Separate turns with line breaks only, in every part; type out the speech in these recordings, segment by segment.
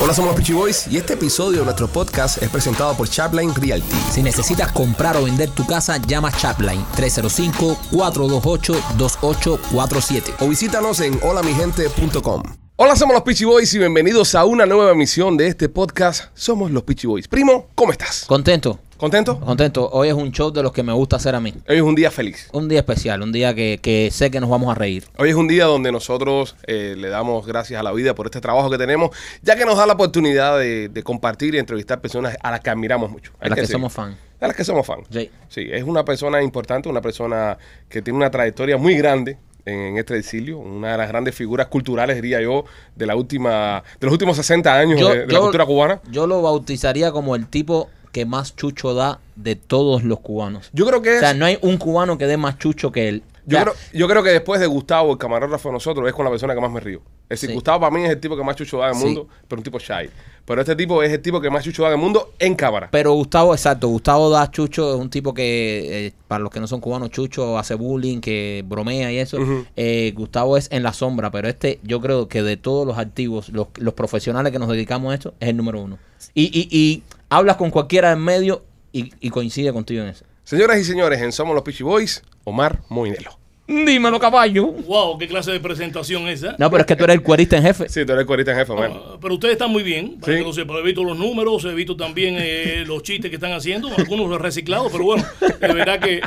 Hola, somos los Peachy Boys y este episodio de nuestro podcast es presentado por Chapline Realty.
Si necesitas comprar o vender tu casa, llama Chapline 305-428-2847.
O visítanos en holamigente.com. Hola, somos los Peachy Boys y bienvenidos a una nueva emisión de este podcast. Somos los Peachy Boys. Primo, ¿cómo estás?
Contento,
¿Contento?
contento. Hoy es un show de los que me gusta hacer a mí.
Hoy es un día feliz.
Un día especial, un día que, que sé que nos vamos a reír.
Hoy es un día donde nosotros eh, le damos gracias a la vida por este trabajo que tenemos, ya que nos da la oportunidad de, de compartir y entrevistar personas a las que admiramos mucho.
A las que
decir,
somos fan.
A las que somos fan.
Sí.
Sí, es una persona importante, una persona que tiene una trayectoria muy grande en, en este exilio, una de las grandes figuras culturales, diría yo, de la última, de los últimos 60 años de, de la cultura cubana.
yo lo bautizaría como el tipo que más chucho da de todos los cubanos.
Yo creo que
O sea,
es-
no hay un cubano que dé más chucho que él. O
yo,
sea,
creo, yo creo que después de Gustavo, el camarógrafo de nosotros, es con la persona que más me río. Es decir,
Sí.
Gustavo para mí es el tipo que más chucho da del
Sí.
mundo, pero un tipo shy. Pero este tipo es el tipo que más chucho da del mundo en cámara.
Pero Gustavo, exacto, Gustavo da Chucho, es un tipo que, eh, para los que no son cubanos, Chucho hace bullying, que bromea y eso.
Ujú.
Eh, Gustavo es en la sombra, pero este, yo creo que de todos los activos, los, los profesionales que nos dedicamos a esto, es el número uno. Y, y, y hablas con cualquiera en medio y, y coincide contigo en eso.
Señoras y señores, en Somos los Peachy Boys, Omar Moinelo.
Dímelo, caballo.
Wow, qué clase de presentación esa.
No, pero es que tú eres el cuerista en jefe.
Sí, tú eres el corista en jefe, Omar.
Ah, Pero ustedes están muy bien, para
Sí.
que no sepa, he visto los números, he visto también eh, los chistes que están haciendo, algunos reciclados, pero bueno, de verdad que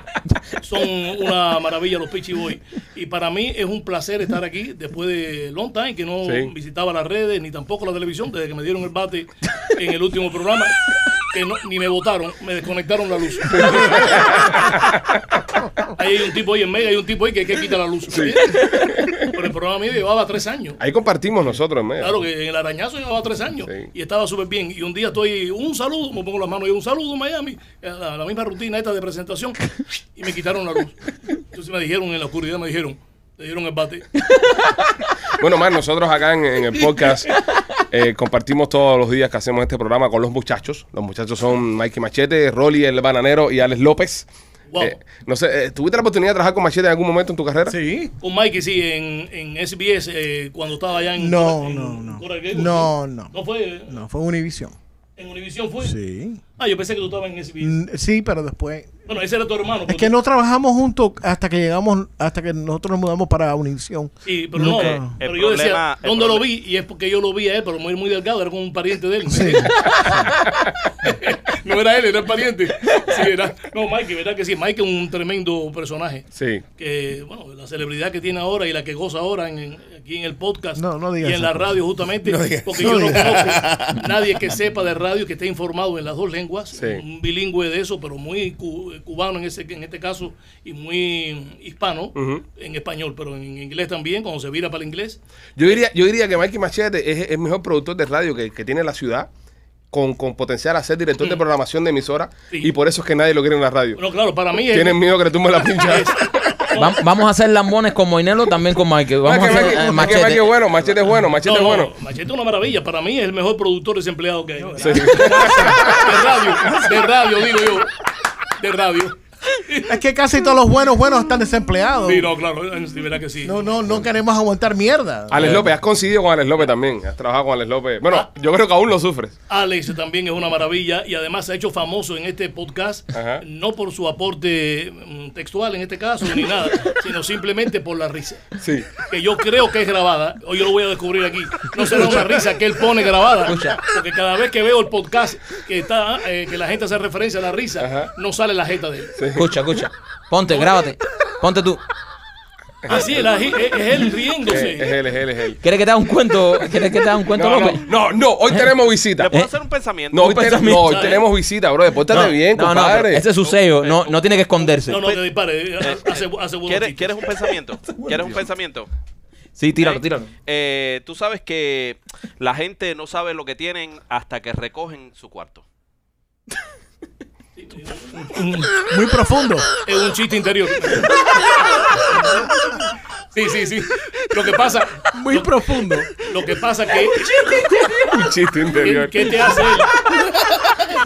son una maravilla los Pichi Boy. Y para mí es un placer estar aquí después de long time, que no
Sí.
visitaba las redes ni tampoco la televisión, desde que me dieron el bate en el último programa, que no- ni me votaron, me desconectaron la luz. Ahí hay un tipo ahí en Mega, hay un tipo ahí que, que quita la luz. Pero el programa mío llevaba tres años.
Ahí compartimos nosotros, en medio.
Claro que en el arañazo llevaba tres años
Sí.
y estaba súper bien. Y un día estoy, un saludo, me pongo las manos y un saludo Miami, la, la misma rutina esta de presentación, y me quitaron la luz. Entonces me dijeron en la oscuridad, me dijeron, te dieron el bate.
Bueno, más nosotros acá en, en el podcast eh, compartimos todos los días que hacemos este programa con los muchachos. Los muchachos son Mikey Machete, Rolly el Bananero y Alex López.
Wow.
Eh, no sé, eh, ¿tuviste la oportunidad de trabajar con Machete en algún momento en tu carrera?
Sí.
Con Mikey, sí, en, en SBS, eh, cuando estaba allá en.
No,
en-
no, no.
Coral Gables,
No, no.
No fue.
No, fue Univision.
En Univision fue.
Sí.
Ah, yo pensé que tú estabas en SBS.
Mm, Sí, pero después.
Bueno, ese era tu hermano. pues.
Es que no trabajamos juntos hasta que llegamos, hasta que nosotros nos mudamos para Univision.
Sí, pero
Nunca.
no.
El
Pero yo
problema-
decía,
el
¿dónde lo
problema-
vi? Y es porque yo lo vi a él, pero muy, muy delgado, era como un pariente de él. no era él, era el pariente. Sí, era. No, Mike, verdad que sí. Mike es un tremendo personaje.
Sí.
Que, bueno, la celebridad que tiene ahora y la que goza ahora en- en- aquí en el podcast
No, no digas
y en la
eso. pues.
radio, justamente, porque yo no conozco nadie que sepa de radio que esté informado en las dos lenguas.
Sí.
Un bilingüe de eso, pero muy cu- cubano en, ese, en este caso y muy hispano
Ujú.
en español, pero en inglés también, cuando se vira para el inglés.
Yo diría, yo diría que Mikey Machete es el mejor productor de radio que, que tiene la ciudad. Con, con potencial a ser director de programación de emisora
Sí.
y por eso es que nadie lo quiere en la radio.
Bueno, claro, para mí es.
Tienen miedo que le tumbe la pincha.
Va- vamos a hacer lambones con Moinelo, también con Mike. Vamos a
Mikey,
hacer
Mikey, Mikey,
eh, machete.
Mikey es bueno, machete es bueno, machete
No,
es
no,
bueno.
Machete es una maravilla. Para mí es el mejor productor desempleado que hay.
Sí.
De radio, de radio, digo yo. De radio.
Es que casi todos los buenos buenos están desempleados.
Sí, no, claro, de verdad que sí.
No, no, no queremos aguantar mierda.
Alex López, has coincidido con Alex López también. Has trabajado con Alex López. Bueno,
Ah.
yo creo que aún lo sufres.
Alex también es una maravilla y además se ha hecho famoso en este podcast,
Ajá.
no por su aporte mm, textual en este caso ni nada, sino simplemente por la risa.
Sí.
Que yo creo que es grabada, hoy yo lo voy a descubrir aquí. No será una risa que él pone grabada, porque cada vez que veo el podcast que está eh, que la gente hace referencia a la risa,
Ajá.
no sale la jeta de él.
Escucha, escucha. Ponte, grábate. Ponte tú.
Así es, la ji- es, es él
Es,
riéndose.
es él, es él, es él.
¿Quieres que te haga un cuento? ¿Quieres que te haga un cuento,
No, no,
López?
no, no, hoy tenemos visita.
¿Le
pues,
puedo
¿Eh?
hacer un pensamiento?
No, hoy,
Un
tenemos-
pensamiento.
no, hoy tenemos visita, bro. Pórtate bien,
no, no,
compadre.
pero ese es su sello, no, no tiene que esconderse.
No, no, que dispare,
Eh,
hace, hace buenos
¿Quieres,
chistes.
quieres un pensamiento? ¿Quieres un pensamiento?
Sí, tíralo,
¿Eh?
tíralo.
Eh, tú sabes que la gente no sabe lo que tienen hasta que recogen su cuarto.
Muy profundo.
Es un chiste interior. Sí, sí, sí. Lo que pasa,
Muy profundo.
lo que pasa que
Un chiste
¿qué,
interior.
qué te hace él?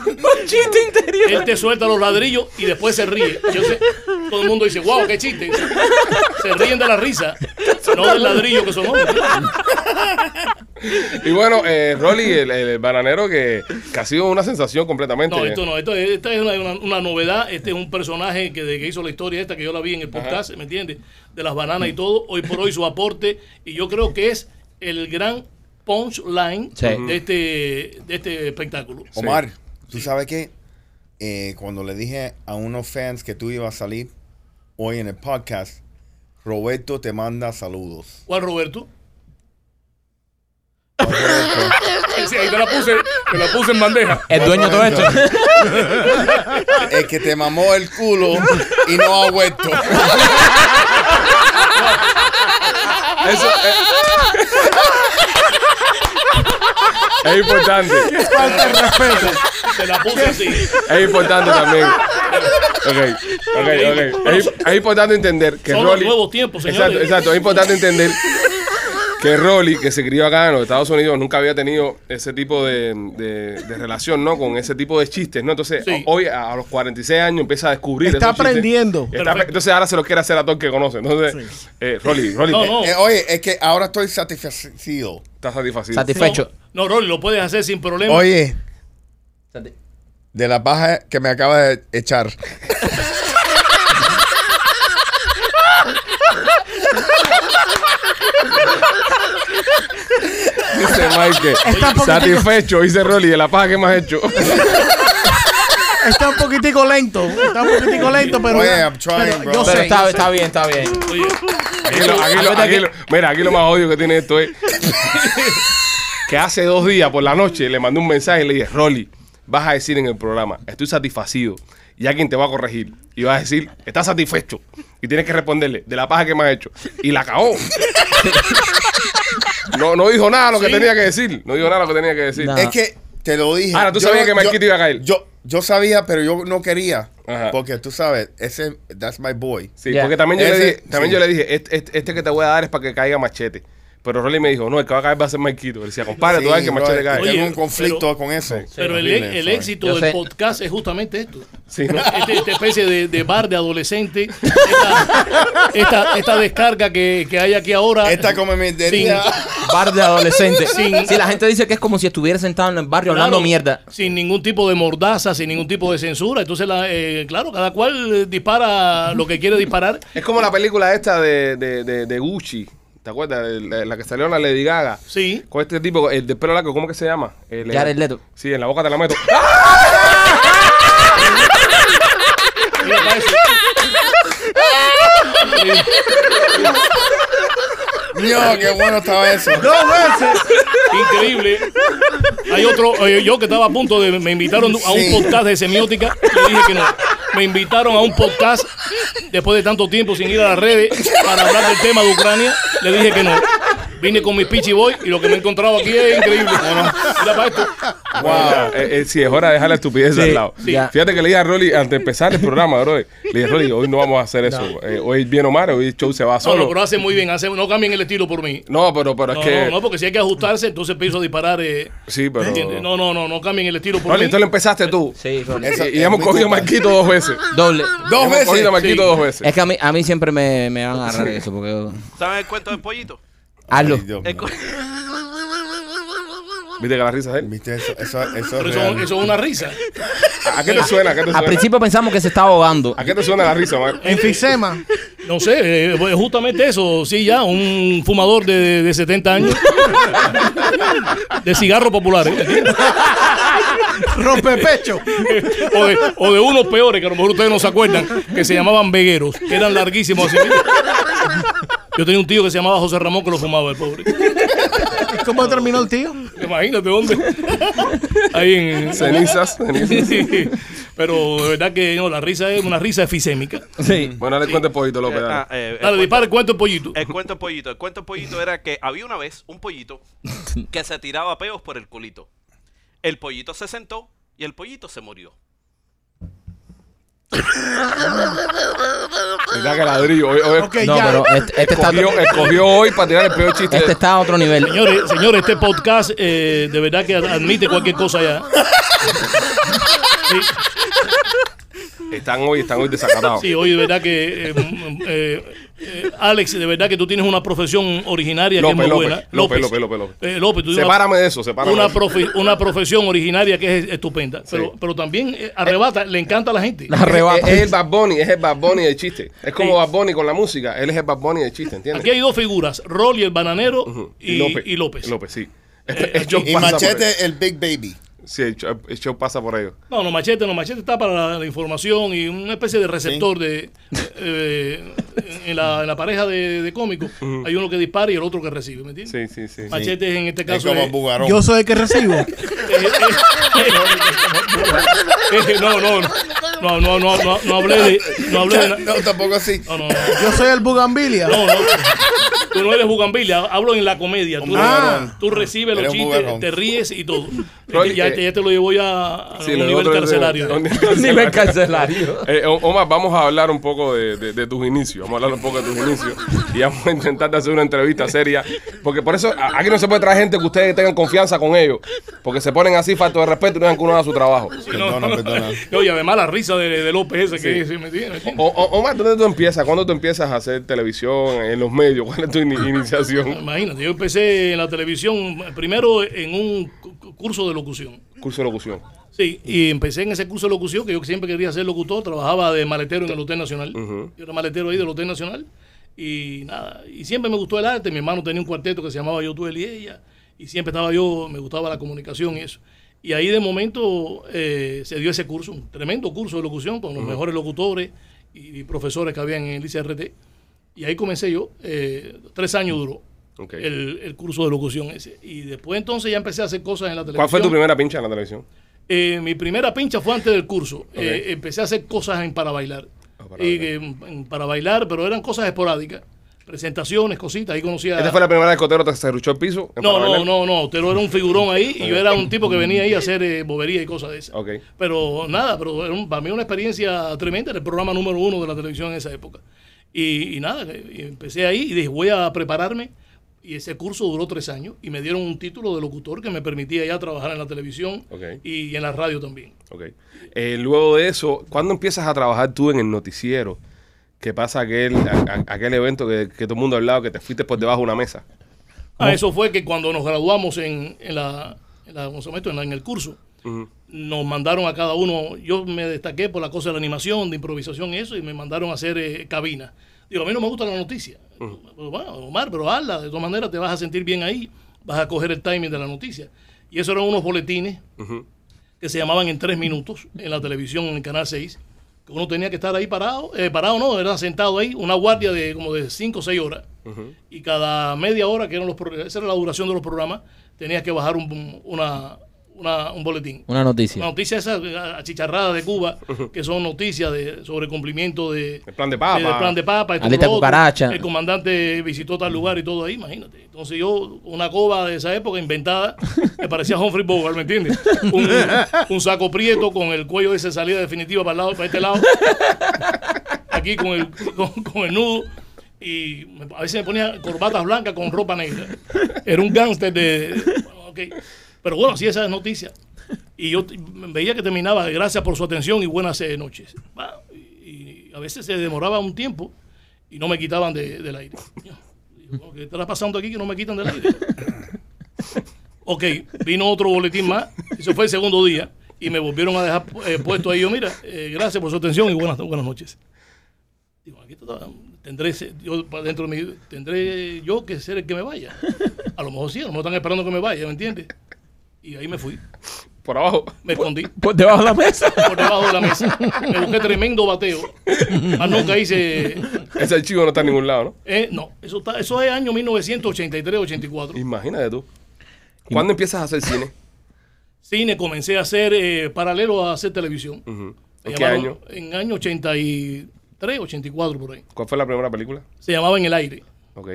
Un chiste interior.
Él te suelta los ladrillos y después se ríe. Yo sé- todo el mundo dice, wow, qué chiste. Se ríen de la risa, no del ladrillo que son
Y bueno, eh, Rolly, el, el bananero que, que ha sido una sensación completamente.
No, esto no, esto, es- esta es una, una- una novedad. Este es un personaje que, de que hizo la historia esta que yo la vi en el podcast, ¿me entiendes? De las bananas y todo. Hoy por hoy su aporte. Y yo creo que es el gran punchline
Sí.
de, este, de este espectáculo.
Omar, ¿tú sabes qué? Eh, cuando le dije a unos fans que tú ibas a salir hoy en el podcast, Roberto te manda saludos.
¿Cuál Roberto? Sí, ahí te la puse, te la puse en bandeja.
El dueño de todo esto.
El que te mamó el culo y no ha vuelto.
Eso es, es importante.
Te la puse así.
Es importante también. Ok, ok, ok. Es, es importante entender que
Son los
Rolly.
nuevos tiempos, señores.
exacto, exacto. Es importante entender que Rolly, que se crió acá en los Estados Unidos, nunca había tenido ese tipo de, de- de relación, ¿no? Con ese tipo de chistes, ¿no? Entonces,
Sí.
hoy, a, a los 46 años, empieza a descubrir.
Está
esos chistes.
aprendiendo.
Está-
Perfecto.
entonces, ahora se lo quiere hacer a todos que conoce. Entonces, eh, Rolly, Rolly,
No, no.
Eh, oye, es que ahora estoy satisfacido.
está satisfacido.
Satisfecho.
No, Rolly, lo puedes hacer sin problema.
Oye,
Sati-
de la paja que me acaba de echar.
Dice Mike
Está
que,
poquitico.
satisfecho, dice Rolly, de la paja que me has hecho.
Está un poquitico lento. Está un poquitico lento, pero.
Oye, eh, I'm trying,
pero
bro.
Yo
Pero
sé.
está, está bien, está bien.
Oye,
Aquí lo- aquí lo- aquí lo- mira, aquí lo más odio que tiene esto es que hace dos días por la noche le mandé un mensaje y le dije, Rolly, vas a decir en el programa, estoy satisfacido y alguien te va a corregir y vas a decir, estás satisfecho y tienes que responderle de la paja que me has hecho y la cagó. No, no dijo nada lo que
Sí.
tenía que decir. No dijo nada lo que tenía que decir.
Nah.
Es que te lo dije.
Ahora, tú
Yo-
sabías que
yo-
Marquito iba a caer.
Yo, yo sabía, pero yo no quería.
Ajá.
Porque tú sabes, ese, that's my boy.
Sí,
Ya.
porque también yo
Ese-
le dije, también
sí.
yo le dije este, este- este que te voy a dar es para que caiga machete. Pero Rolly me dijo, no, el que va a caer va a ser Marquito. Él decía, compadre, tú
Sí,
sabes que machete
brother,
cae.
Tengo
Oye,
un conflicto
pero-
con eso.
Pero el,
Horrible,
el
sorry.
éxito
Yo
del
sé.
podcast es justamente esto.
Sí, ¿no?
Este- Esta especie de, de bar de adolescente. Esta, esta- esta descarga que, que hay aquí ahora.
Esta come mierdería.
Bar de adolescentes.
Sin-
Sí, la gente dice que es como si estuviera sentado en el barrio
Claro,
hablando mierda.
Sin ningún tipo de mordaza, sin ningún tipo de censura. Entonces, la, eh, claro, cada cual eh, dispara lo que quiere disparar.
Es como la película esta de, de, de, de Gucci. ¿Te acuerdas? El- La, la que salió en la Lady Gaga.
Sí.
Con este tipo, el de pelo largo, ¿cómo que se llama? El,
Jared Leto.
Sí, en la boca te la meto.
Mira, para eso.
Dios, qué bueno estaba eso.
Increíble. Hay otro, oye, yo que estaba a punto de, me invitaron a un
Sí.
podcast de semiótica y dije que no. Me invitaron a un podcast después de tanto tiempo sin ir a las redes para hablar del tema de Ucrania. Le dije que no. Vine con mi pichi boy y lo que me he encontrado aquí es increíble. Mira para esto.
Wow. Eh, sí, es hora de dejar la estupidez al lado.
sí. Ya.
Fíjate que le dije a Rolly, antes de empezar el programa, bro, le dije, Rolly, hoy no vamos a hacer eso. Eh, hoy viene Omar, hoy el show se va
No, no,
solo.
pero hace muy bien. hace- no cambien el estilo por mí.
No, pero, pero es
No,
que...
no, no, porque si hay que ajustarse, entonces empiezo a disparar. eh,
Sí, pero...
¿entiendes? No, no, no, no cambien el estilo por
Rolly,
mí.
entonces lo empezaste tú.
Sí, Rolly.
Esa-
Y, y
es
hemos
mi
cogido a
culpa.
Marquito dos veces.
Doble.
Dos
Hemos cogido a
veces.
Marquito
Sí.
dos veces.
Es que a mí, a mí siempre me, me van a agarrar eso porque... yo-
¿Saben el cuento del pollito?
Hazlo.
Ay, Dios mío.
El cu-
¿Viste que la risa es él?
¿Viste eso? Eso, eso es
Pero eso,
real.
eso es una risa.
¿A qué te suena? ¿A qué te
Al
suena?
principio pensamos que se estaba ahogando.
¿A qué te suena la risa, Omar?
Enfisema.
No sé, eh, pues, justamente eso, sí, ya, un fumador de, de 70 años. De cigarro popular, ¿eh?
Rompe pecho.
o, de, o de unos peores, que a lo mejor ustedes no se acuerdan, que se llamaban vegueros, que eran larguísimos así. Yo tenía un tío que se llamaba José Ramón que lo fumaba, el pobre.
¿Cómo terminó el tío?
Imagínate dónde. Ahí en.
Cenizas, cenizas.
Sí. Pero de verdad que no, la risa es una risa efisémica.
Sí.
Bueno, le cuento el poquito, López. dale.
Ah, eh, el
Dale,
cuento-
dispara cuánto pollito.
El cuento del pollito. El cuento del pollito era que había una vez un pollito que se tiraba peos por el culito. El pollito se sentó y el pollito se murió.
¿Verdad ah. que ladrillo? Hoy, hoy
Ok,
No,
ya.
pero este, este está...
escogió, escogió hoy para tirar el peor chiste.
Este está a otro nivel.
Señores, señores, este podcast eh, de verdad que admite cualquier cosa ya. Sí.
Están hoy, están hoy desacatados.
Sí, hoy de verdad que eh, mm, eh, Eh, Alex, de verdad que tú tienes una profesión originaria que
López,
es muy
López,
buena.
López, López, López, López.
Eh, López, tú tienes
Sepárame de eso, sepárame de
Una,
eso.
profe- una profesión originaria que es estupenda. Pero, pero también eh, arrebata, le encanta a la gente.
Arrebata.
Es, es el Bad Bunny, es el Bad Bunny del chiste. Es como Bad Bunny con la música. Él es el Bad Bunny del chiste, ¿entiendes?
Aquí hay dos figuras, Rolly el bananero
Ujú.
y, y López. Eh,
López. López, sí. El- el
aquí-
show
Y
pasa por ahí.
Machete, el Big Baby.
Sí, el show, el show pasa por ellos.
No, no, machete, no, machete está para la, la información y una especie de receptor de eh, en, la, en la pareja de, de cómicos. Hay uno que dispara y el otro que recibe, ¿me entiendes?
Sí, sí, sí.
Machete en este
Es
caso
como
es-
Bugarón.
Yo soy el que recibo.
Eh, no, no, no, no, no, no, no, no hablé de, no hablé de, Ah, na-
no, tampoco así.
no, no, no,
Yo soy el Bugambilia.
no, no. tú no eres jugambilla, hablo en la comedia, tú,
Ah.
tú recibes los
Eres un
chistes,
bugarrón.
te ríes y todo, Este,
Rolly,
ya,
eh,
te, ya te lo llevo ya a
Sí,
un
lo
nivel
otro-
carcelario,
un nivel
Nivel
carcelario. Eh,
carcelario.
O- Omar, vamos a hablar un poco de, de- de tus inicios. Vamos a hablar un poco de tus inicios. Y vamos a intentar de hacer una entrevista seria. Porque por eso a- aquí no se puede traer gente que ustedes tengan confianza con ellos. Porque se ponen así, falto de respeto y no dejan que uno haga su trabajo.
Perdona, perdona.
no, y además la risa de, de López ese que es, ¿me entiendes? ¿Me entiendes?
O- o- Omar, ¿dónde tú empiezas? ¿Cuándo tú empiezas a hacer televisión en los medios? ¿Cuál es tu ini- iniciación?
Imagínate, yo empecé en la televisión primero en un cu- cu- curso de locución.
Curso de locución.
Sí, y empecé en ese curso de locución que yo siempre quería ser locutor, trabajaba de maletero en el Hotel Nacional. Yo era maletero ahí del Hotel Nacional y nada, y siempre me gustó el arte, mi hermano tenía un cuarteto que se llamaba Yo, tú, él y ella, y siempre estaba yo, me gustaba la comunicación y eso. Y ahí de momento eh, se dio ese curso, un tremendo curso de locución con los mejores locutores y, profesores que habían en el ICRT. Y ahí comencé yo, eh, tres años duró
Ok.
el, el curso de locución ese. Y después entonces ya empecé a hacer cosas en la televisión.
¿Cuál fue tu primera pincha en la televisión?
Eh, mi primera pincha fue antes del curso. Eh, empecé a hacer cosas en para bailar.
Ah, para
Y, eh, en- para bailar, pero eran cosas esporádicas. Presentaciones, cositas. Ahí conocía.
¿Esta ¿Este fue la primera vez que Otero te se ruchó el piso? en
No,
Parabela?
no, no, no. Otero era un figurón ahí y yo era un tipo que venía ahí a hacer eh, bobería y cosas de esas.
Ok.
Pero nada, pero era un- para mí una experiencia tremenda. Era el programa número uno de la televisión en esa época. Y, y nada, eh, y empecé ahí y dije, voy a prepararme. Y ese curso duró tres años y me dieron un título de locutor que me permitía ya trabajar en la televisión
Ok.
y en la radio también.
Ok. Eh, luego de eso, ¿cuándo empiezas a trabajar tú en el noticiero? ¿Qué pasa aquel, a- a- aquel evento que, que todo el mundo ha hablado, que te fuiste por debajo de una mesa?
Ah, eso fue que cuando nos graduamos en, en la, en, la- ¿cómo se llama esto? en la- en el curso, nos mandaron a cada uno, yo me destaqué por la cosa de la animación, de improvisación y eso, y me mandaron a hacer eh, cabina. Digo, a mí no me gusta la noticia. Pero, bueno, Omar, pero hazla, de todas maneras te vas a sentir bien ahí, vas a coger el timing de la noticia. Y eso eran unos boletines que se llamaban En Tres Minutos, en la televisión, en el Canal 6, que uno tenía que estar ahí parado, eh, parado no, era sentado ahí, una guardia de como de 5 o 6 horas, y cada media hora, que eran los, pro- esa era la duración de los programas, tenías que bajar un, una- una- un boletín.
Una
Una
noticia.
noticia esas eh, achicharradas de Cuba, que son noticias de, sobre cumplimiento de,
El plan de papa.
del plan de papa. esto,
Aleta
lo otro.
cucaracha.
El comandante visitó tal lugar y todo ahí, imagínate. Entonces yo, una coba de esa época inventada, me parecía Humphrey Bogart, ¿me entiendes? Un, un saco prieto con el cuello de esa salida definitiva para, el lado, para este lado. Aquí con el, con, con el nudo. Y me- a veces me ponía corbatas blancas con ropa negra. Era un gángster de... ok. Pero bueno, sí, esa es noticia. Y yo t- veía que terminaba, gracias por su atención y buenas eh, noches. Va, Y a veces se demoraba un tiempo y no me quitaban de- del aire. Yo, bueno, ¿Qué estará pasando aquí que no me quitan del aire? Ok, vino otro boletín más, eso fue el segundo día, y me volvieron a dejar eh, puesto ahí. Yo, mira, eh, gracias por su atención y buenas, buenas noches. Digo, aquí está- tendré, ese- yo, para dentro de mí, tendré yo que ser el que me vaya. A lo mejor sí, a lo mejor están esperando que me vaya, ¿me entiendes? Y ahí me fui,
Por abajo.
me escondí
Por debajo de la mesa.
por debajo de la mesa. Me busqué tremendo bateo. Más nunca hice.
Ese archivo no está en ningún lado, ¿no?
eh, no, eso, está, eso es año 1983-84.
Imagínate tú. ¿Cuándo empiezas a hacer cine?
Cine comencé a hacer eh, paralelo a hacer televisión. Se
¿En qué
llamaron-
año?
En año 83, 84, por ahí.
¿Cuál fue la primera película?
Se llamaba En el Aire,
Ok.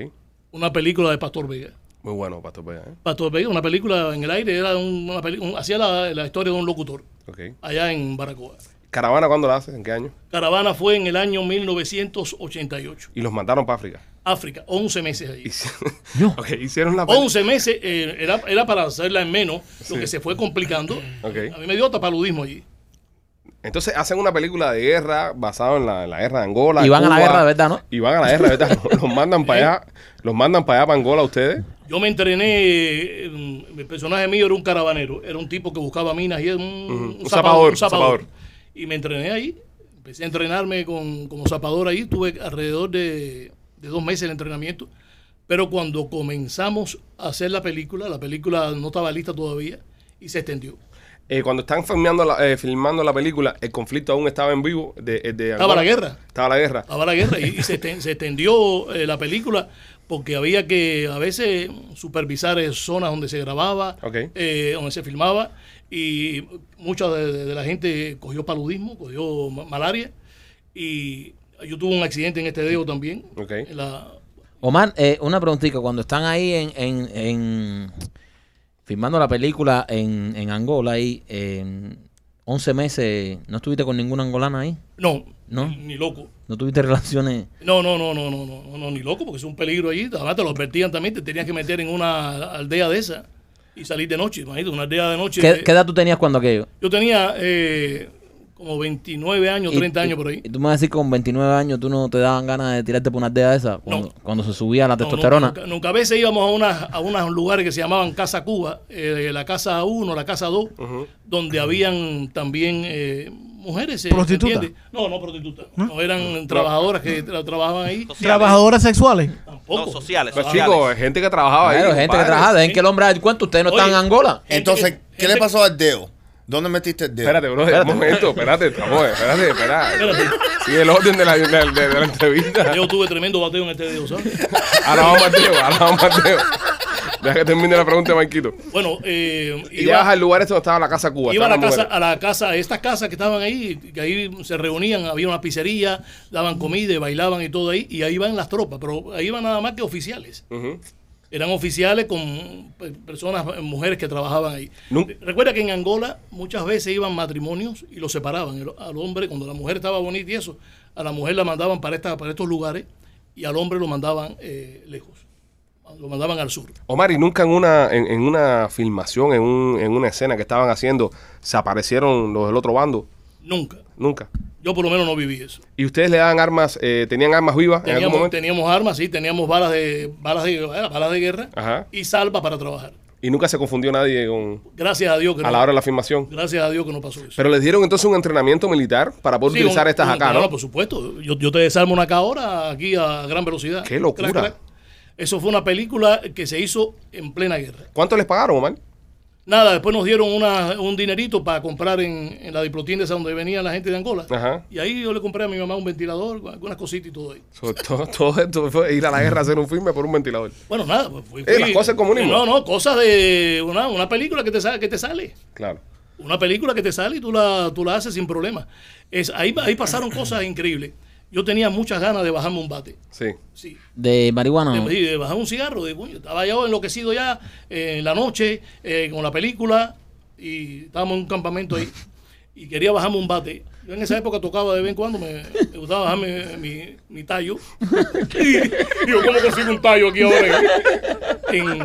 una película de Pastor Vega.
Muy bueno, Pastor Vega, ¿eh?
Pastor Vega, una película en el aire, era un- una peli- un- hacía la, la historia de un locutor
Ok.
allá en Baracoa.
¿Caravana cuándo la haces? ¿En qué año?
Caravana fue en el año 1988.
Y los mandaron para África.
África, 11 meses allí.
Hicieron, Ok, hicieron la película.
11 meses eh, era, era para hacerla en menos, lo que se fue complicando.
Ok.
A mí me dio tapaludismo allí.
Entonces hacen una película de guerra basada en la, en la guerra de Angola.
Y van a la
Cuba,
guerra de verdad, ¿no?
Y van a la guerra de verdad. los, los mandan para allá, los mandan para allá para Angola ustedes.
Yo me entrené, eh, el personaje mío era un caravanero, era un tipo que buscaba minas y era un,
un zapador,
un zapador.
zapador.
Y me entrené ahí, empecé a entrenarme con, como zapador ahí, tuve alrededor de, de dos meses de entrenamiento, pero cuando comenzamos a hacer la película, la película no estaba lista todavía y se extendió.
Eh, cuando están filmando la, eh, filmando la película, el conflicto aún estaba en vivo. De, eh, de Angola.
Estaba la guerra. Ah,
Estaba la guerra.
Estaba la guerra y, y se, esten- se extendió eh, la película porque había que a veces supervisar eh, zonas donde se grababa,
Ok.
eh, donde se filmaba y mucha de, de- de la gente cogió paludismo, cogió ma- malaria y yo tuve un accidente en este dedo también.
Ok.
En la-
Omar, eh, una preguntita. Cuando están ahí en, en, en- filmando la película en, en Angola, ahí, en 11 meses, ¿no estuviste con ninguna angolana ahí?
no,
No.
ni- ni loco.
¿No tuviste relaciones?
No, no, no, no, no, no, no, no, ni loco, porque es un peligro allí. Además te lo advertían también, te tenías que meter en una aldea de esa y salir de noche, imagínate, una aldea de noche.
¿Qué,
eh,
qué edad tú tenías cuando aquello?
Yo tenía eh, como 29 años, 30
Y-
años por ahí.
Y tú me vas a decir que con 29 años tú no te daban ganas de tirarte por una aldea de esa. Cuando, cuando se subía la
No, no,
testosterona.
nunca, nunca. A veces íbamos a, unas, a unos lugares que se llamaban Casa Cuba, eh, la Casa 1, la Casa 2, donde habían también eh, mujeres. eh, ¿me
¿Prostitutas?
entiendes? No, no prostitutas. No, eran trabajadoras que tra- trabajaban ahí.
Sociales.
Trabajadoras sexuales.
No,
Tampoco.
sociales,
Los
sociales.
Pues, chicos, gente que trabajaba ahí.
Claro, gente que
compadre.
trabaja, dejen que el hombre haga el cuento, ustedes no están en
Oye.
Angola.
Entonces,
Gente que-
¿qué le
gente-
pasó al dedo? ¿Dónde metiste el dedo?
Espérate, bro, un momento, espérate, estamos, espérate, espérate. Y el orden de la, de, de- de la entrevista.
Yo tuve tremendo bateo en este dedo, ¿sabes?
Ahora vamos Mateo, ahora vamos Mateo. Deja que termine la pregunta, Marquito.
Bueno, eh,
Y llegas al lugar este donde estaba la casa Cuba.
Iba a la
estaban las
casa,
mujeres.
a la casa, a estas casas que estaban ahí, que ahí se reunían, había una pizzería, daban comida, y bailaban y todo ahí, y ahí iban las tropas, pero ahí iban nada más que oficiales.
Ujú.
Eran oficiales con pe- personas, eh, mujeres que trabajaban ahí.
Nu-
Recuerda que en Angola muchas veces iban matrimonios y los separaban. El- Al hombre, cuando la mujer estaba bonita y eso, a la mujer la mandaban para, esta, para estos lugares y al hombre lo mandaban eh, lejos, lo mandaban al sur.
Omar, y nunca en una, en, en una filmación, en, un- en una escena que estaban haciendo, se aparecieron los del otro bando.
Nunca.
Nunca.
Yo por lo menos no viví eso.
¿Y ustedes le daban armas, eh, tenían armas vivas en algún
Teníamos,
momento?
teníamos armas, sí, teníamos balas de balas de, eh, balas de guerra
Ajá.
y salva para trabajar.
Y nunca se confundió nadie con,
Gracias a Dios que
a
no.
la hora de la filmación.
Gracias a Dios que no pasó eso.
Pero les dieron entonces un entrenamiento militar para poder
Sí,
utilizar
un-
estas
un-
acá,
claro, pues.
¿no?
por supuesto. Yo, yo te desarmo una acá ahora aquí a gran velocidad.
¡Qué locura!
Eso fue una película que se hizo en plena guerra.
¿Cuánto les pagaron, Omar?
Nada, después nos dieron una, un dinerito para comprar en, en la diplotienda esa donde venía la gente de Angola.
Ajá.
Y ahí yo le compré a mi mamá un ventilador, algunas cositas y todo ahí.
So, todo, todo esto fue ir a la guerra a hacer un filme por un ventilador.
Bueno, nada, pues fui-
Eh, las
fui-
cosas del comunismo.
No, no, cosas de una, una película que te, sa- que te sale.
Claro.
Una película que te sale y tú la, tú la haces sin problema. Es, ahí, ahí pasaron cosas increíbles. Yo tenía muchas ganas de bajarme un bate.
Sí.
Sí.
De marihuana.
De, de bajar un cigarro. De, coño, estaba yo enloquecido ya eh, en la noche eh, con la película y estábamos en un campamento ahí. Y quería bajarme un bate. Yo en esa época tocaba de vez en cuando, me, me gustaba bajarme eh, mi, mi tallo. Y yo, ¿cómo consigo un tallo aquí ahora? En-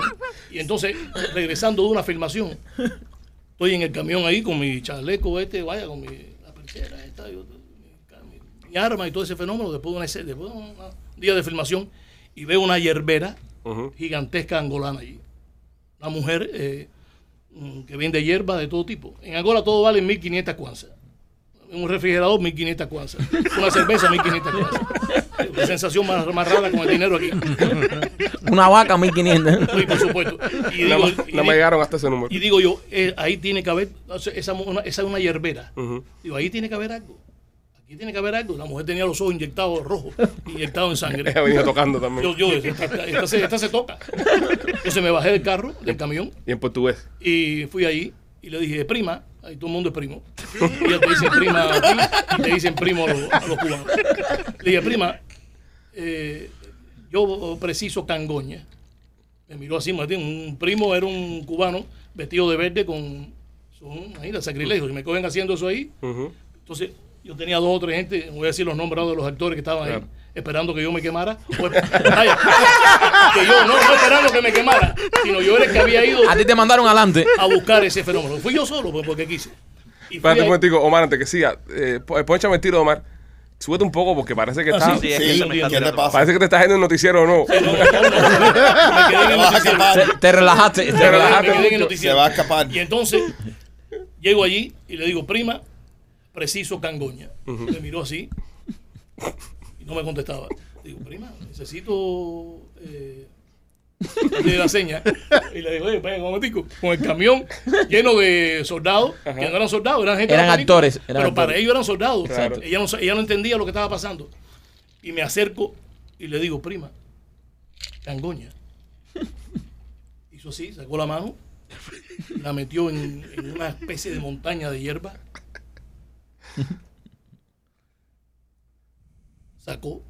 y entonces, regresando de una filmación, estoy en el camión ahí con mi chaleco este, vaya, con mi la perchera esta, yo- mi, mi arma y todo ese fenómeno, después de, una escena- después de un día de filmación, y veo una hierbera
Ujú.
gigantesca angolana allí. Una mujer eh, mm, que vende hierba de todo tipo. En Angola todo vale 1.500 kwanzas. Un refrigerador, 1.500 kwanzas. Una cerveza, 1.500 kwanzas. La sensación más, más rara con el dinero aquí.
Una vaca, 1500.
Sí, por supuesto. Y
Nada
digo,
más
y
nada más
di-
llegaron hasta ese número.
y digo yo, eh, ahí tiene que haber, o sea, esa, mu- una- esa es una hierbera.
Ujú.
Digo, ahí tiene que haber algo. Aquí tiene que haber algo. La mujer tenía los ojos inyectados rojos, inyectados en sangre.
Ella venía tocando también.
Yo, yo, esta, esta- esta se, esta se toca. Entonces me bajé del carro, del camión,
Y en portugués.
y fui ahí y le dije, prima, ahí todo el mundo es primo. Y ya te dicen prima aquí y te dicen primo a los, a los cubanos. Le dije, prima, eh, yo preciso cangoña. Me miró así, Martín, un primo era un cubano vestido de verde con son, imagínate, sacrilegio. Si me cogen haciendo eso ahí,
Ujú.
entonces, yo tenía dos o tres gente, voy a decir los nombrados de los actores que estaban ahí,
Claro.
esperando que yo me quemara. O- vaya, que yo no, no esperando que me quemara, sino yo era el que había ido
A ti te mandaron adelante.
a buscar ese fenómeno. Fui yo solo, pues, porque quise. Y fui
Espérate un
ahí-
momentico, Omar, antes que siga. Eh, po- ponchame el tiro, Omar. Súbete un poco porque parece que
Ah,
estás...
Sí, es que
Sí,
se me está
¿qué te
tirando.
pasa?
Parece que te estás yendo el noticiero o no.
No, no, no, me quedé en el
Te vas a
noticiero.
escapar.
Te, te relajaste, te
Me quedé- me
relajaste
quedé en el
mucho.
Se
noticiero.
va a escapar.
Y entonces llego allí y le digo, prima, preciso cangoña. Me miró así y no me contestaba. Digo, prima, necesito eh, de la seña. Y le digo, oye, venga, un momentico, con el camión lleno de soldados, que no eran soldados, eran gente de
Eran
la película,
actores, eran
pero para
actores.
ellos eran soldados.
Exacto.
Ella, no, sa- ella no entendía lo que estaba pasando. Y me acerco y le digo, prima, cangoña. Hizo así, sacó la mano, la metió en, en una especie de montaña de hierba. Sacó,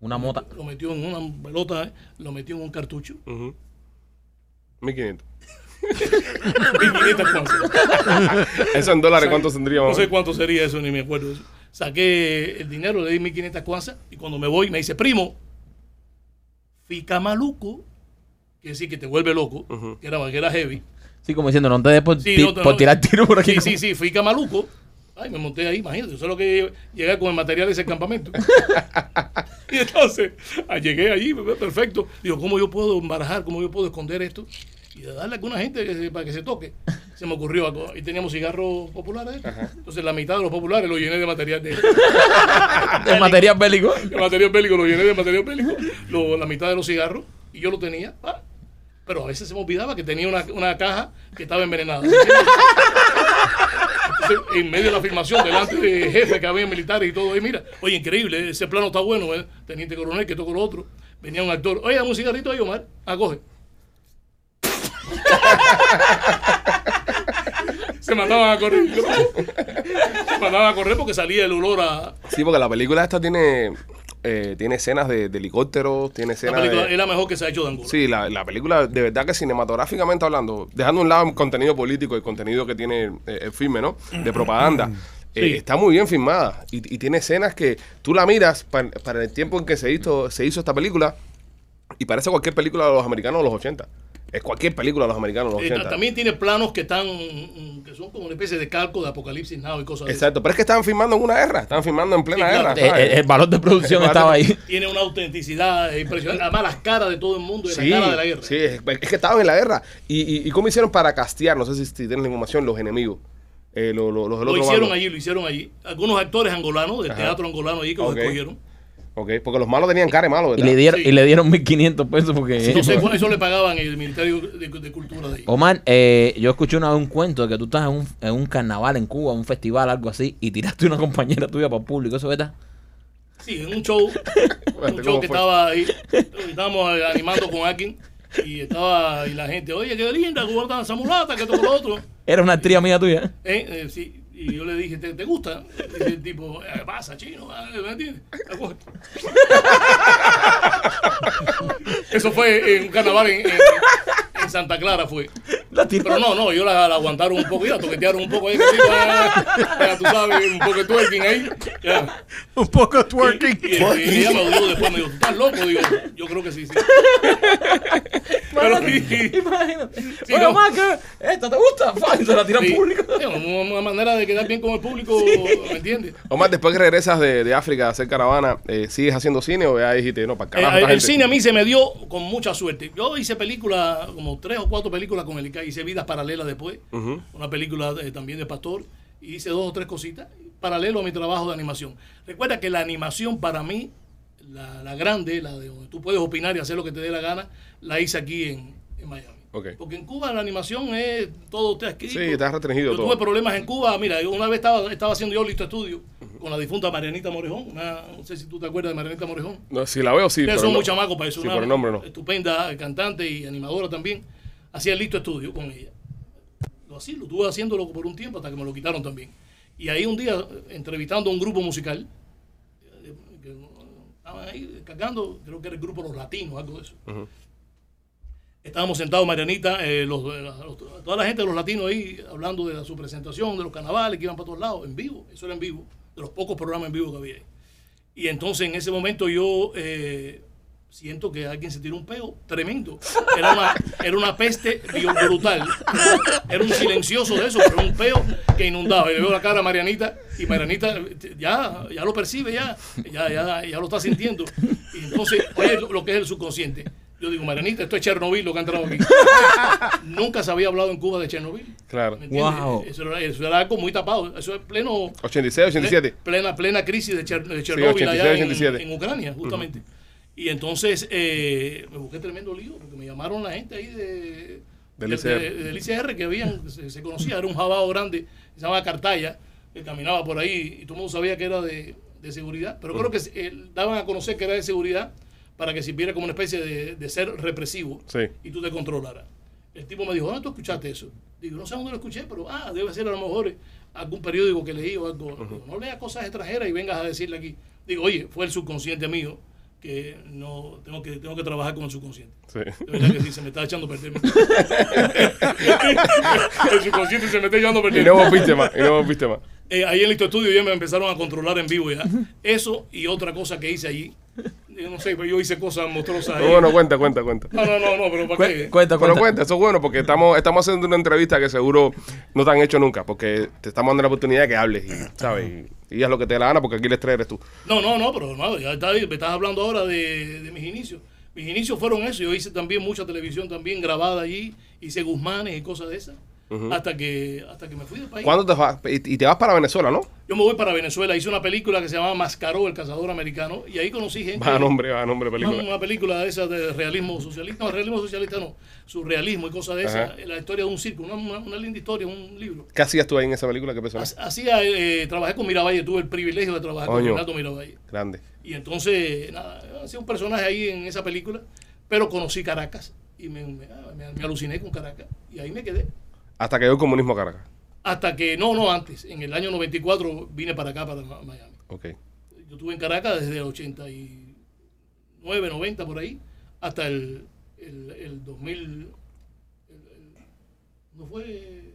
Una mota.
lo metió en una pelota, ¿eh? lo metió en un cartucho.
1500.
1500 cuanzas.
Eso en dólares, ¿cuánto tendría?
No
Omar?
sé cuánto sería eso, ni me acuerdo. de eso. Saqué el dinero, le di 1500 cuanzas y cuando me voy me dice, primo, fica maluco, que decir que te vuelve loco, que, era, que era heavy.
Sí, como diciendo, no te des por,
Sí,
ti-
no, no,
por
no.
tirar tiro por aquí.
Sí, sí, sí, fui camaluco. Ay, me monté ahí, imagínate, yo solo que llegué con el material de ese campamento. y entonces, ah, llegué allí, perfecto. Digo, ¿cómo yo puedo embarajar? ¿Cómo yo puedo esconder esto? Y darle a alguna gente que se- para que se toque. Se me ocurrió algo. Y teníamos cigarros populares. Entonces, la mitad de los populares lo llené de material de,
De material bélico.
de material bélico, lo llené de material bélico. Lo- la mitad de los cigarros. Y yo lo tenía. ah. Pero a veces se me olvidaba que tenía una, una caja que estaba envenenada. Entonces, en medio de la filmación, delante de jefe que había militares y todo, y mira, oye, increíble, ese plano está bueno, ¿eh? teniente coronel, que tocó lo otro. Venía un actor, oye, dame un cigarrito ahí, Omar, ah, coge. Se mandaban a correr. Se mandaban a correr porque salía el olor a.
Sí, porque la película esta tiene, eh, tiene escenas de, de helicópteros, tiene
La
escenas
película
de...
es la mejor que se ha hecho de Angola.
Sí, la, la película, de verdad que cinematográficamente hablando, dejando a un lado el contenido político, el contenido que tiene eh, el filme, ¿no? De
Mm,
propaganda. eh, está muy bien filmada y, y tiene escenas que tú la miras pa- para, el tiempo en que se hizo, se hizo esta película y parece cualquier película de los americanos de los 80. Es cualquier película de los americanos de los
Eh,
80.
también tiene planos que están mm, que son como una especie de calco de apocalipsis now y cosas así.
Exacto, pero es que estaban filmando en una guerra, estaban filmando en plena
Sí, claro.
guerra.
Eh,
¿sabes?
eh, el valor de producción
El
estaba
valor de-
ahí.
Tiene una autenticidad impresionante. Además, las caras de todo el mundo y
Sí,
la cara de la guerra.
sí, es, es que estaban en la guerra. ¿Y, y, y cómo hicieron para castear? No sé si, si tienen la información, los enemigos. Eh, lo- lo- los del
Lo
otro
hicieron
bando.
allí, lo hicieron allí. Algunos actores angolanos del teatro angolano allí que
Ok.
los escogieron.
Ok, porque los malos tenían cara de malo,
Y
¿verdad?
le dieron,
Sí.
y le dieron 1500 pesos porque...
No sé cuánto eso le pagaban el Ministerio de, de Cultura de ahí.
Omar, eh, yo escuché una vez un cuento de que tú estás en un, en un carnaval en Cuba, un festival, algo así, y tiraste una compañera tuya para el público, ¿eso es verdad?
Sí, en un show, en un
¿cómo
show que
fue?
estaba ahí, estábamos eh, animando con alguien y estaba y la gente, oye, qué linda, guardan esa mulata, que todo lo otro.
Era una actriz amiga tuya.
Eh, eh, sí. Y yo le dije, ¿te, te gusta? Y el tipo, "Eh, pasa, chino, ah, ¿me entiendes? La coge. Eso fue en un carnaval en, en- en Santa Clara, fue.
La tiró.
Pero no, no, yo la, la aguantaron un poco, y la toquetearon un poco ahí. que sí, ya, ya, tú sabes, un poco de twerking ahí. ya.
Un poco twerking.
Y, y- y ella me odió después, me dijo, "¿Tú ¿estás loco? Digo, yo creo que sí, sí. Pero sí,
Imagínate.
Bueno, no. Omar,
¿Esto te gusta? se la tira
sí.
al público.
Es una, una manera de quedar bien con el público, ¿me entiendes?
Omar, después que regresas de, de África a hacer caravana, eh, ¿sigues haciendo cine o ya dijiste, no, para
Eh,
carajo?
el
esta gente?
cine a mí se me dio con mucha suerte. Yo hice películas, como tres o cuatro películas con el ICA, hice Vidas Paralelas después, una película eh, también de Pastor, y hice dos o tres cositas, paralelo a mi trabajo de animación. Recuerda que la animación para mí, la, la grande, la de donde tú puedes opinar y hacer lo que te dé la gana, la hice aquí en, en Miami.
Ok.
Porque en Cuba la animación es todo está escrito.
Sí, está restringido
Yo
todo.
tuve problemas en Cuba. Mira, yo una vez estaba, estaba haciendo yo listo estudio con la difunta Marianita Morejón. una- no sé si tú te acuerdas de Marianita Morejón.
No, si la veo, sí.
Ustedes
pero
son
no.
muy chamacos para eso.
Sí,
pues, una
por el nombre no.
Estupenda cantante y animadora también. Hacía el listo estudio con ella. Lo así, lo estuve haciéndolo por un tiempo hasta que me lo quitaron también. Y ahí un día, eh, entrevistando a un grupo musical, eh, que, eh, estaban ahí cantando, creo que era el grupo Los Latinos, algo de eso. Estábamos sentados, Marianita, eh, los- eh, los- toda la gente de los latinos ahí hablando de la- su presentación, de los carnavales que iban para todos lados, en vivo, eso era en vivo, de los pocos programas en vivo que había ahí. Y entonces en ese momento yo eh, siento que alguien se tiró un peo tremendo. Era una, era una peste bio- brutal. Era un silencioso de eso, pero un peo que inundaba. Y le veo la cara a Marianita y Marianita eh, ya, ya lo percibe, ya, ya, ya, ya lo está sintiendo. Y entonces, oye, lo, lo que es el subconsciente. Yo digo, Marianita, esto es Chernobyl lo que ha entrado aquí. Nunca se había hablado en Cuba de Chernobyl.
Claro.
¿Me entiendes?
Wow.
Eso, era, eso era algo muy tapado. Eso es pleno.
86, 87.
Plena, plena crisis de, Cher- de Chernobyl
86,
allá en-
87.
En, Ucrania, justamente. Y entonces eh, me busqué tremendo lío porque me llamaron la gente ahí de,
Del
de-
ICR.
de- del ICR que habían, se, se conocía, era un jabao grande, se llamaba Cartaya, que caminaba por ahí y todo el mundo sabía que era de, de seguridad. Pero creo que eh, daban a conocer que era de seguridad para que sirviera como una especie de, de ser represivo
Sí.
y tú te controlaras. El tipo me dijo, ¿dónde tú escuchaste eso? Digo, no sé dónde lo escuché, pero ah, debe ser a lo mejor algún periódico que leí o algo. Digo, no leas cosas extranjeras y vengas a decirle aquí. Digo, oye, fue el subconsciente mío que no tengo que tengo que trabajar con el subconsciente.
Sí.
De verdad que sí, se me está echando a perder. el subconsciente se me está echando a
Y
perder.
no volviste más, y no volviste más.
Eh, ahí en el estudio ya me empezaron a controlar en vivo ya. Eso y otra cosa que hice allí. Yo no sé, pero yo hice cosas monstruosas ahí.
No, no, cuenta, cuenta, cuenta.
no, no, no, no, pero ¿para qué?
Cuenta, cuenta.
Pero cuenta, eso es bueno porque estamos, estamos haciendo una entrevista que seguro no te han hecho nunca porque te estamos dando la oportunidad de que hables y, ¿sabes? Y, y haz lo que te dé la gana porque aquí les traes tú.
No, no, no, pero no, ya está, me estás hablando ahora de, de mis inicios. Mis inicios fueron eso. Yo hice también mucha televisión también grabada allí. Hice Guzmanes y cosas de esas. hasta, que, hasta que me fui del país.
¿Cuándo te vas? Y, y te vas para Venezuela, ¿no?
Yo me voy para Venezuela. Hice una película que se llamaba Mascaró, el cazador americano. Y ahí conocí gente.
Va a nombre, va a nombre de película.
Una película de esas de realismo socialista. No, realismo socialista no. Surrealismo y cosas de esas.
Ajá.
La historia de un circo. Una, una- una linda historia, un libro.
¿Qué hacías tú ahí en esa película?
Ah,
¿Qué personaje?
Hacía, eh, trabajé con Miravalle. Tuve el privilegio de trabajar con
Coño.
Renato Miravalle.
Grande.
Y entonces, nada, hacía un personaje ahí en esa película, pero conocí Caracas y me, me- ah, me- me aluciné con Caracas y ahí me quedé.
Hasta que llegó el comunismo a Caracas.
Hasta que, no, no, antes, en el año 94 vine para acá, para Ma- Miami.
Ok.
Yo estuve en Caracas desde el 89, 90 por ahí, hasta el, el, el 2000. el- el- no fue.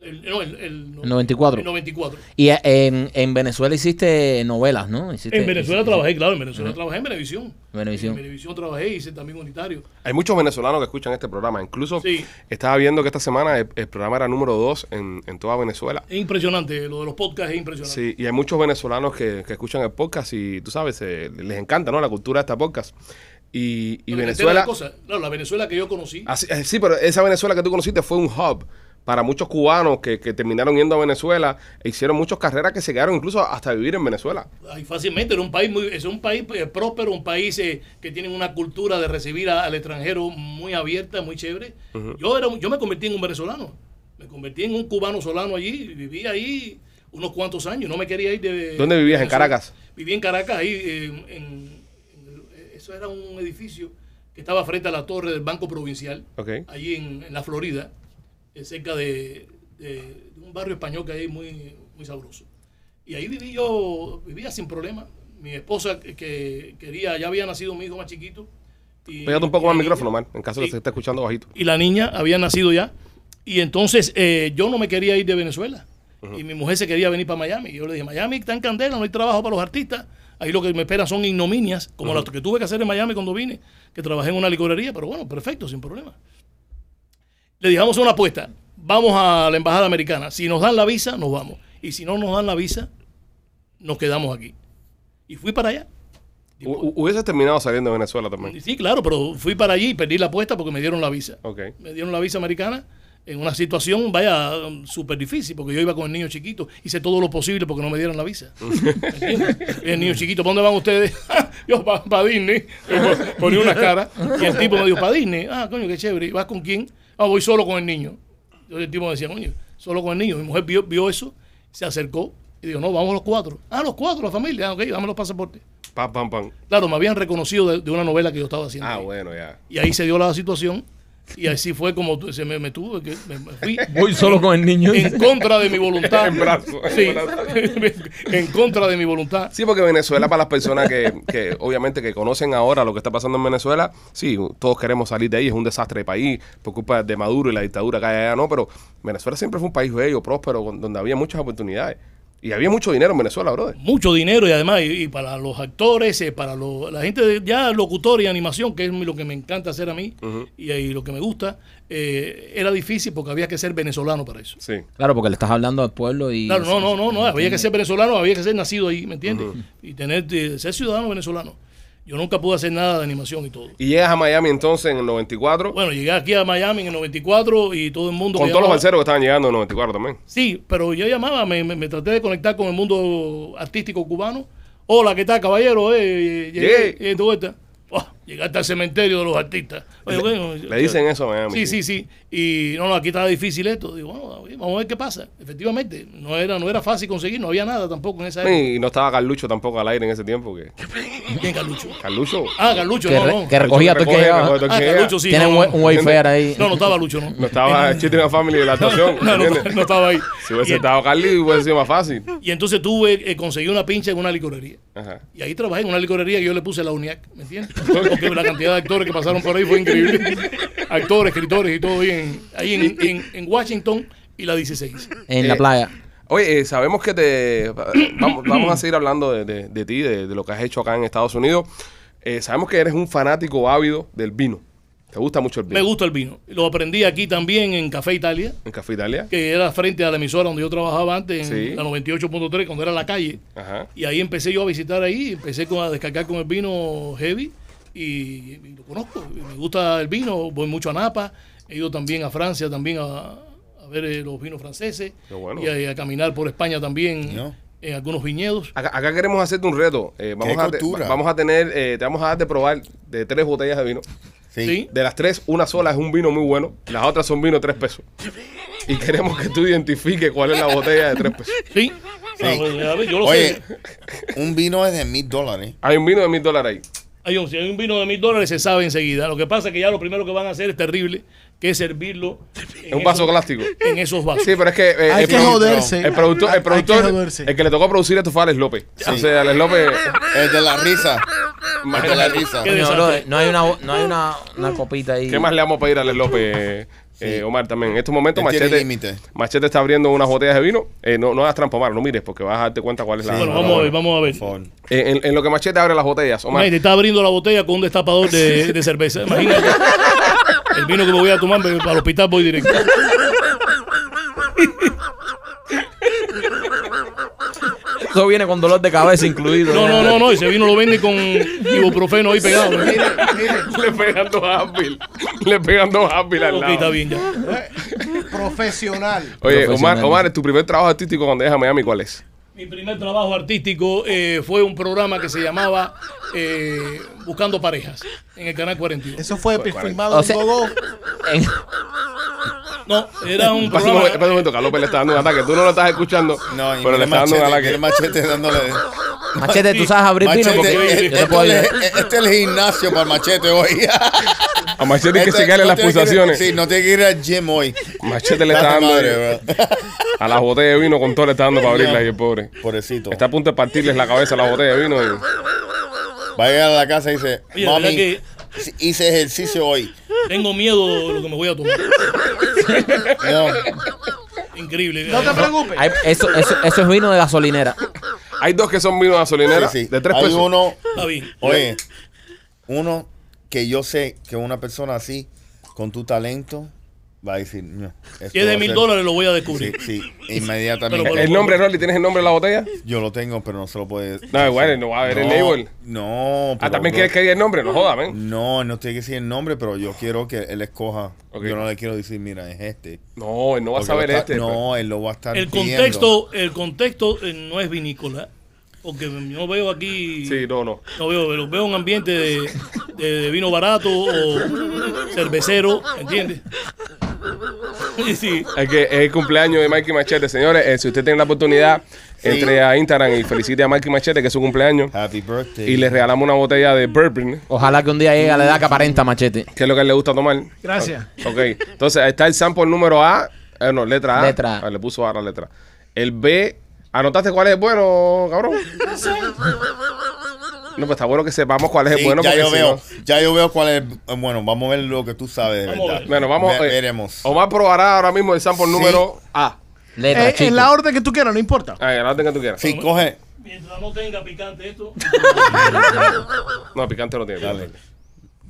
El, no, el, el,
El 94.
el 94.
Y eh, en, en Venezuela hiciste novelas, ¿no? Hiciste-
En Venezuela
hiciste-
trabajé, claro, en Venezuela trabajé en Venevisión.
Venevisión.
En Venevisión trabajé, hice también unitario.
Hay muchos venezolanos que escuchan este programa. Incluso
Sí.
estaba viendo que esta semana el, el programa era número 2 en, en toda Venezuela.
Es impresionante, lo de los podcasts es impresionante.
Sí, y hay muchos venezolanos que, que escuchan el podcast y tú sabes, eh, les encanta ¿no? la cultura de este podcast. Y, y
Pero que te enteras de
Venezuela.
cosas. Claro, la Venezuela que yo conocí.
Así- eh, sí, pero esa Venezuela que tú conociste fue un hub para muchos cubanos que, que terminaron yendo a Venezuela e hicieron muchas carreras que se quedaron incluso hasta vivir en Venezuela.
Ahí fácilmente, era un país muy, es un país eh, próspero, un país eh, que tiene una cultura de recibir a- al extranjero muy abierta, muy chévere. Yo era un- yo me convertí en un venezolano, me convertí en un cubano solano allí, y viví ahí unos cuantos años, no me quería ir de...
¿Dónde vivías? ¿En
Venezuela.
Caracas?
Viví en Caracas, ahí eh, en, en el- eso era un edificio que estaba frente a la torre del Banco Provincial.
Ok.
allí en, en la Florida, eh, cerca de, de- de un barrio español que hay muy, muy sabroso. Y ahí viví yo, vivía sin problema. Mi esposa que- que quería, ya había nacido mi hijo más chiquito. y-
Pégate un
y
poco más
la
al
niña-
micrófono, man, en caso de
Sí.
que se esté escuchando bajito.
Y la niña había nacido ya. Y entonces eh, yo no me quería ir de Venezuela. Y mi mujer se quería venir para Miami. Y yo le dije, Miami está en candela, no hay trabajo para los artistas. Ahí lo que me esperan son ignominias, como las que tuve que hacer en Miami cuando vine, que trabajé en una licorería. Pero bueno, perfecto, sin problema le dijimos una apuesta. Vamos a la embajada americana. Si nos dan la visa, nos vamos. Y si no nos dan la visa, nos quedamos aquí. Y fui para allá.
U- u- Hubieses terminado saliendo de Venezuela
Y
también.
Sí, claro, pero fui para allí y perdí la apuesta porque me dieron la visa.
Ok.
Me dieron la visa americana en una situación, vaya, um, súper difícil, porque yo iba con el niño chiquito. Hice todo lo posible porque no me dieran la visa. ¿Entiendes? el niño chiquito, ¿para dónde van ustedes? yo, para Disney. Yo pon- Ponía una cara. Y el tipo me dijo, ¿para Disney? Ah, coño, qué chévere. ¿Y ¿Vas con quién? Ah, voy solo con el niño. Entonces el tipo me decía, coño, solo con el niño. Mi mujer vio, vio eso, se acercó y dijo, no, vamos los cuatro. Ah, los cuatro, la familia. Ah, ok, dame los pasaportes.
Pam, pam, pam.
Claro, me habían reconocido de, de una novela que yo estaba haciendo.
Ah,
ahí.
bueno, ya.
Y ahí se dio la situación. Y así fue como tu- se me, me tuve que me- me fui
Voy solo con el niño.
en contra de mi voluntad.
En brazo, en
Sí,
brazo.
en contra de mi voluntad.
Sí, porque Venezuela, para las personas que, que obviamente que conocen ahora lo que está pasando en Venezuela, sí, todos queremos salir de ahí, es un desastre de país por culpa de Maduro y la dictadura que hay allá, no, pero Venezuela siempre fue un país bello, próspero, con- donde había muchas oportunidades. Y había mucho dinero en Venezuela, brother.
Mucho dinero y además, y, y para los actores, eh, para lo- la gente de, ya locutor y animación, que es lo que me encanta hacer a mí y, y lo que me gusta, eh, era difícil porque había que ser venezolano para eso.
Sí.
Claro, porque le estás hablando al pueblo y.
Claro, no, no, no, no, había que ser venezolano, había que ser nacido ahí, ¿me entiendes? Y tener, eh, ser ciudadano venezolano. Yo nunca pude hacer nada de animación y todo.
Y llegas a Miami entonces en el 94
Bueno, llegué aquí a Miami en el 94 y todo el mundo...
con
me
todos los
llamaba.
balseros que estaban llegando en el 94 también.
Sí, pero yo llamaba, me, me- me traté de conectar con el mundo artístico cubano. Hola, ¿qué tal, caballero? Eh, llegué,
Llegué.
eh, tú estás. Oh, llegaste al cementerio de los artistas. Oye, bueno,
Le dicen eso a Miami.
Sí, sí, sí. Y no, no, aquí está difícil esto. Digo, bueno, oye, vamos a ver qué pasa. Efectivamente, no era, no era fácil conseguir, no había nada tampoco en esa época.
Y no estaba Carlucho tampoco al aire en ese tiempo. Que...
Bien, Carlucho.
Carlucho.
Ah, Carlucho,
Que,
no,
re-
no.
que recogía todo el que
Recoge,
llegaba.
recoge todo el
Ah,
que llega.
Carlucho, sí.
Tiene
no,
un,
no,
wa- un wayfair ahí.
No, no estaba Lucho, no. Eh,
No estaba Chitty and Family de la estación.
No, no,
¿entiendes?
no estaba ahí.
Si hubiese
Y-
estado Carly hubiese sido más fácil.
Y entonces tuve, eh, conseguí una pincha en una licorería.
Ajá.
Y ahí trabajé en una licorería que yo le puse la UNIAC, ¿me entiendes? Porque la cantidad de actores que pasaron por ahí fue increíble. Actores, escritores y todo ahí en, ahí en, en- en Washington y la 16.
En la
Eh,
playa.
Oye, eh, sabemos que te. Vamos, vamos a seguir hablando de, de- de ti, de, de lo que has hecho acá en Estados Unidos. Eh, sabemos que eres un fanático ávido del vino. ¿Te gusta mucho el vino?
Me gusta el vino. Lo aprendí aquí también en Café Italia,
En Café Italia.
que era frente a la emisora donde yo trabajaba antes, en
Sí.
la 98.3, cuando era la calle.
Ajá.
Y ahí empecé yo a visitar ahí, empecé con, a descargar con el vino heavy y, y lo conozco. y Me gusta el vino, voy mucho a Napa, he ido también a Francia, también a, a ver eh, los vinos franceses
Qué bueno.
y a, a caminar por España también
No.
en algunos viñedos.
Acá, acá queremos hacerte un reto. Eh, vamos,
Qué
a te-
cultura.
vamos a tener, eh, te vamos a dar de probar de tres botellas de vino.
Sí.
Sí.
De las tres, una sola es un vino muy bueno, las otras son vino de tres pesos. Y queremos que tú identifiques cuál es la botella de tres pesos.
Sí, Ah, pues, a ver, yo lo
Oye,
sé.
un vino es de mil dólares.
Hay un vino de mil dólares ahí.
Hay un, si hay un vino de mil dólares, se sabe enseguida. Lo que pasa es que ya lo primero que van a hacer es terrible, que es servirlo en,
Es un vaso
esos-
plástico.
en esos vasos.
Sí, pero es que. eh,
Hay
el
que
produ-
joderse.
El productor,
Hay-
el,
hay
productor
que joderse.
el que le tocó producir esto fue Alex López. O sea, Alex López.
El de la risa. El de la risa.
Qué
Coño,
desastre.
brother, no hay, una, no hay una, una copita ahí.
¿Qué más le vamos a pedir a Alex López, eh, eh, Omar, también? En estos momentos,
Él tiene
Machete,
límite.
Machete está abriendo unas botellas de vino. Eh, no, no hagas trampa, Omar, no mires, porque vas a darte cuenta cuál es la. la-
Bueno, vamos a ver,
la-
vamos a ver.
Por favor.
Eh, en, en lo que Machete abre las botellas, Omar.
Imagínate, está abriendo la botella con un destapador de, de cerveza. Imagínate. El vino que me voy a tomar, me- para el hospital voy directo.
Eso viene con dolor de cabeza incluido. ¿eh?
No, no, no, no. Ese vino lo vende con ibuprofeno ahí pegado.
Le pegan dos Advil. Le pegan dos Advil al
Ok,
lado.
está bien ya.
Profesional.
Oye, Omar,
Profesional.
Omar, tu primer trabajo artístico cuando dejas a Miami, ¿cuál es?
Mi primer trabajo artístico eh, fue un programa que se llamaba eh, Buscando Parejas en el Canal 42.
Eso fue filmado
O
en
sea-
Gogo.
En-
No, era
Pasa un,
un programa...
momento, pasa un momento, que a López le está dando un ataque. Tú no lo estás escuchando,
No, y
pero le
mira
está dando un
machete,
ataque.
mira machete dándole.
machete, tú sabes abrir vino porque
Machete,
eh,
yo te puedo
esto le-
ayudar.
este es el gimnasio para el machete hoy.
A Machete hay que
Este-
se
no
las
tiene que ir-
pulsaciones.
Sí, no tiene que ir al gym hoy.
Machete le está dando
Madre, bro.
a las botellas de vino con todo le está dando para abrirlas y el pobre.
Pobrecito.
Está a punto de partirles la cabeza a las botellas de vino. y-
Va a llegar a la casa y dice,
Oye, la
mami,
verdad
hice ejercicio hoy.
Tengo miedo de lo que me voy a tomar.
No,
Increíble.
No te preocupes.
Ay, eso, eso, eso es vino de gasolinera.
Hay dos que son vinos gasolineras
sí, sí.
de tres
Hay
pesos.
uno,
Está bien.
oye, uno que yo sé que una persona así, con tu talento, va a decir, no, esto
Si es de
va a
mil
ser-
dólares lo voy a
Sí,
descubrir.
sí,
Pero-
inmediatamente.
¿El nombre, Rolly? ¿Tienes el nombre de la botella?
Yo lo tengo, pero no se lo puede.
No, igual, no va a haber el label.
No,
Ah,
pero-
¿también quieres que diga el nombre? No jodas, men.
No, no tiene que decir el nombre, pero yo quiero que él escoja.
Ok.
Yo no le quiero decir, mira, es este.
No, él no va a
Porque
saber
lo está-
este. pero-
No, él lo va a estar
El
viendo.
contexto, el contexto eh, no es vinícola, porque no veo aquí,
Sí, no, no.
no veo, pero veo un ambiente de, de- de vino barato o cervecero, ¿entiendes? Sí, sí.
Es que es el cumpleaños de Mikey Machete, señores. eh, si usted tiene la oportunidad, entre a Instagram y felicite a Mikey Machete, que es su cumpleaños.
Happy birthday.
Y le regalamos una botella de bourbon,
Ojalá que un día llegue a la edad que aparenta machete.
que es lo que a él le gusta tomar.
Gracias.
Ok, entonces ahí está el sample número A. eh, no, letra A.
Letra A.
Ah, le puso A la letra. El B. ¿Anotaste cuál es el bueno, cabrón? No, pues está bueno que sepamos cuál es el
Sí,
bueno.
ya
porque
yo
si
veo,
no-
ya yo veo cuál es. eh, Bueno, vamos a ver lo que tú sabes de
Vamos a
verdad.
ver.
Bueno, vamos.
Ve-
eh,
veremos.
Omar probará ahora mismo el sample
Sí.
número A.
Letra,
Eh,
chicle.
en la orden que tú quieras, no importa.
Ay, la orden que tú quieras.
Sí, coge.
Mientras no tenga picante esto.
No, picante no tiene. picante.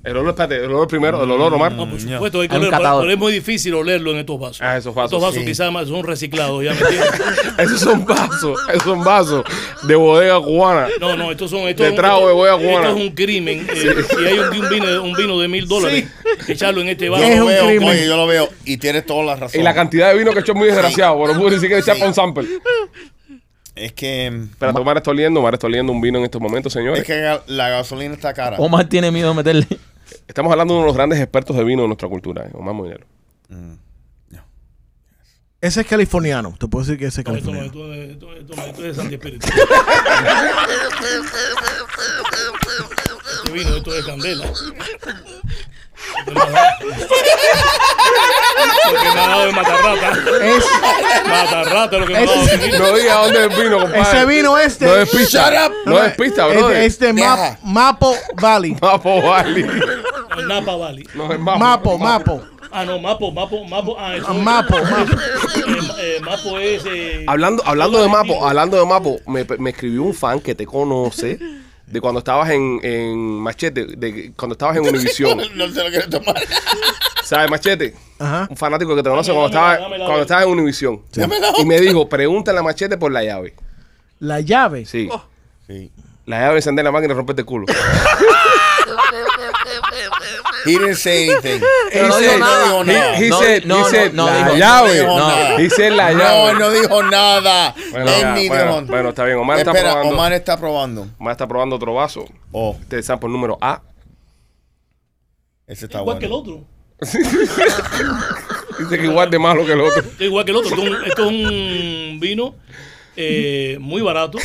El olor, espérate, el olor primero, el olor, Omar.
Mm.
No, por supuesto, hay que
Hay un
olerlo,
catador.
pero es muy difícil olerlo en estos vasos.
Ah, esos vasos,
Estos vasos
sí.
quizás más son reciclados, ya me entiendes.
Esos son vasos, esos son vasos de bodega cubana.
No, no, estos son. Estos
De trago de huevo,
Esto
cubana.
es un crimen. eh, si hay un, un vino, un vino de mil dólares, echarlo en este
Yo
vaso.
Es
lo
un
veo,
crimen.
coño, yo lo veo. Y tienes toda la razón.
Y la cantidad de vino que echó es muy desgraciado. Pero pude decir que echar para un sample.
Es que. mm,
Espérate, Omar está oliendo, Omar está oliendo un vino en estos momentos, señores.
Es que ga- la gasolina está cara.
Oh
Omar tiene miedo de meterle.
Estamos hablando de uno de los grandes expertos de vino de nuestra cultura, eh, Omar Molinero.
Ese es californiano. Te puedo decir que ese es
No, esto no,
californiano.
esto, esto, esto, esto, esto es antiespíritu. Este vino, esto es candela. Lo que me ha dado es matarrata.
Es-
Matarrata es lo que me ha dado.
Ese-
este vino.
No digas dónde es el vino, compadre.
ese vino este.
No es pista.
Shut up.
No es pista,
es-
bro.
es de Ma-
Deja.
este Mapo Valley.
Mapo Valley.
El Napa Valley.
No es
Mapo, Mapo.
Ah, no, Mapo, Mapo, Mapo. Ah, eso
Ah,
es-
Mapo, Mapo.
Eh, eh, Mapo es. eh,
Hablando, hablando de Mapo, hablando de Mapo, me, me escribió un fan que te conoce de cuando estabas en, en Machete, de cuando estabas en Univisión.
No se lo quiero tomar.
¿Sabes, Machete?
Ajá.
Un fanático que te conoce cuando
Dámela,
estabas
dámela,
cuando estabas en Univisión.
Dámela.
Y me dijo, pregúntale a Machete por la llave.
La llave.
Sí.
Sí.
La llave de encender la máquina y romperte el culo.
Oh,
He didn't say anything.
Pero no
He
dijo
said-
nada.
No dijo nada.
He, he
No,
said-
no,
he
no,
said,
no
la
dijo-
llave.
no dijo nada.
He said la
No,
llave.
él no dijo nada.
Bueno,
Él
ya,
ni
bueno,
dijo-
bueno, está bien, Omar está
Espera,
probando.
Omar está probando.
Más está probando otro vaso.
Oh,
Este es el sample número A.
ese está
Igual que el
bueno.
otro.
Dice que igual de malo que el otro.
Esto es Igual que el otro. Esto es un, esto es un vino eh, muy barato.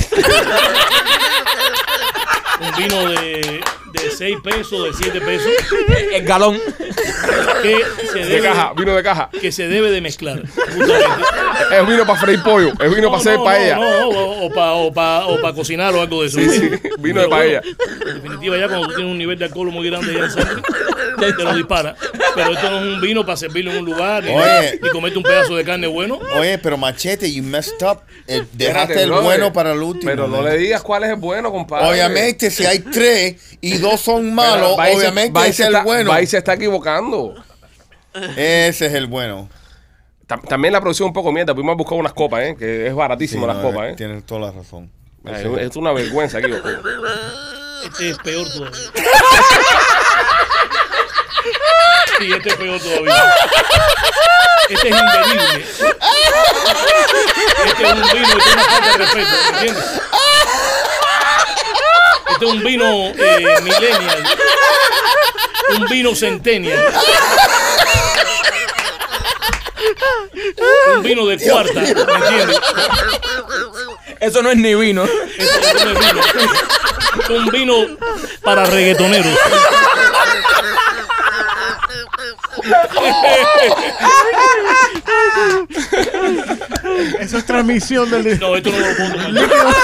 Un vino de, de 6 pesos, de 7 pesos,
El galón.
que se
De
debe,
caja, vino de caja.
que se debe de mezclar. justamente.
Es vino para freír pollo. Es vino
No,
para hacer
no,
paella.
no, no, o, para cocinar o algo de eso.
Sí, sí, vino de
Pero bueno,
paella.
En definitiva, ya cuando tú tienes un nivel de alcohol muy grande ya en sangre, te lo dispara. Pero esto no es un vino para servirlo en un lugar ni,
Oye.
nada, ni comerte un pedazo de carne bueno.
Oye, pero Machete, you messed up. Eh,
Espérate,
Dejaste el
brother.
bueno para el último.
Pero no
man.
le digas cuál es el bueno, compadre.
Obviamente, si hay tres y dos son
Pero
malos,
Vice-
obviamente
Vice
ese es el
está-
bueno.
Vice se está equivocando.
Ese es el bueno.
Tam- También la producción un poco mierda. Pudimos buscar unas copas, ¿eh? Que es baratísimo
Sí,
las
no,
copas, ¿eh?
Tienes toda la razón.
Ay, Ah, es- es una vergüenza aquí. ojo.
Este es peor todavía. Sí, este es peor todavía. Este es indebible. Este es un vino que tiene una falta de respeto, ¿me entiendes? Este es un vino eh, millennial. Un vino centennial. Un vino de cuarta, ¿me entiendes?
Eso no es ni vino.
Este no es vino. Este es un vino para reggaetoneros.
Eso es transmisión del.
No, esto no lo puedo tomar.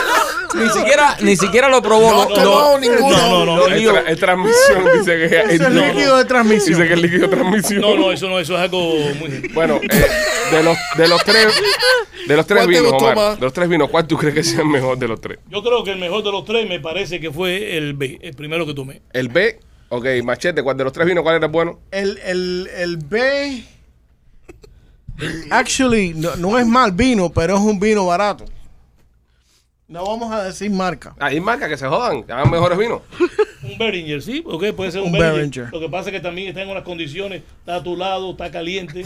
Ni siquiera, ni siquiera lo provoco. Lo-
No, no, ninguno.
No, no, no.
Es, tra- es transmisión, dice que es,
Eso es
no,
líquido de transmisión.
Dice que es líquido de transmisión.
No, no, eso no, eso es algo muy.
Bueno, eh, de, los, de los tres, de los tres
¿Cuál te
vinos,
gustó
Omar,
más?
de los tres vinos, ¿cuál tú crees que sea el mejor de los tres?
Yo creo que el mejor de los tres me parece que fue el B, el primero que tomé.
El B, ok, machete, ¿cuál de los tres vinos, cuál era el bueno?
El, el, el B. Actually, no, no es mal vino, pero es un vino barato. No vamos a decir marca.
Ah, Hay marcas que se jodan, que hagan mejores vinos.
Un Beringer, sí, ok, puede ser un,
Un
Beringer.
Beringer.
Lo que pasa es que también está en unas condiciones, está a tu lado, está caliente.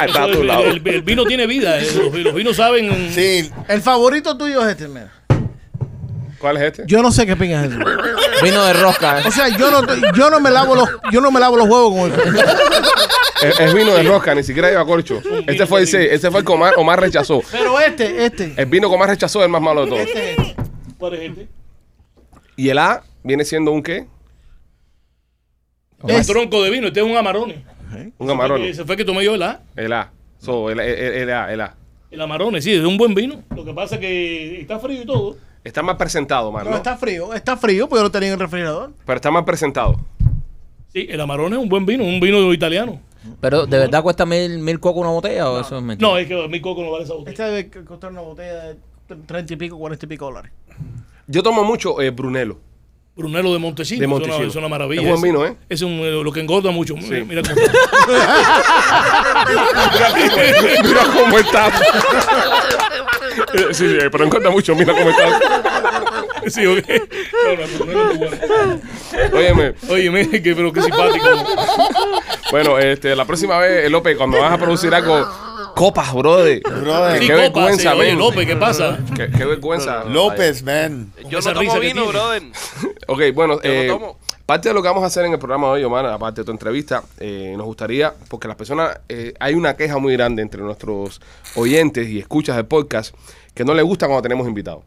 Ah, está a tu
El-
lado.
El, el vino tiene vida, eh, los, los vinos saben.
Sí,
El favorito tuyo es este, mira.
¿Cuál es este?
Yo no sé qué pinga es eso.
Vino de rosca. eh.
O sea, yo no, yo no me lavo los, yo no me lavo los huevos con él.
Es, es vino de rosca, ni siquiera lleva corcho. Este fue el C, este fue el que Omar, Omar rechazó.
Pero este, este.
El vino que Omar rechazó es el más malo de todos.
¿Cuál es este?
Y el A viene siendo un qué?
Un
Es-
tronco de vino, este es un amarone.
Un camarón.
Ese fue el que tomé yo el A.
El A. So, el, el- el- el A, el A.
El amarone, sí, es un buen vino. Lo que pasa es que está frío y todo.
Está más presentado, Omar,
No,
¿no?
está frío, está frío, porque yo lo tenía en el refrigerador.
Pero está más presentado.
Sí, el amarone es un buen vino, un vino italiano.
Pero de verdad cuesta mil, mil cocos una botella o eso es mentira.
No, es que mi coco no vale esa botella.
Esta Este debe c- costar una botella de 30 y pico, 40 y pico dólares.
Yo tomo mucho eh, Brunello.
Brunello de Montesino.
De
es una-
Montesino.
Es una maravilla.
Es buen
ese.
vino, ¿eh?
Es un, eh, lo que engorda mucho. Mira, mira cómo está.
Mira cómo está. Eh, sí, sí, pero encuentra mucho, mira cómo está.
Sí, ok. No, no, Brunello es muy bueno.
Óyeme,
Oye, mire, que, pero qué simpático.
bueno, este, la próxima vez, eh, López, cuando vas a producir algo, copas, brother.
Brother.
Sí,
qué
copa,
vergüenza,
sí. Oye,
ven.
López, ¿qué pasa?
Qué, qué vergüenza.
López, man.
Yo
esa
no
risa
tomo
que
vino,
tiene.
brother.
Ok, bueno, eh,
tomo.
parte de lo que vamos a hacer en el programa de hoy, Omar, aparte de tu entrevista, eh, nos gustaría, porque las personas, eh, hay una queja muy grande entre nuestros oyentes y escuchas de podcast que no les gusta cuando tenemos invitados.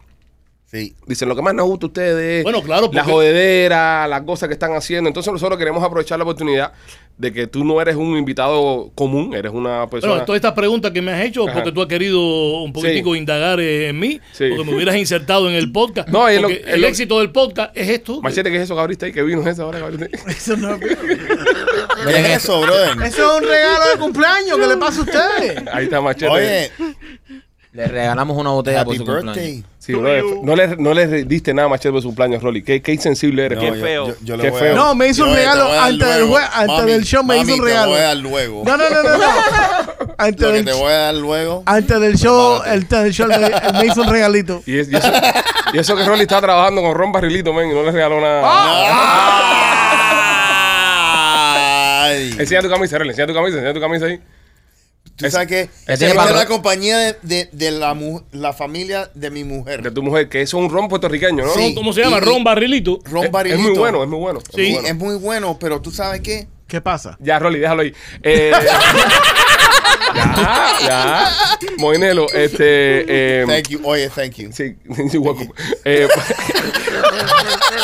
Sí.
Dicen, lo que más nos gusta a ustedes es
Bueno, claro,
la
porque-
jodedera, las cosas que están haciendo. Entonces nosotros queremos aprovechar la oportunidad de que tú no eres un invitado común, eres una persona...
Bueno, todas estas preguntas que me has hecho,
Ajá.
porque tú has querido un poquitico
Sí.
indagar eh, en mí,
Sí.
porque me hubieras insertado en el podcast.
No, es lo-
Porque
es
el
lo-
éxito del podcast es esto.
Machete, ¿qué es eso que abriste ahí? ¿Qué vino es eso ahora que abriste?
Eso no
¿Qué es eso, brother?
Eso es un regalo de cumpleaños que le pasa a ustedes.
Ahí está Machete.
Oye,
Le regalamos una botella por
eh, happy
su
birthday.
cumpleaños.
Sí, brother, no, le, no le diste nada a Machete por su cumpleaños, Rolly. Qué, qué insensible eres.
No,
Qué
Qué
yo-
feo.
yo- yo le
Qué
voy a-
feo.
No, me hizo un
Yo le- te
regalo
voy a dar
antes del
luego.
jue- antes
Mami,
del show me hizo
mami,
un
Te
regalo.
voy a dar luego.
No, no, no, no. no. Antes,
Lo que te
del,
voy a dar luego.
antes del show, antes del show él me, él me hizo un regalito.
Y, es- y eso, y eso que Rolly está trabajando con Ron Barrilito, men, y no le regaló nada.
Ah. Ay.
Enseña tu camisa, Rolly, enseña tu camisa, enseña tu camisa ahí.
Tú sabes que
tiene
esta
para-
es la compañía de, de- de la, mu- la familia de mi
De
mujer.
tu mujer, que eso es un Ron puertorriqueño, ¿no?
Sí.
¿Cómo se llama?
Y-
Ron Barrilito.
Ron
Es-
Barilito.
Es muy bueno, es muy bueno. es
Sí.
muy
Sí,
bueno.
es muy bueno, pero tú sabes qué.
¿Qué pasa?
Ya, Rolly, déjalo ahí. Eh, ya, ya. Moinelo, este. eh,
Thank you. Oye, thank you.
sí, you're welcome. Eh,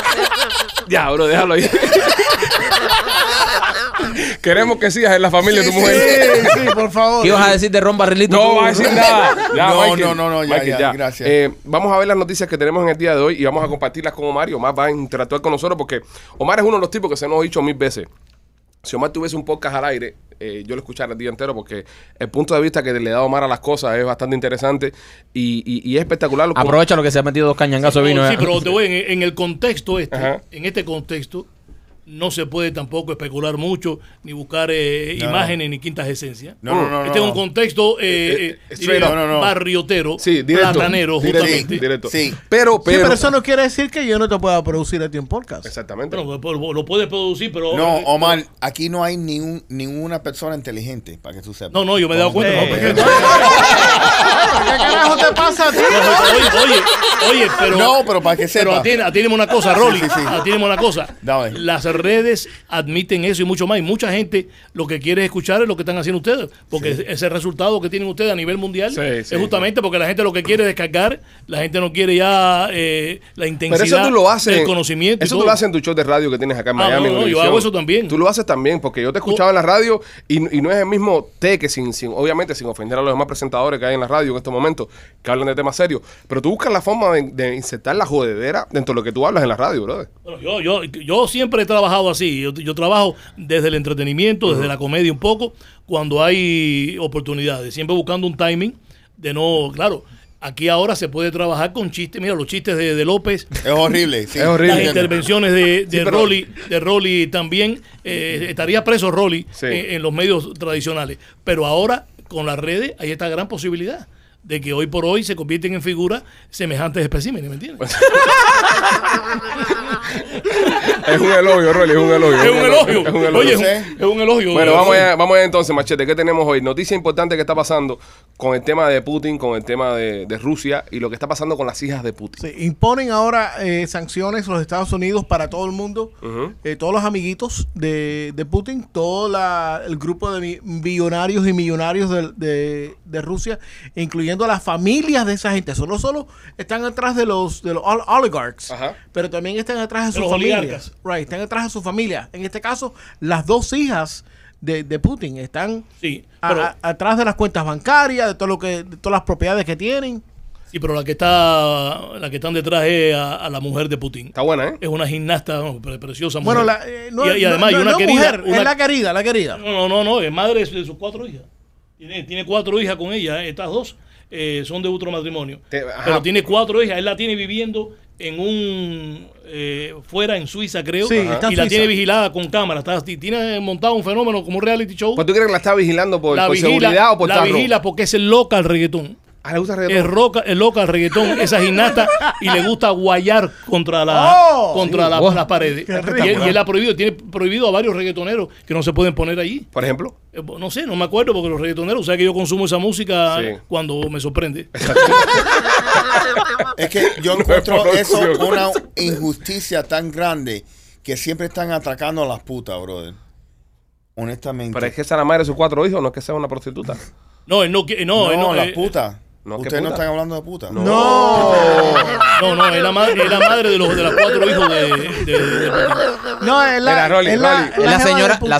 ya, bro, déjalo ahí. Queremos que sigas en la familia de tu
Sí,
mujer.
Sí, sí, por favor.
¿Qué ibas a decir de Ron Barrilito?
No
tú?
va a decir nada. Ya,
No,
Michael.
no, no, no, ya, ya, gracias.
Eh, vamos a ver las noticias que tenemos en el día de hoy y vamos a compartirlas con Omar y Omar va a interactuar con nosotros porque Omar es uno de los tipos que se nos ha dicho mil veces. Si Omar tuviese un podcast al aire, eh, yo lo escuchara el día entero porque el punto de vista que le da Omar a las cosas es bastante interesante y, y- y es espectacular. Lo que-
Aprovecha lo que se ha metido dos cañangazos de vino.
No,
eh.
sí, pero te voy, en, en el contexto este,
Ajá.
en este contexto, no se puede tampoco especular mucho, ni buscar eh, imágenes, ni quintas esencias.
No, no, no.
este
no,
es un
no.
contexto eh,
Eh, eh,
eh,
straight
diría,
up. No, no, no.
barriotero,
Sí, directo.
platanero,
directo,
justamente.
directo.
Sí.
Pero,
Sí,
pero,
pero eso no quiere decir que yo no te pueda producir a ti un podcast.
Exactamente.
Bueno, pues, lo, lo puedes producir, pero... eh,
No, Omar, aquí no hay ni un- ninguna persona inteligente, para que tú sepas. Eh.
No, no, yo me he dado cuenta. no, porque-
¿Qué carajo te pasa a ti?
oye, oye, oye, pero...
No, pero para que
Pero
sepas.
atiéndeme atiéndeme una cosa, Rolly.
Sí, sí, sí.
Atiéndeme una cosa.
Dame.
Las redes admiten eso y mucho más. Y mucha gente lo que quiere escuchar es lo que están haciendo ustedes. Porque ese resultado que tienen ustedes a nivel mundial
Sí,
es
sí,
justamente porque la gente lo que quiere es descargar. La gente no quiere ya eh, la
Pero
intensidad
eso tú lo haces.
del conocimiento. y
Eso
todo.
tú lo haces en tu show de radio que tienes acá en
Ah,
Miami.
no, no,
en
yo
Univisión.
hago eso también.
Tú lo haces también, porque yo te escuchaba en la radio y, y no es el mismo té que, sin, sin- obviamente, sin ofender a los demás presentadores que hay en la radio en estos momentos, que hablan de temas serios. Pero tú buscas la forma de, de insertar la jodedera dentro de lo que tú hablas en la radio, brother.
Bueno, yo, yo, yo siempre he trabajado así. Yo, yo trabajo desde el entretenimiento, desde la comedia un poco, cuando hay oportunidades. Siempre buscando un timing de no, claro. Aquí ahora se puede trabajar con chistes. Mira, los chistes de, de López,
Es horrible. sí.
Es horrible.
las
Entiendo.
intervenciones de, de
Sí, pero-
Rolly, de Rolly también. eh, estaría preso Rolly
Sí.
en, en los medios tradicionales. Pero ahora, con las redes, hay esta gran posibilidad de que hoy por hoy se convierten en figuras semejantes especímenes, ¿me entiendes?
Es un elogio, Rolly, es un elogio.
es un elogio.
Es un elogio.
Oye, es un,
Sí.
es un elogio.
Bueno,
de
vamos
Rolly.
allá, vamos allá entonces, Machete. ¿Qué tenemos hoy? Noticia importante que está pasando con el tema de Putin, con el tema de, de Rusia y lo que está pasando con las hijas de Putin.
Sí, imponen ahora eh, sanciones los Estados Unidos para todo el mundo,
Ujú.
eh, todos los amiguitos de, de Putin, todo la- el grupo de mi- billonarios y millonarios del- de, de Rusia, incluyendo las familias de esa gente. Eso no solo están atrás de los, de los ol- oligarchs,
Ajá.
pero también están atrás de sus
los
familias.
oligarcas.
Right, están atrás de su familia. En este caso, las dos hijas de, de Putin están
Sí,
a-
pero-
ah. a- atrás de las cuentas bancarias, de todo lo que, de todas las propiedades que tienen.
Sí, pero la que está, la que están detrás es a, a la mujer de Putin.
Está buena, ¿eh?
Es una gimnasta no, pre- preciosa mujer.
Bueno, la, eh, no,
y, y además
no-
hay una
no
querida.
mujer,
una-
es la querida, la querida.
No, no, no, no, es madre de sus cuatro hijas. Tiene, tiene cuatro hijas con ella, eh, estas dos eh, son de otro matrimonio.
Te- ajá.
pero tiene cuatro hijas, él la tiene viviendo en un eh, fuera en Suiza, creo,
Sí,
y
está en
la
Suiza.
tiene vigilada con cámaras, está- tiene montado un fenómeno como un reality show.
¿Pues tú crees que la está vigilando por,
la
por
vigila,
seguridad o por
la
tarro?
vigila porque es el loca al reggaetón.
Ah, le gusta
Es,
reggaetón.
roca, es loca el reggaetón, esa gimnasta, y le gusta guayar contra, la,
Oh,
contra
sí.
la-
Wow.
las paredes.
Qué
Y él, y él ha prohibido, tiene prohibido a varios reggaetoneros que no se pueden poner allí.
Por ejemplo.
Eh, No sé, no me acuerdo porque los reggaetoneros, o sea que yo consumo esa música
Sí.
cuando me sorprende.
Es que yo
No
encuentro
es
eso
producción.
una injusticia tan grande que siempre están atacando a las putas, brother. Honestamente.
Pero es que esa es la madre de sus cuatro hijos, no es que sea una prostituta.
No, él no, qui- no,
no,
él no,
las
eh,
putas.
no, ¿qué
Ustedes no
puta?
están hablando de putas.
No.
no, no, es la madre, es la madre de, los, de las cuatro hijos de, de- de- de-
No, es la,
Mira, Rolly,
es
Rolly.
la, es
Es la
jeva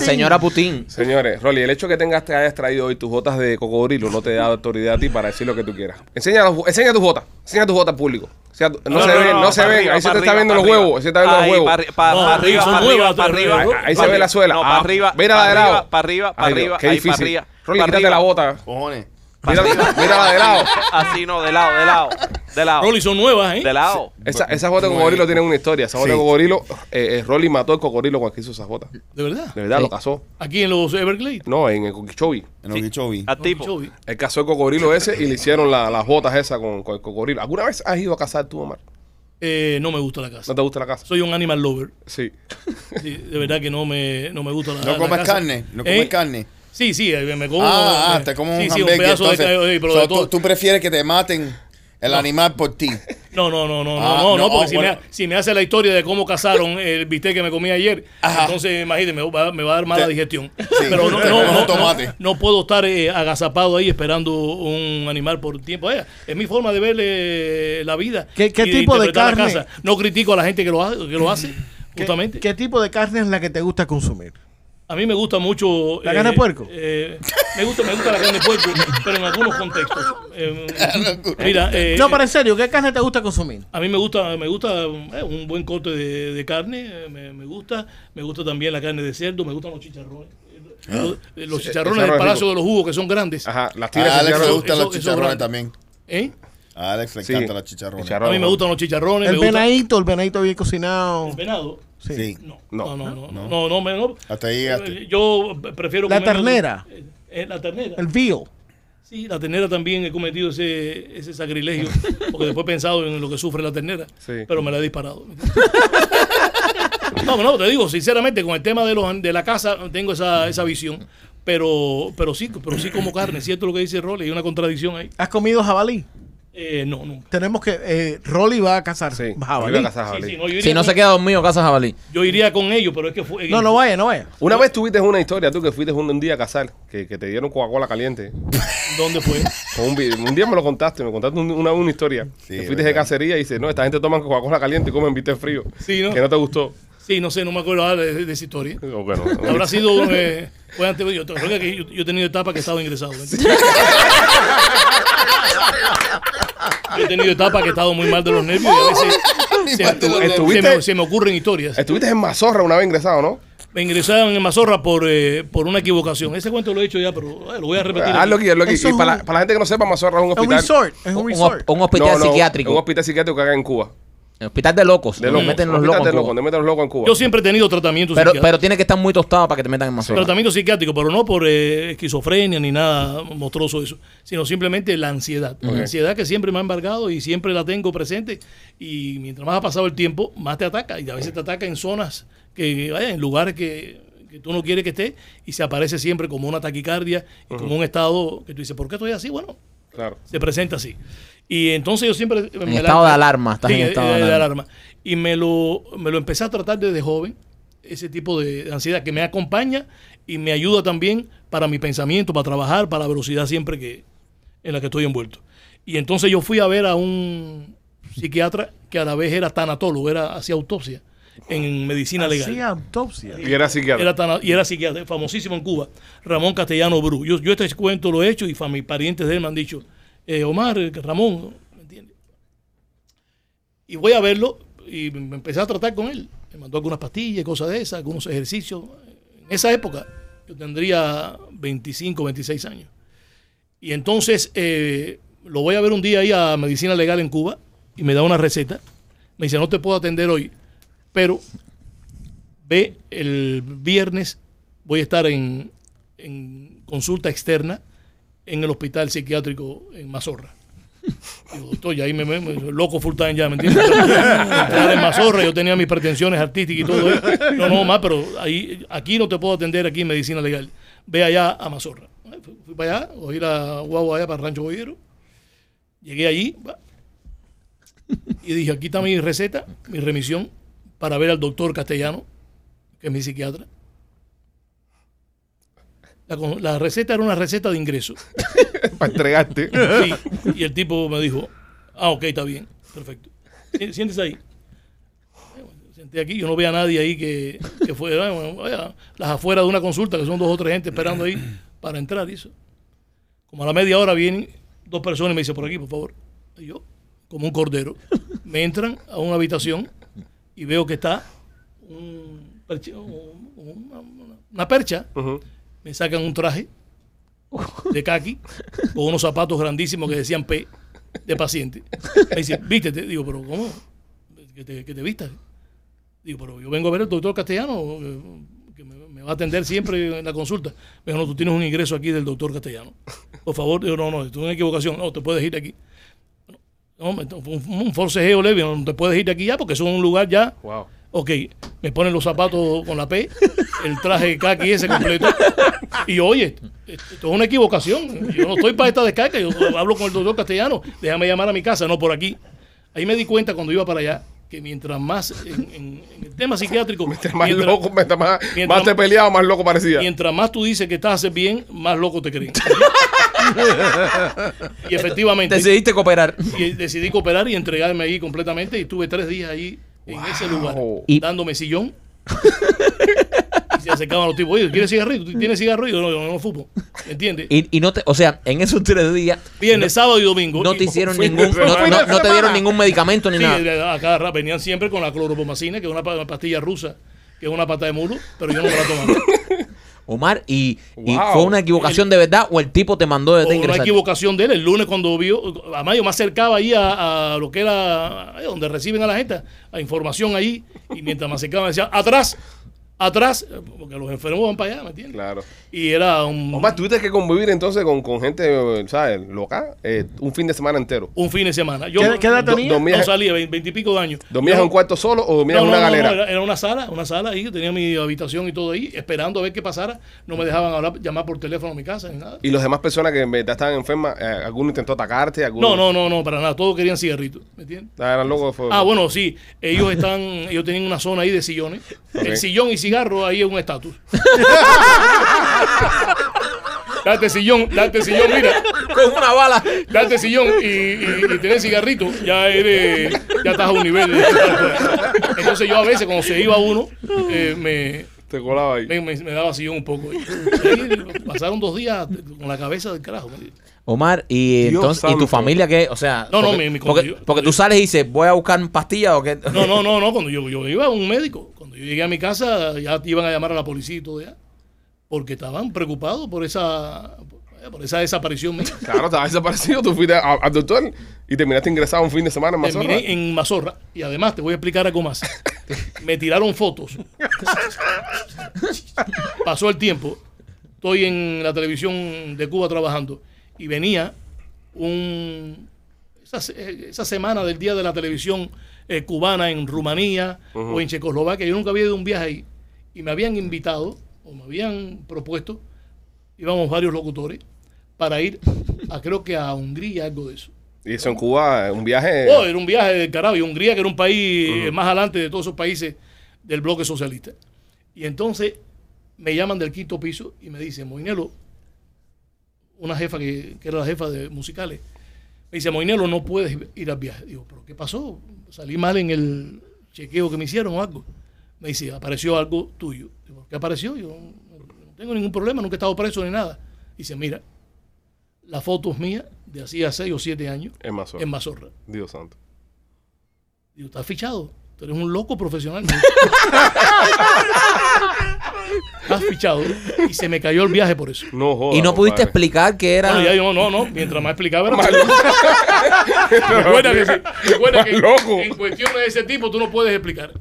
señora, la
de Putin.
señora Putin.
Señores, Rolly, el hecho que tengas te hayas traído hoy tus botas de cocodrilo no te da autoridad a ti para decir lo que tú quieras. Enseña, los- enseña tus botas, enseña tus botas al público. O sea, no, se ven, no, se ven. Ahí se te está viendo los huevos, ahí se te está viendo los huevos.
Para
No,
arriba,
son
para arriba,
huevos,
para arriba.
Ahí, ahí se
Vale.
ve la suela.
No,
Ah,
para arriba.
mira la de
para
lado.
arriba, Para arriba, para
Ay, Dios,
arriba.
Qué
ahí,
difícil.
Para arriba,
Rolly,
para
quítate
arriba.
la bota.
Cojones.
Mira, mira la de lado.
Así no, de lado, de lado. De lado.
Rolly son nuevas, ¿eh?
De lado.
Esa, esas botas de cocodrilo tienen una historia. Esa bota
Sí.
de cocodrilo, eh, eh, Rolly mató al cocodrilo cuando hizo esas botas. De
De verdad.
verdad,
Sí.
lo cazó.
Aquí en los Everglades.
No, en el Coquichobi.
En Okeechobee.
Ah,
Al Ah, tipo.
Chovy.
Él cazó el cocodrilo ese y le hicieron la- las botas esas con, con el cocodrilo. ¿Alguna vez has ido a cazar tú, Omar?
Eh, no me gusta la casa.
¿No te gusta la caza?
Soy un animal lover.
Sí.
Sí, de verdad que no me, no me gusta la
No
la
comes
casa.
carne, no comes
¿Eh?
carne.
Sí, sí, eh, me como.
Ah, ah,
me-
te comes
sí,
un
sí,
hamburger.
pedazo
entonces,
de, ca- eh, pero
So,
de
tú,
todo.
tú prefieres que te maten el animal por ti.
No, no, no, no,
Ah,
no, no,
no,
porque
ah,
si,
bueno.
me, ha- si me hace la historia de cómo cazaron el bistec que me comí ayer,
Ajá.
entonces imagínate, me va, me va a dar mala
Te-
digestión.
sí,
Pero no,
te
no,
comes un
no,
tomate.
no, no puedo estar eh, agazapado ahí esperando un animal por tiempo. Eh, es mi forma de ver eh, la vida.
¿Qué- qué
y
tipo de
interpretar la
carne?
caza. No critico a la gente que lo, ha- que lo hace,
¿Qué-
justamente.
¿Qué tipo de carne es la que te gusta consumir?
A mí me gusta mucho.
¿La carne de puerco?
eh, me, gusta, me gusta la carne de puerco, pero en algunos contextos. Eh, mira, eh,
No, pero en serio, ¿qué carne te gusta consumir?
a mí me gusta, me gusta eh, un buen corte de, de carne, eh, me, me gusta, me gusta también la carne de cerdo, me gustan los chicharrones.
Ah,
Los, eh, los chicharrones
chicharrón
del
es
Palacio
rico.
de los Jugos, que son grandes.
Ajá, las tiras
A Ah, Alex le
chicharrones.
gustan
eso-
los
eso
chicharrones
grande.
también.
¿Eh?
A Alex le
Sí.
encantan los chicharrones.
Chicharrones.
A mí me
bueno.
gustan los chicharrones.
El
me gusta
venadito, el venadito bien cocinado.
el venado.
Sí.
No,
No.
no, no, no, no, no, me- no.
Hasta ahí llegaste.
Eh, Yo prefiero
La
comer-
ternera.
Eh, eh, la ternera.
El veal.
Sí, la ternera también he cometido ese, ese sacrilegio, porque después he pensado en lo que sufre la ternera,
Sí.
pero me la he disparado. No, no, te digo, sinceramente, con el tema de, los, de la casa tengo esa, esa visión, pero, pero, sí, pero sí como carne, ¿cierto lo que dice Rolly? Hay una contradicción ahí.
¿Has comido jabalí?
Eh, no, nunca.
Tenemos que. eh, Rolly va a cazar
Sí.
jabalí.
Yo iba a cazar
Sí,
jabalí.
sí, no, yo, iría
Si no
con,
se queda dormido, casa jabalí.
yo iría con ellos, pero es que fue...
No, no vaya, no vaya.
Una vez tuviste una historia, tú que fuiste un, un día a cazar, que, que te dieron Coca-Cola caliente.
¿Dónde fue?
Con un, vi- un día me lo contaste, me contaste un- una, una historia.
Sí,
que
es
fuiste de
verdad.
cacería y dices, no, esta gente toma Coca-Cola caliente y comen bistec frío.
Sí, ¿no?
Que no te gustó.
Sí, no sé, no me acuerdo ahora de, de esa historia.
O bueno,
Habrá sido... eh, fue antes, yo, yo, yo- yo he tenido etapas que he estado ingresado. ¿eh? ¿me entiendes? Yo he tenido etapas que he estado muy mal de los nervios y a veces se,
mal de
se
los
me- se
nervios.
me, se me ocurren historias.
Estuviste en Mazorra una vez ingresado, ¿no?
Me ingresaron en Mazorra por, eh, por una equivocación. Ese cuento lo he hecho ya, pero eh, lo voy a repetir.
Ah,
Hazlo aquí, hazlo aquí.
Eso
Y
es
para,
un-
la- para la gente que no sepa, Mazorra es un
Es un
hospital.
resort. Es un
Un,
resort.
un hospital
No, no,
Pues psiquiátrico.
Un hospital psiquiátrico que acá en Cuba.
El hospital de locos.
De
donde
locos.
meten los
Un
locos.
hospital de
en
locos,
Cuba.
donde meten los locos en Cuba.
Yo siempre he tenido tratamiento
Pero,
psiquiátrico.
pero tiene que estar muy tostado para que te metan en mazorra.
Tratamiento psiquiátrico, pero no por eh, esquizofrenia ni nada monstruoso eso, sino simplemente la ansiedad. La ansiedad que siempre me ha embargado y siempre la tengo presente. Y mientras más ha pasado el tiempo, más te ataca. Y a veces te ataca en zonas, que vaya, en lugares que, que tú no quieres que esté y se aparece siempre como una taquicardia y como un estado que tú dices, ¿por qué estoy así? Bueno,
Claro.
se presenta así. Y entonces yo siempre... En
estado de alarma, estás en estado de alarma.
eh, Y me lo, me lo empecé a tratar desde joven, ese tipo de ansiedad que me acompaña y me ayuda también para mi pensamiento, para trabajar, para la velocidad siempre que en la que estoy envuelto. Y entonces yo fui a ver a un psiquiatra que a la vez era tanatólogo, era hacía autopsia en medicina legal.
Hacía autopsia.
Y era psiquiatra.
Era tan- y era psiquiatra, famosísimo en Cuba, Ramón Castellano Bru. Yo, yo este cuento lo he hecho y fami- parientes de él me han dicho, eh, Omar, eh, Ramón, ¿me entiendes? Y voy a verlo y me empecé a tratar con él. Me mandó algunas pastillas, cosas de esas, algunos ejercicios. En esa época yo tendría 25, 26 años. Y entonces eh, lo voy a ver un día ahí a Medicina Legal en Cuba y me da una receta. Me dice, no te puedo atender hoy, pero ve el viernes, voy a estar en, en consulta externa en el hospital psiquiátrico en Mazorra. Digo, doctor, ya ahí me, me- me- loco full time ya, ¿me entiendes? Entrar en Mazorra, yo tenía mis pretensiones artísticas y todo. ¿eh? No, no, más, pero ahí, aquí no te puedo atender, aquí en medicina legal. Ve allá a Mazorra. Fui, fui para allá, o ir a Guagua allá para el Rancho Boyero. Llegué allí va, y dije, aquí está mi receta, mi remisión para ver al doctor castellano, que es mi psiquiatra. La, con- la receta era una receta de ingreso.
para entregarte.
Sí. Y el tipo me dijo, ah, ok, está bien, perfecto. Sí, Siéntese ahí. Eh, bueno, Senté aquí, yo no veo a nadie ahí que, que fuera, bueno, vaya, las afueras de una consulta, que son dos o tres gente esperando ahí para entrar y eso. Como a la media hora vienen dos personas y me dicen, por aquí, por favor. Y yo, como un cordero, me entran a una habitación y veo que está un perche- un- una, una percha, me sacan un traje de kaki con unos zapatos grandísimos que decían P de paciente. Me dice, vístete. Digo, pero ¿cómo? Que te, que te vistas. Digo, pero yo vengo a ver al doctor castellano, eh, que me, me va a atender siempre en la consulta. Me dijo, no, tú tienes un ingreso aquí del doctor castellano. Por favor, digo, no, no, tú una equivocación. No, te puedes ir de aquí. No, me- fue un, un forcejeo leve, no te puedes ir de aquí ya porque eso es un lugar ya
Wow.
Ok, me ponen los zapatos con la P, el traje kaki ese completo. Y yo, oye, esto es una equivocación. Yo no estoy para esta descarga. Yo hablo con el doctor castellano. Déjame llamar a mi casa, no por aquí. Ahí me di cuenta cuando iba para allá que mientras más en, en- en el tema psiquiátrico.
Mientras más
mientras-
loco, mientras más,
mientras-
más te peleaba, más loco parecía.
Mientras más tú dices que estás bien, más loco te creen. y efectivamente
Decidiste cooperar.
y decidí cooperar y entregarme ahí completamente y estuve tres días ahí en ese lugar
Y-
dándome sillón y se acercaban los tipos oye ¿quieres cigarrillo? ¿Tú ¿tienes cigarrillo? Yo, no, yo no fumo ¿me entiendes?
Mm. Y, y no te, o sea, en esos tres días
viernes, sábado y domingo
no te
Y-
hicieron
Fin de
ningún, no,
semana.
no-
Fin de
no te dieron
semana.
ningún medicamento ni
sí,
nada.
a cada rato venían siempre con la cloropomacina que es una, pa- una pastilla rusa que es una pata de mulo pero yo no me la tomaba
Omar, y, y
Wow.
fue una equivocación de verdad o el tipo te mandó de
o
te
una
ingresar.
equivocación de él el lunes cuando vio además yo me acercaba ahí a, a lo que era eh, donde reciben a la gente a información ahí y mientras me acercaba me decía atrás atrás porque los enfermos van para allá ¿me entiendes?
Claro.
y era un,
Omar, tuviste que convivir entonces con, con gente, ¿sabes? Loca, eh, un fin de semana entero.
un fin de semana yo
¿Qué- qué edad
no-
tenía?
no
¿Dormías,
salía veinte y pico de años
dormías en un cuarto solo o dormías
No,
en
no,
una
no, no,
galera?
era, era una sala, una sala ahí, tenía mi habitación y todo ahí, esperando a ver qué pasara. No me dejaban hablar, llamar por teléfono a mi casa ni nada.
Y las demás personas que en verdad estaban enfermas, eh, alguno intentó atacarte, alguno.
No, no, no, no, para nada, todos querían cigarritos, ¿me entiendes?
Ah, Eran locos. fue-
Ah, bueno, sí. Ellos están, ellos tienen una zona ahí de sillones.
Ok.
El sillón y cigarro ahí es un estatus. date sillón, date sillón, mira,
Con una bala.
date sillón y, y, y tener cigarrito, ya eres, ya estás a un nivel. de- Entonces yo a veces cuando se iba uno, eh, me,
Te colaba ahí.
me, me- me daba sillón un poco. Ahí pasaron dos días con la cabeza del carajo.
Omar, y
Dios
entonces, ¿y tu
santo.
familia qué? O sea,
No, no,
porque,
mi- mi-
porque,
yo-
porque tú sales y dices, voy a buscar pastillas o qué.
No, no, no, no. Cuando yo, yo iba a un médico, cuando yo llegué a mi casa, ya iban a llamar a la policía y todo ya. Porque estaban preocupados por esa, por esa desaparición mía.
Claro, estaba desaparecido. Tú fuiste a- al doctor y terminaste ingresado un fin de semana en Mazorra.
Terminé en Mazorra. Y además te voy a explicar algo más. Me tiraron fotos. Pasó el tiempo. Estoy en la televisión de Cuba trabajando. Y venía un. Esa, se- esa semana del día de la televisión eh, cubana en Rumanía o en Checoslovaquia. Yo nunca había ido a un viaje ahí. Y me habían invitado o me habían propuesto. Íbamos varios locutores para ir a creo que a Hungría, algo de eso.
Y eso en Cuba, eh, un viaje.
Oh, era un viaje del carajo. Y Hungría, que era un país eh, más adelante de todos esos países del bloque socialista. Y entonces me llaman del quinto piso y me dicen, Moinelo, una jefa que, que era la jefa de musicales, me dice, Moinelo, no puedes ir al viaje. Digo, ¿pero qué pasó? Salí mal en el chequeo que me hicieron o algo. Me dice, apareció algo tuyo. Digo, ¿qué apareció? Yo no no tengo ningún problema, nunca he estado preso ni nada. Dice, mira, la foto es mía de hacía seis o siete años
en Mazorra.
en Mazorra.
Dios santo.
Digo, estás fichado. Tú eres un loco profesional. estás fichado. Y se me cayó el viaje por eso.
No jodas.
Y no
compadre.
pudiste explicar que era.
Bueno, ya yo no, no. Mientras más explicaba, era más loco. Recuerda que, sí, recuerda
Más
que
loco.
en cuestiones de ese tipo tú no puedes explicar.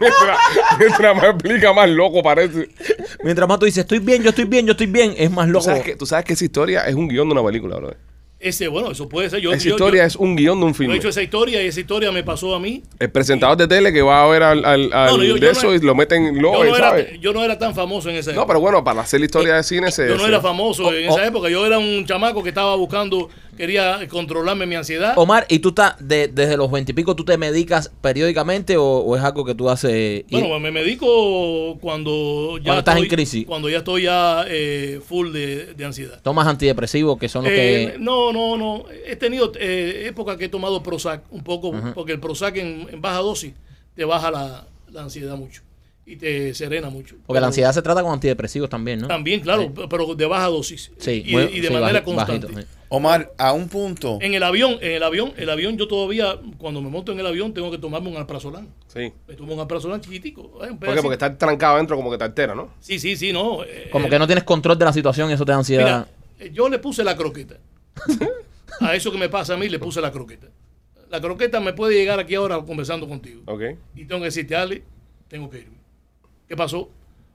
Mientras, mientras más explica, más loco parece.
Mientras más tú dices, estoy bien, yo estoy bien, yo estoy bien, es más
¿Tú
loco.
sabes, que, tú sabes que esa historia es un guión de una película, brother.
Ese, bueno, eso puede ser. Yo,
Esa
yo-
historia
yo-
es un guión de un
yo he
filme.
hecho esa historia y esa historia me pasó a mí.
El presentador de tele que va a ver al, al, al
No, no, yo-
de
yo no
eso
era-
y lo meten
Yo
loco,
no, era,
¿sabes?
yo no era tan famoso en esa época.
No, pero Oh, bueno, para hacer la historia de cine se...
Eh, yo no
se-
era famoso en
o-
esa época. Yo era un chamaco que estaba buscando, quería controlarme mi ansiedad.
Omar, ¿y tú estás de- desde los veintipico, tú te medicas periódicamente o, o es algo que tú haces? y-
Bueno, me medico cuando ya
Cuando estás en
estoy-
crisis.
Cuando ya estoy ya eh, full de, de ansiedad.
¿Tomas antidepresivos que son los
Eh,
que.?
No, no, no. He tenido eh, épocas que he tomado Prozac un poco, porque el Prozac en, en baja dosis te baja la, la ansiedad mucho y te serena mucho.
Porque la
Pero
ansiedad se trata con antidepresivos también, ¿no?
También, claro, pero de baja dosis
Sí,
y,
muy-
y de
sí,
manera
baji-
constante.
bajito, sí.
Omar, a un punto.
En el avión, en el avión, el avión yo todavía, cuando me monto en el avión, tengo que tomarme un alprazolam.
Sí.
Me tomo un alprazolam chiquitico. eh, un
¿Por qué?
pedacito.
Porque estar trancado adentro como que te altera, ¿no?
Sí, sí, sí, no. eh,
Como que no tienes control de la situación y eso te da ansiedad.
Mira, eh, yo le puse la croqueta. a eso que me pasa a mí le puse la croqueta. La croqueta me puede llegar aquí ahora conversando contigo.
Ok.
Y tengo que decirte, Ale, tengo que irme. ¿Qué pasó?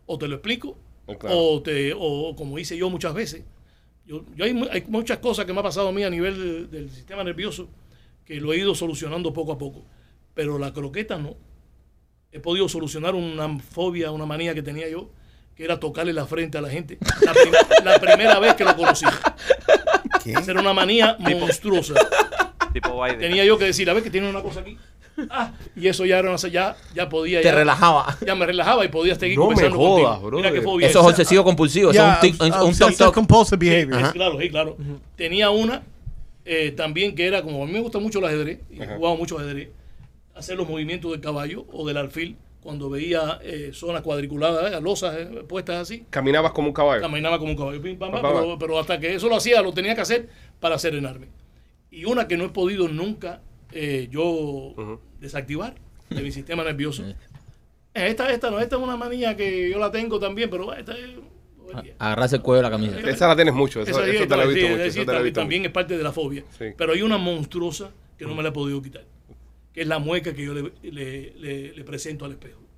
O te lo explico,
Eh, claro.
o, te, o como hice yo muchas veces. Yo, yo hay, mu- hay muchas cosas que me ha pasado a mí a nivel del, del sistema nervioso que lo he ido solucionando poco a poco. Pero la croqueta no. He podido solucionar una fobia, una manía que tenía yo, que era tocarle la frente a la gente. La, prim- la primera vez que lo conocí.
¿Qué?
Esa era una manía monstruosa
Tipo Biden.
tenía yo que decir, a ver que tiene una cosa aquí. Ah, y eso ya era una- ya, ya podía.
te
ya,
relajaba.
Ya me relajaba y podía seguir
No me
conversando
jodas,
contigo. Mira
brother.
qué fobia
Eso es
esa. ah,
obsesivo compulsivo,
Yeah,
eso es un, tic- un- un
obsessive
toc toc.
Sí,
compulsive behavior.
es claro, sí, claro. Tenía una eh, también que era como a mí me gusta mucho el ajedrez, y he jugado mucho ajedrez, hacer los movimientos del caballo o del alfil cuando veía eh, zonas cuadriculadas, eh, losas eh, puestas así.
Caminabas como un caballo.
Caminaba como un caballo, pim, pam, pam,
Pam, pam,
pero, pero hasta que eso lo hacía, lo tenía que hacer para serenarme. Y una que no he podido nunca eh, yo desactivar de mi sistema nervioso. Eh, Esta, esta no, esta es una manía que yo la tengo también, pero eh, esta es...
Agarrarse el cuello de la camisa.
Esa la tienes mucho. Ah, Eso,
Esa sí,
eso te la he
sí,
visto
es
mucho.
decir,
Eso te la he
también-
visto
también es parte de la fobia.
Sí.
Pero hay una monstruosa que no me la he podido quitar, que es la mueca que yo le, le- le- le presento al espejo.
mucho.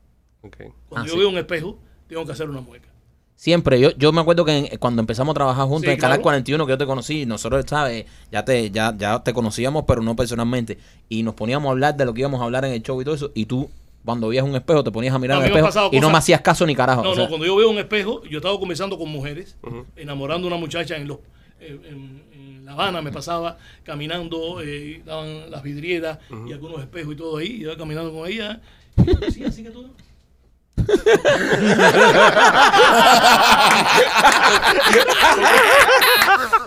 Ok.
Cuando
Ah,
yo
sí.
veo un espejo, tengo que hacer una mueca.
Siempre, yo, yo me acuerdo que en- cuando empezamos a trabajar juntos
Sí,
en el Canal
claro.
41, que yo te conocí, nosotros, ¿sabes? Ya te, ya, ya te conocíamos, pero no personalmente. Y nos poníamos a hablar de lo que íbamos a hablar en el show y todo eso. Y tú, cuando veías un espejo, te ponías a mirar
No,
al
a mí me
espejo
han pasado
y no
cosas-
me hacías caso ni carajo.
No,
o sea,
no, cuando yo veo un espejo, yo estaba conversando con mujeres, enamorando a una muchacha en, los, eh, en, en La Habana, me pasaba caminando, eh, daban las vidrieras y algunos espejos y todo ahí, y yo iba caminando con ella. y Sí, así que todo.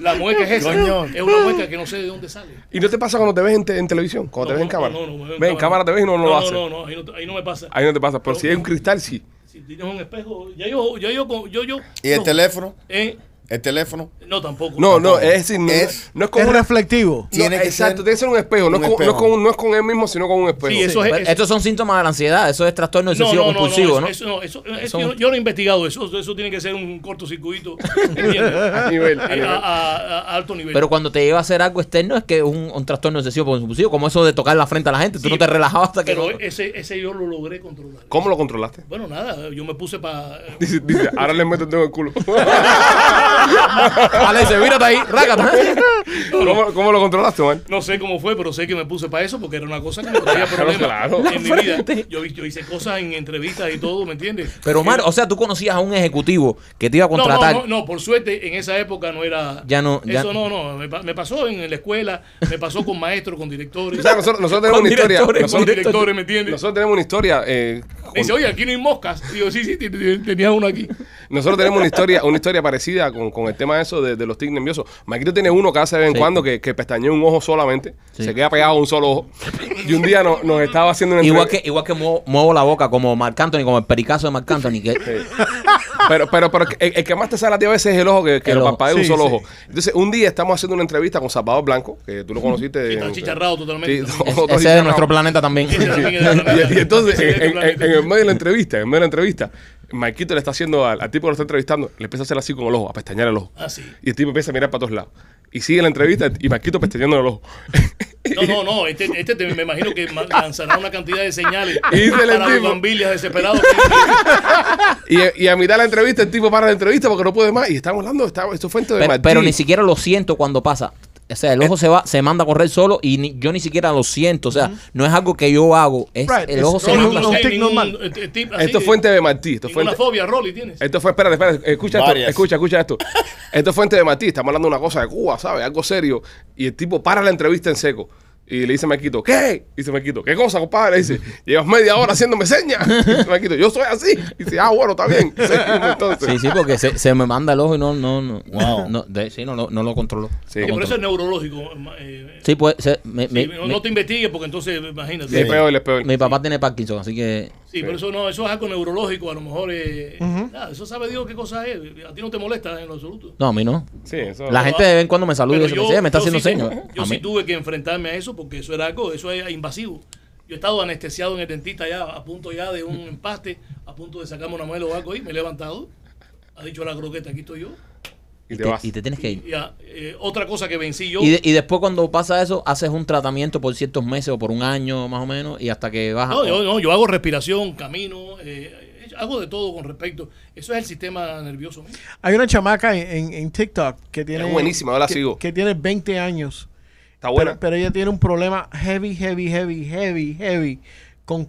La mueca es esa.
Coño.
Es una mueca que no sé de dónde sale.
¿Y no te pasa cuando te ves en, te- en televisión? Cuando te ves en cámara.
No, no, no, me veo
Ves en cámara, te ves y no, no lo haces.
No, no, no, ahí no, ahí no me pasa.
Ahí no te pasa. Pero
No,
si hay
no.
un cristal, sí.
Si tienes un espejo, ya yo, ya yo, yo, yo.
¿Y el
no,
teléfono?
eh,
¿El teléfono?
No, tampoco.
No, no, es decir, no
Es-
no es como
Es
una-
reflectivo.
No,
Tiene que
exacto,
ser
tiene que ser un espejo. No,
un
es con, no
espejo.
es con- no es con él mismo, sino con un espejo.
Sí, eso
pero
es.
pues, estos son síntomas de la ansiedad, eso es trastorno
no,
obsesivo
no, no,
compulsivo,
no,
¿no?
eso- eso no, eso-
Eso-
eso yo, yo no he investigado eso. Eso tiene que ser un cortocircuito ¿entiendes?
A nivel, a
Eh,
nivel.
a, a- a alto nivel.
Pero cuando te lleva a hacer algo externo es que es un, un trastorno obsesivo compulsivo, como eso de tocar la frente a la gente, tú
Sí,
no te relajabas hasta que...
Pero
no-
ese, ese yo lo logré controlar.
¿Cómo lo controlaste?
Bueno, nada, yo me puse para.
Dice, dice, ahora le meto el dedo en el culo.
Vale, se vírate ahí, rácata.
¿Cómo, cómo lo controlaste, man?
No sé cómo fue, pero sé que me puse para eso porque era una cosa que me traía
Claro,
problemas
claro.
en mi vida. Yo, yo hice cosas en entrevistas y todo, ¿me entiendes?
Pero Omar, o sea, tú conocías a un ejecutivo que te iba a
No,
contratar.
No, no, no, por suerte en esa época no era.
Ya no, ya-
Eso no, no. Me, pa- me pasó en la escuela, me pasó con maestros, con directores.
O sea, nosotros, nosotros tenemos
Con
una historia.
directores,
con
Nosotros,
directores, ¿me entiendes?
nosotros tenemos una historia. eh,
Me dice, oye, aquí no hay moscas. Y yo, sí, sí, te- te- tenías uno aquí.
Nosotros tenemos una historia, una historia parecida con, con el tema eso de, de los tics nerviosos. Maquito tiene uno que hace de vez en
Sí.
cuando que, que pestañea un ojo solamente,
Sí.
se queda pegado a un solo ojo. Y un día no- nos estaba haciendo una
Igual
entrevista-
que, igual que muevo, muevo la boca como Marc Anthony, como el pericazo de Marc Anthony, que
Pero, pero, pero el, el que más te sale a ti a veces es el ojo que, que
El
lo
ojo.
parpadea un
Sí,
solo
sí.
ojo. Entonces, un día estamos haciendo una entrevista con Salvador Blanco, que tú lo conociste.
Y está
en-
achicharrado totalmente.
Sí, no,
Es- Ese
no,
es de
achicharrado.
nuestro planeta también.
Y, y entonces, en, en- en- en el medio de la entrevista, en el medio de la entrevista, Marquito le está haciendo al, al tipo que lo está entrevistando, le empieza a hacer así con el ojo, a pestañear el ojo.
Así.
Y el tipo empieza a mirar para todos lados. Y sigue la entrevista y Marquito pestañeando el ojo.
No, no, no. Este, este te- me imagino que ma- lanzará una cantidad de señales
Y se le
para los
tipo.
bambilias desesperados.
Y, y a mitad de la entrevista, el tipo para la entrevista porque no puede más. Y estamos hablando, está- esto fue antes de
Pero,
Martí.
pero ni siquiera lo siento cuando pasa. O sea, el ojo se va, se manda a correr solo y ni- yo ni siquiera lo siento. O sea, no es algo que yo hago. Es
Right,
el
it's
ojo se
all
Rolly,
manda.
tú
un
no tienes
tic
ningún,
normal.
eh, t- tip así
Esto
que-
fue antes de Martí. Esto fue
ninguna
antes-
fobia, Rolly, tienes.
Esto fue, espérate, espérate, escucha esto,
Varias.
escucha, escucha esto. Esto fue antes de Martí, estamos hablando de una cosa de Cuba, ¿sabes? Algo serio. Y el tipo para la entrevista en seco. Y le dice a Marquito, ¿qué? Y dice Marquito, ¿qué cosa, compadre? Le dice, llevas media hora haciéndome señas. Y dice Marquito, yo soy así. Y dice, ah, bueno, está bien. Seguimos entonces.
Sí, sí, porque se, se me manda el ojo y no, no, no.
Wow.
No, de- sí, no, lo- no lo controlo.
Sí.
No
Que por
controlo.
eso es neurológico. eh, ma- eh,
Sí, pues se- me-
sí,
me-
no,
me-
no te investigues porque entonces, imagínate.
Es peor, es peor.
mi papá tiene Parkinson, así que
Sí, pero eso no, eso es algo neurológico, a lo mejor eh, nada, eso sabe Dios qué cosa es, a ti no te molesta en lo absoluto.
no, a mí no.
Sí, eso.
La gente de vez en cuando me saluda y
Pero
se me, dice, "Eh, me está haciendo
sí
señas.
tengo- Yo
A
sí
mí-
tuve que enfrentarme a eso porque eso era algo, eso es invasivo. Yo he estado anestesiado en el dentista ya, a punto ya de un empaste, a punto de sacarme una muela o algo ahí, me he levantado, ha dicho la croqueta, aquí estoy yo.
Y
y,
te
te,
vas.
y te tienes que ir.
Ya, eh, otra cosa que vencí yo,
Y, de- y después cuando pasa eso, haces un tratamiento por ciertos meses o por un año más o menos y hasta que baja.
no, yo, no, yo hago respiración, camino, eh, hago de todo con respecto, eso es el sistema nervioso mío.
Hay una chamaca en, en- en TikTok que tiene.
Es buenísima, yo la
que-
sigo.
Que tiene 20 años.
Está buena.
Pero, pero ella tiene un problema heavy, heavy, heavy, heavy, heavy con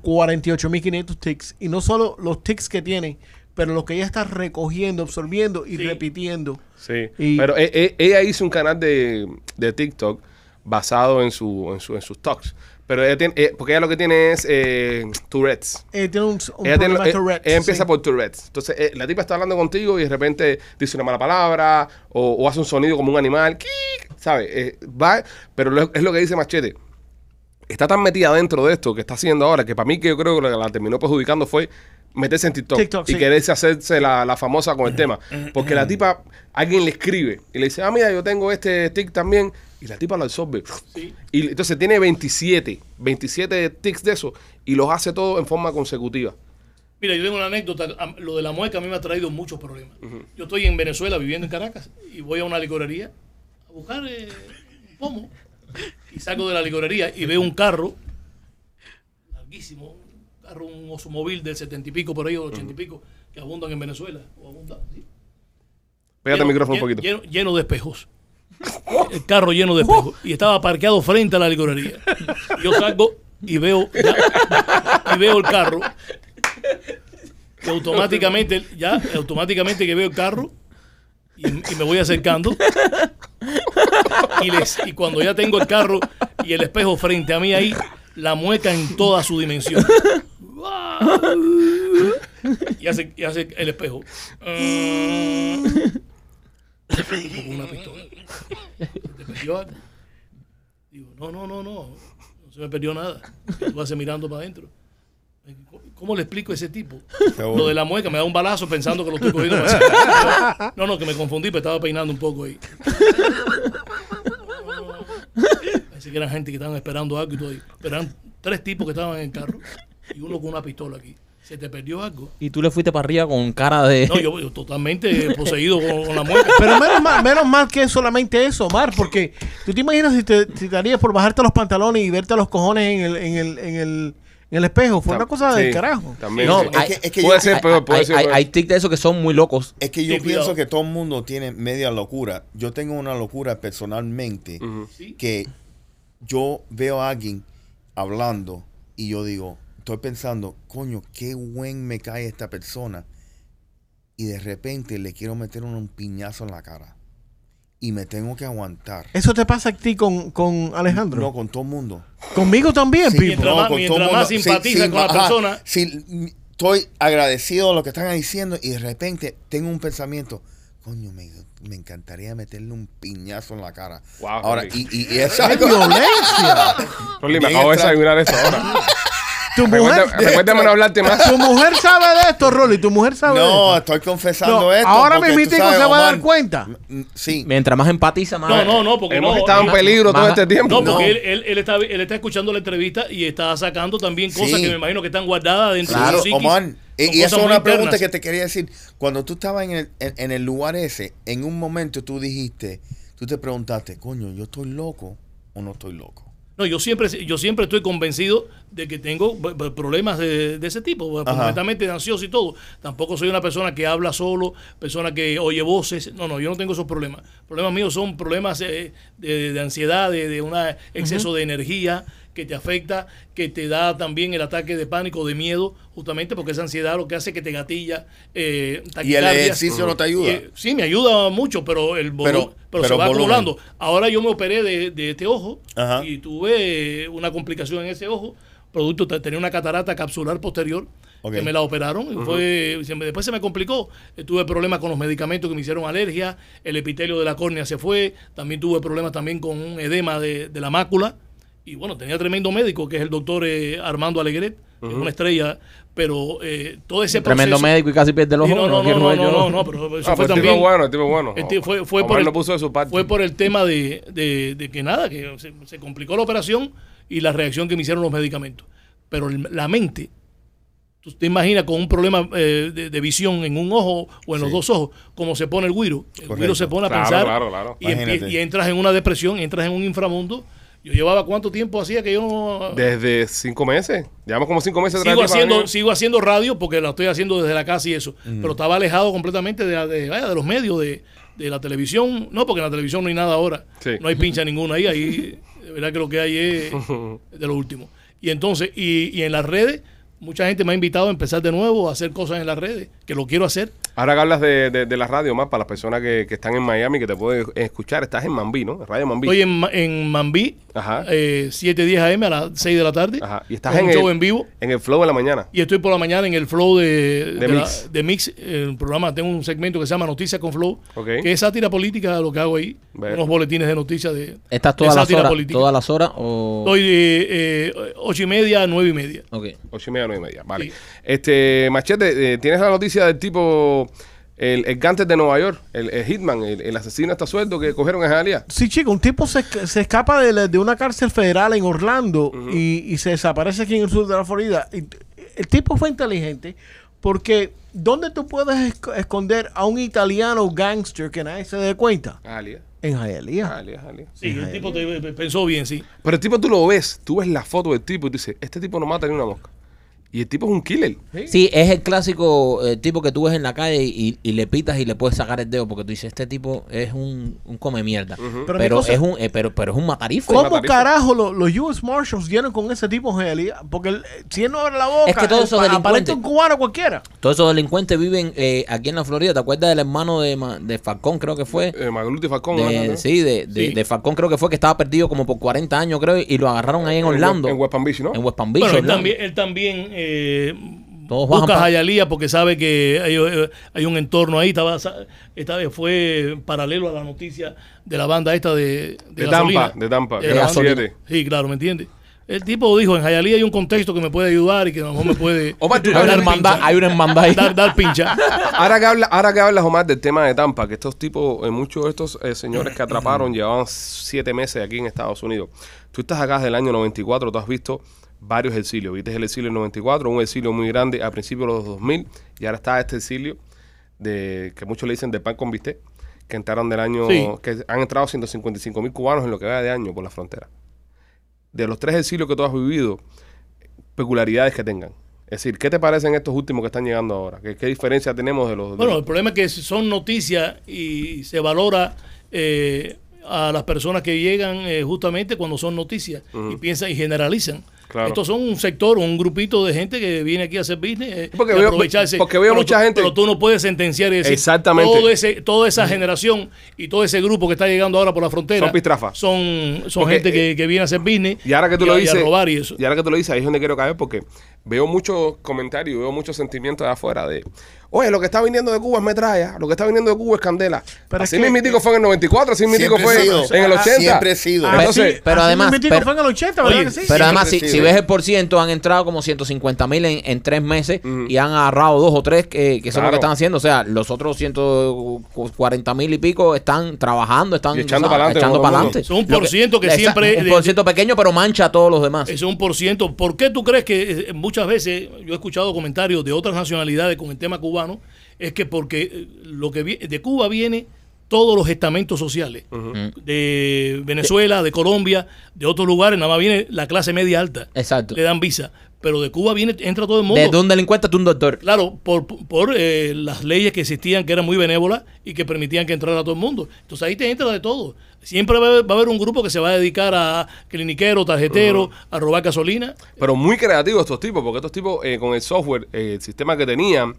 48.500 tics. Y no solo los tics que tiene, pero los que ella está recogiendo, absorbiendo y
Sí.
repitiendo.
Sí.
Y-
Pero e- e- ella hizo un canal de, de TikTok basado en, su, en, su- en sus talks. Pero ella tiene, eh, porque ella lo que tiene es eh, Tourette's.
Ella tiene un, un
ella, tiene-
problema
eh,
Tourette,
ella empieza
sí.
por Tourette. Entonces, eh, la tipa está hablando contigo y de repente dice una mala palabra o, o hace un sonido como un animal. ¡kik! ¿Sabes? Eh, va, pero lo- es lo que dice Machete. Está tan metida dentro de esto que está haciendo ahora que para mí que yo creo que lo que la terminó perjudicando fue meterse en TikTok,
TikTok,
y
sí.
quererse hacerse la, la famosa con el tema. Porque la tipa, alguien le escribe y le dice, ah, mira, yo tengo este tic también. Y la tipa lo absorbe.
Sí.
Y entonces tiene 27, 27 tics de eso y los hace todo en forma consecutiva.
Mira, yo tengo una anécdota. A- Lo de la mueca a mí me ha traído muchos problemas. Yo estoy en Venezuela viviendo en Caracas y voy a una licorería a buscar eh, un pomo. Y salgo de la licorería y veo un carro larguísimo, un carro, un oso móvil del setenta y pico por ahí o ochenta y pico que abundan en Venezuela. O abundan, ¿sí?
Pégate el micrófono un
lleno-
poquito.
Lleno, lleno de espejos. El carro lleno de espejos. Y estaba parqueado frente a la licorería. Yo salgo y veo, ya- y veo el carro. Y automáticamente, ya, automáticamente que veo el carro y, y me voy acercando. Y, les- y cuando ya tengo el carro y el espejo frente a mí ahí, la mueca en toda su dimensión. Y hace, y hace el espejo. con una pistola. ¿Te perdió algo? Digo, no, no, no, no. No se me perdió nada. Tú haces mirando para adentro. ¿Cómo le explico a ese tipo?
Seguro.
Lo de la mueca, me da un balazo pensando que lo estoy cogiendo. para- No, no, que me confundí, pero estaba peinando un poco ahí. Parece que eran gente que estaban esperando algo y todo ahí. Pero eran tres tipos que estaban en el carro y uno con una pistola aquí. ¿Se te perdió algo?
Y tú le fuiste para arriba con cara de...
No, yo, yo totalmente poseído con, con la mueca.
Pero menos mal, menos mal que es solamente eso, Omar, porque tú te imaginas si te, si te harías por bajarte los pantalones y verte los cojones en el, en el, en el, en el espejo. Fue una cosa
Sí,
del carajo.
También.
No,
sí.
hay-
Es que- es que
puede
yo-
ser peor, puede
hay,
ser
hay-
peor.
hay tics de esos que son muy locos.
Es que yo
Sí,
pienso
cuidado.
que todo el mundo tiene media locura. Yo tengo una locura personalmente
Ujú.
Sí.
que yo veo a alguien hablando y yo digo, estoy pensando, coño, qué buen me cae esta persona. Y de repente le quiero meter un, un piñazo en la cara. Y me tengo que aguantar.
¿Eso te pasa a ti con, con Alejandro?
No, con todo el mundo.
Conmigo también,
Sí,
Pipo.
Mientras más-
con
mientras
todo
más
mundo.
simpatizas con la
ajá,
persona.
sí, m- estoy agradecido a lo que están diciendo y de repente tengo un pensamiento. Coño, me, me encantaría meterle un piñazo en la cara.
Wow,
Ahora,
qué
y, y, y es algo-
¡Violencia!
Rolly, me
bien
acabo de
extra-
desayunar eso ahora.
Tu mujer. eh,
Recuerda- Recuérdame no hablarte más.
Tu mujer sabe de esto, Rolly. Tu mujer sabe de
No,
esto.
estoy confesando
No,
esto.
ahora
porque tú
mismitico
sabes,
se va a dar
Omar,
cuenta.
mm, Sí.
Mientras más empatiza, más.
No, no, no, porque
Hemos
no,
estado en
no,
peligro todo
Baja-
este tiempo.
No, porque
No.
Él, él- él está, él está escuchando la entrevista y está sacando también cosas
Sí.
que me imagino que están guardadas dentro
Claro,
de su psiquis.
Omar.
Son
Y, y
cosas
eso es
muy
una pregunta
internas.
que te quería decir. Cuando tú estabas en el, en, en el lugar ese, en un momento tú dijiste, tú te preguntaste, coño, ¿yo estoy loco o no estoy loco?
No, yo siempre, yo siempre estoy convencido de que tengo b- b- problemas de, de ese tipo, pues,
Ajá.
completamente ansioso y todo. Tampoco soy una persona que habla solo, persona que oye voces. No, no, yo no tengo esos problemas. Problemas míos son problemas eh, de, de ansiedad, de, de un exceso de energía que te afecta, que te da también el ataque de pánico, de miedo, justamente porque esa ansiedad lo que hace es que te gatilla. eh,
Y el
taquicardias.
ejercicio no te ayuda.
Eh, sí, me ayuda mucho, pero el volu-
Pero-
pero, se
pero
va
volumen.
acumulando. Ahora yo me operé de, de este ojo
Ajá.
y tuve una complicación en ese ojo. Producto, te- tenía una catarata capsular posterior.
Ok.
Que me la operaron. y fue, se me- después se me complicó. Eh, Tuve problemas con los medicamentos que me hicieron alergia. El epitelio de la córnea se fue. También tuve problemas también con un edema de, de la mácula. Y bueno, tenía tremendo médico, que es el doctor eh, Armando Alegret. que es Una estrella. Pero eh, todo ese
Tremendo
proceso-
médico y casi pierde el ojo.
Sí, no, no, no,
quiero
no,
ver
no,
yo.
no, no, pero eso
Ah,
fue
pues el tipo
también.
es bueno, el tipo es bueno.
Este, fue, fue
Omar
por el,
lo puso de su parte.
fue por el tema de, de- de que nada, que se, se complicó la operación y la reacción que me hicieron los medicamentos. Pero el- la mente, tú te imaginas con un problema eh, de, de visión en un ojo o en los dos ojos, como se pone el guiro. El
Correcto.
guiro se pone a
Claro,
pensar
claro, claro.
Y, empie-
Imagínate.
y entras en una depresión, entras en un inframundo. Yo llevaba cuánto tiempo hacía que yo no...
Desde cinco meses. Llevamos como cinco meses
Sigo
atrás, tipo,
haciendo,
amigo.
sigo haciendo radio porque la estoy haciendo desde la casa y eso. Pero estaba alejado completamente de, la- de, vaya, de los medios, de, de la televisión. No, porque en la televisión no hay nada ahora.
Sí.
No hay pincha ninguna ahí. Ahí, de verdad que lo que hay es de lo último. Y entonces, y, y en las redes, mucha gente me ha invitado a empezar de nuevo a hacer cosas en las redes, que lo quiero hacer.
Ahora que hablas de, de- de la radio, más para las personas que, que están en Miami, que te pueden escuchar. Estás en Mambí, ¿no? Radio Mambí.
Estoy en, Ma- en Mambí,
Ajá.
eh, 7:10 AM a las 6 de la tarde.
Ajá. Y estás
con
en
un
el,
show en vivo.
En el flow de la mañana.
Y estoy por la mañana en el flow de,
De
de la-
Mix.
de Mix, el programa, tengo un segmento que se llama Noticias con Flow,
Ok.
que es sátira política lo que hago ahí,
Ve.
unos boletines de noticias de,
¿Estás
de
todas las
sátira
horas?
política.
¿Todas las horas? O...
Estoy de eh, ocho y media a nueve y media.
Ok.
Ocho y media, nueve y media. Vale.
Sí.
Este, Machete, eh, ¿tienes la noticia del tipo, el, el Gante de Nueva York, el, el Hitman, el, el asesino hasta sueldo que cogieron en Jalía?
Sí, chico, un tipo se, se escapa de, la- de una cárcel federal en Orlando y, y se desaparece aquí en el sur de la Florida. Y t- el tipo fue inteligente porque ¿dónde tú puedes esc- esconder a un italiano gangster que nadie se dé cuenta?
Jalía,
En Hialeah.
Jalía, Jalía.
Sí, el tipo te- te- pensó bien, sí.
Pero el tipo tú lo ves, tú ves la foto del tipo y tú dices, este tipo no mata ni una mosca. Y el tipo es un killer.
Sí, es el clásico eh, tipo que tú ves en la calle y, y le pitas y le puedes sacar el dedo porque tú dices, este tipo es un, un come mierda.
Pero
Pero,
qué cosa-
es un eh, pero, pero es un matarifo.
¿Cómo
Matarife.
carajo lo- los US Marshals dieron con ese tipo en Hialeah? Porque él, eh, si él no abre la boca,
Es que todos
él
esos
pa- aparece
delincuentes-
un cubano cualquiera.
Todos esos delincuentes viven eh, aquí en la Florida. ¿Te acuerdas del hermano de, Ma- de Falcón, creo que fue?
Eh, Magluti Falcón.
De-
¿no?
sí, de, de,
Sí.
de Falcón creo que fue que estaba perdido como por 40 años, creo, y lo agarraron ahí en
En
Orlando.
West- En West Palm Beach, ¿no?
En West Palm Beach,
bueno, él
Orlando.
también, él también eh,
Todos bajan
busca
pa-
a Hialeah porque sabe que hay, eh, hay un entorno ahí. Estaba, sa- esta vez fue paralelo a la noticia de la banda esta de,
De
gasolina.
Tampa, de Tampa, que
la
eran
gasolina.
siete.
Sí, claro, ¿me entiendes? El tipo dijo, en Hialeah hay un contexto que me puede ayudar y que a lo mejor me puede
Omar, tú-
Hay una
Dar
hermandad, hay una hermandad ahí.
dar, dar pincha.
Ahora que, habla, ahora que hablas, Omar, del tema de Tampa, que estos tipos, eh, muchos de estos eh, señores que atraparon llevaban siete meses aquí en Estados Unidos. Tú estás acá desde el año 94, tú has visto varios exilios. Viste el exilio del 94, un exilio muy grande a principios de los 2000, y ahora está este exilio de que muchos le dicen de pan con bistec, que entraron del año,
Sí.
que han entrado 155 mil cubanos en lo que va de año por la frontera. De los tres exilios que tú has vivido, peculiaridades que tengan. Es decir, ¿qué te parecen estos últimos que están llegando ahora? ¿Qué, qué diferencia tenemos de los... de
Bueno,
los-
el problema es que son noticias y se valora eh, a las personas que llegan eh, justamente cuando son noticias y piensan y generalizan.
Claro.
Estos son un sector, un grupito de gente que viene aquí a hacer business eh,
Porque
y
veo-
aprovecharse.
porque veo
Pero
mucha
tú-
gente-
Pero tú no puedes sentenciar y decir
Exactamente.
todo ese- toda esa generación y todo ese grupo que está llegando ahora por la frontera
Son pistrafas.
son, son
Porque, eh,
gente que, que viene a hacer business
y ahora que tú
y
lo
a- y
dices...
a robar y eso.
y ahora que tú lo dices, ahí es donde quiero caer porque veo muchos comentarios, veo muchos sentimientos de afuera de, oye, lo que está viniendo de Cuba es metralla, lo que está viniendo de Cuba es candela.
Pero
así
es que-
mismitico fue en el 94, así mismitico
Siempre he
fue
sido. Ah,
en el 80.
Siempre he sido.
Ah,
Así-
Entonces,
pero
Ah, así
además-
mismitico
pero-
fue en el 80, ¿verdad
Oye,
que sí?
Pero además, si,
sí,
si
sí.
ves el por ciento, han entrado como 150 mil en, en tres meses y han agarrado dos o tres que, que son lo
Claro.
que están haciendo. O sea, los otros 140 mil y pico están trabajando, están
Y echando
o sea,
para adelante
echando
como
para
todo el mundo.
adelante.
Son un
Lo
por ciento que
exacto,
siempre-
Un por ciento pequeño, pero mancha a todos los demás.
Ese un por ciento. ¿Por qué tú crees que eh, muchas veces, yo he escuchado comentarios de otras nacionalidades con el tema cubano, es que porque eh, lo que vi- de Cuba viene todos los estamentos sociales, de Venezuela, de Colombia, de otros lugares, nada más viene la clase media alta,
Exacto.
le dan visa, pero de Cuba viene, entra todo el mundo.
Desde un delincuente hasta un doctor.
Claro, por, por eh, las leyes que existían, que eran muy benévolas y que permitían que entrara todo el mundo. Entonces ahí te entra de todo. Siempre va a, haber- va a haber un grupo que se va a dedicar a cliniquero, tarjetero, a robar gasolina.
Pero muy creativos estos tipos, porque estos tipos eh, con el software, eh, el sistema que tenían,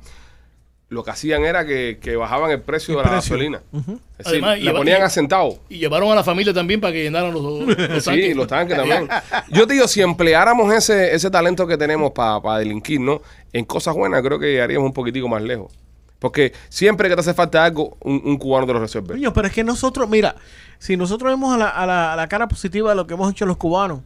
lo que hacían era que, que bajaban el precio de la
precio.
gasolina. Es decir,
Además,
la
iba-
ponían
iba-
a centavos.
Y llevaron a la familia también para que llenaran los, los
Sí,
tanques.
los tanques también. Yo te digo, si empleáramos ese, ese talento que tenemos para delinquir, ¿no? En cosas buenas, creo que llegaríamos un poquitico más lejos. Porque siempre que te hace falta algo, un, un cubano te lo resuelve.
Coño, pero es que nosotros, mira, si nosotros vemos a la, a la- a la cara positiva de lo que hemos hecho los cubanos,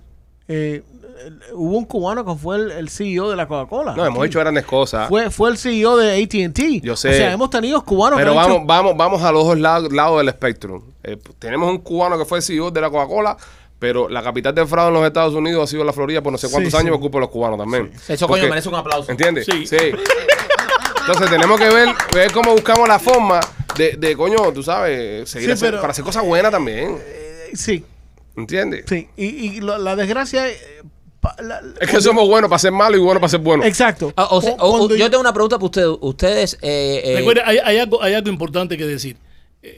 eh, el- hubo un cubano que fue el, el CEO de la Coca-Cola.
No, hemos hecho grandes cosas.
fue, fue el CEO de ATT.
Yo sé.
O sea, hemos tenido cubanos
Pero
que han
vamos,
hecho-
vamos, vamos a los dos lados, lados del espectro. Eh, tenemos un cubano que fue el CEO de la Coca-Cola, pero la capital del fraude en los Estados Unidos ha sido la Florida por no sé cuántos
Sí,
años
sí.
por culpa de los cubanos también.
Eso,
Porque-
coño, merece un aplauso.
¿Entiendes?
Sí.
Entonces tenemos que ver, ver cómo buscamos la forma de, de, coño, tú sabes, seguir
Sí,
hacer-
pero-
para hacer cosas buenas también.
eh, sí,
¿Entiendes?
sí. Y, y lo- la desgracia... eh, pa- la-
Es que somos buenos para ser malos y buenos para ser buenos.
Exacto.
Ah, o sea,
Cu-
o- o-
Oh, cuando
yo tengo una pregunta para ustedes. Ustedes. eh, eh,
Recuerda, hay, hay algo, hay algo importante que decir. Eh,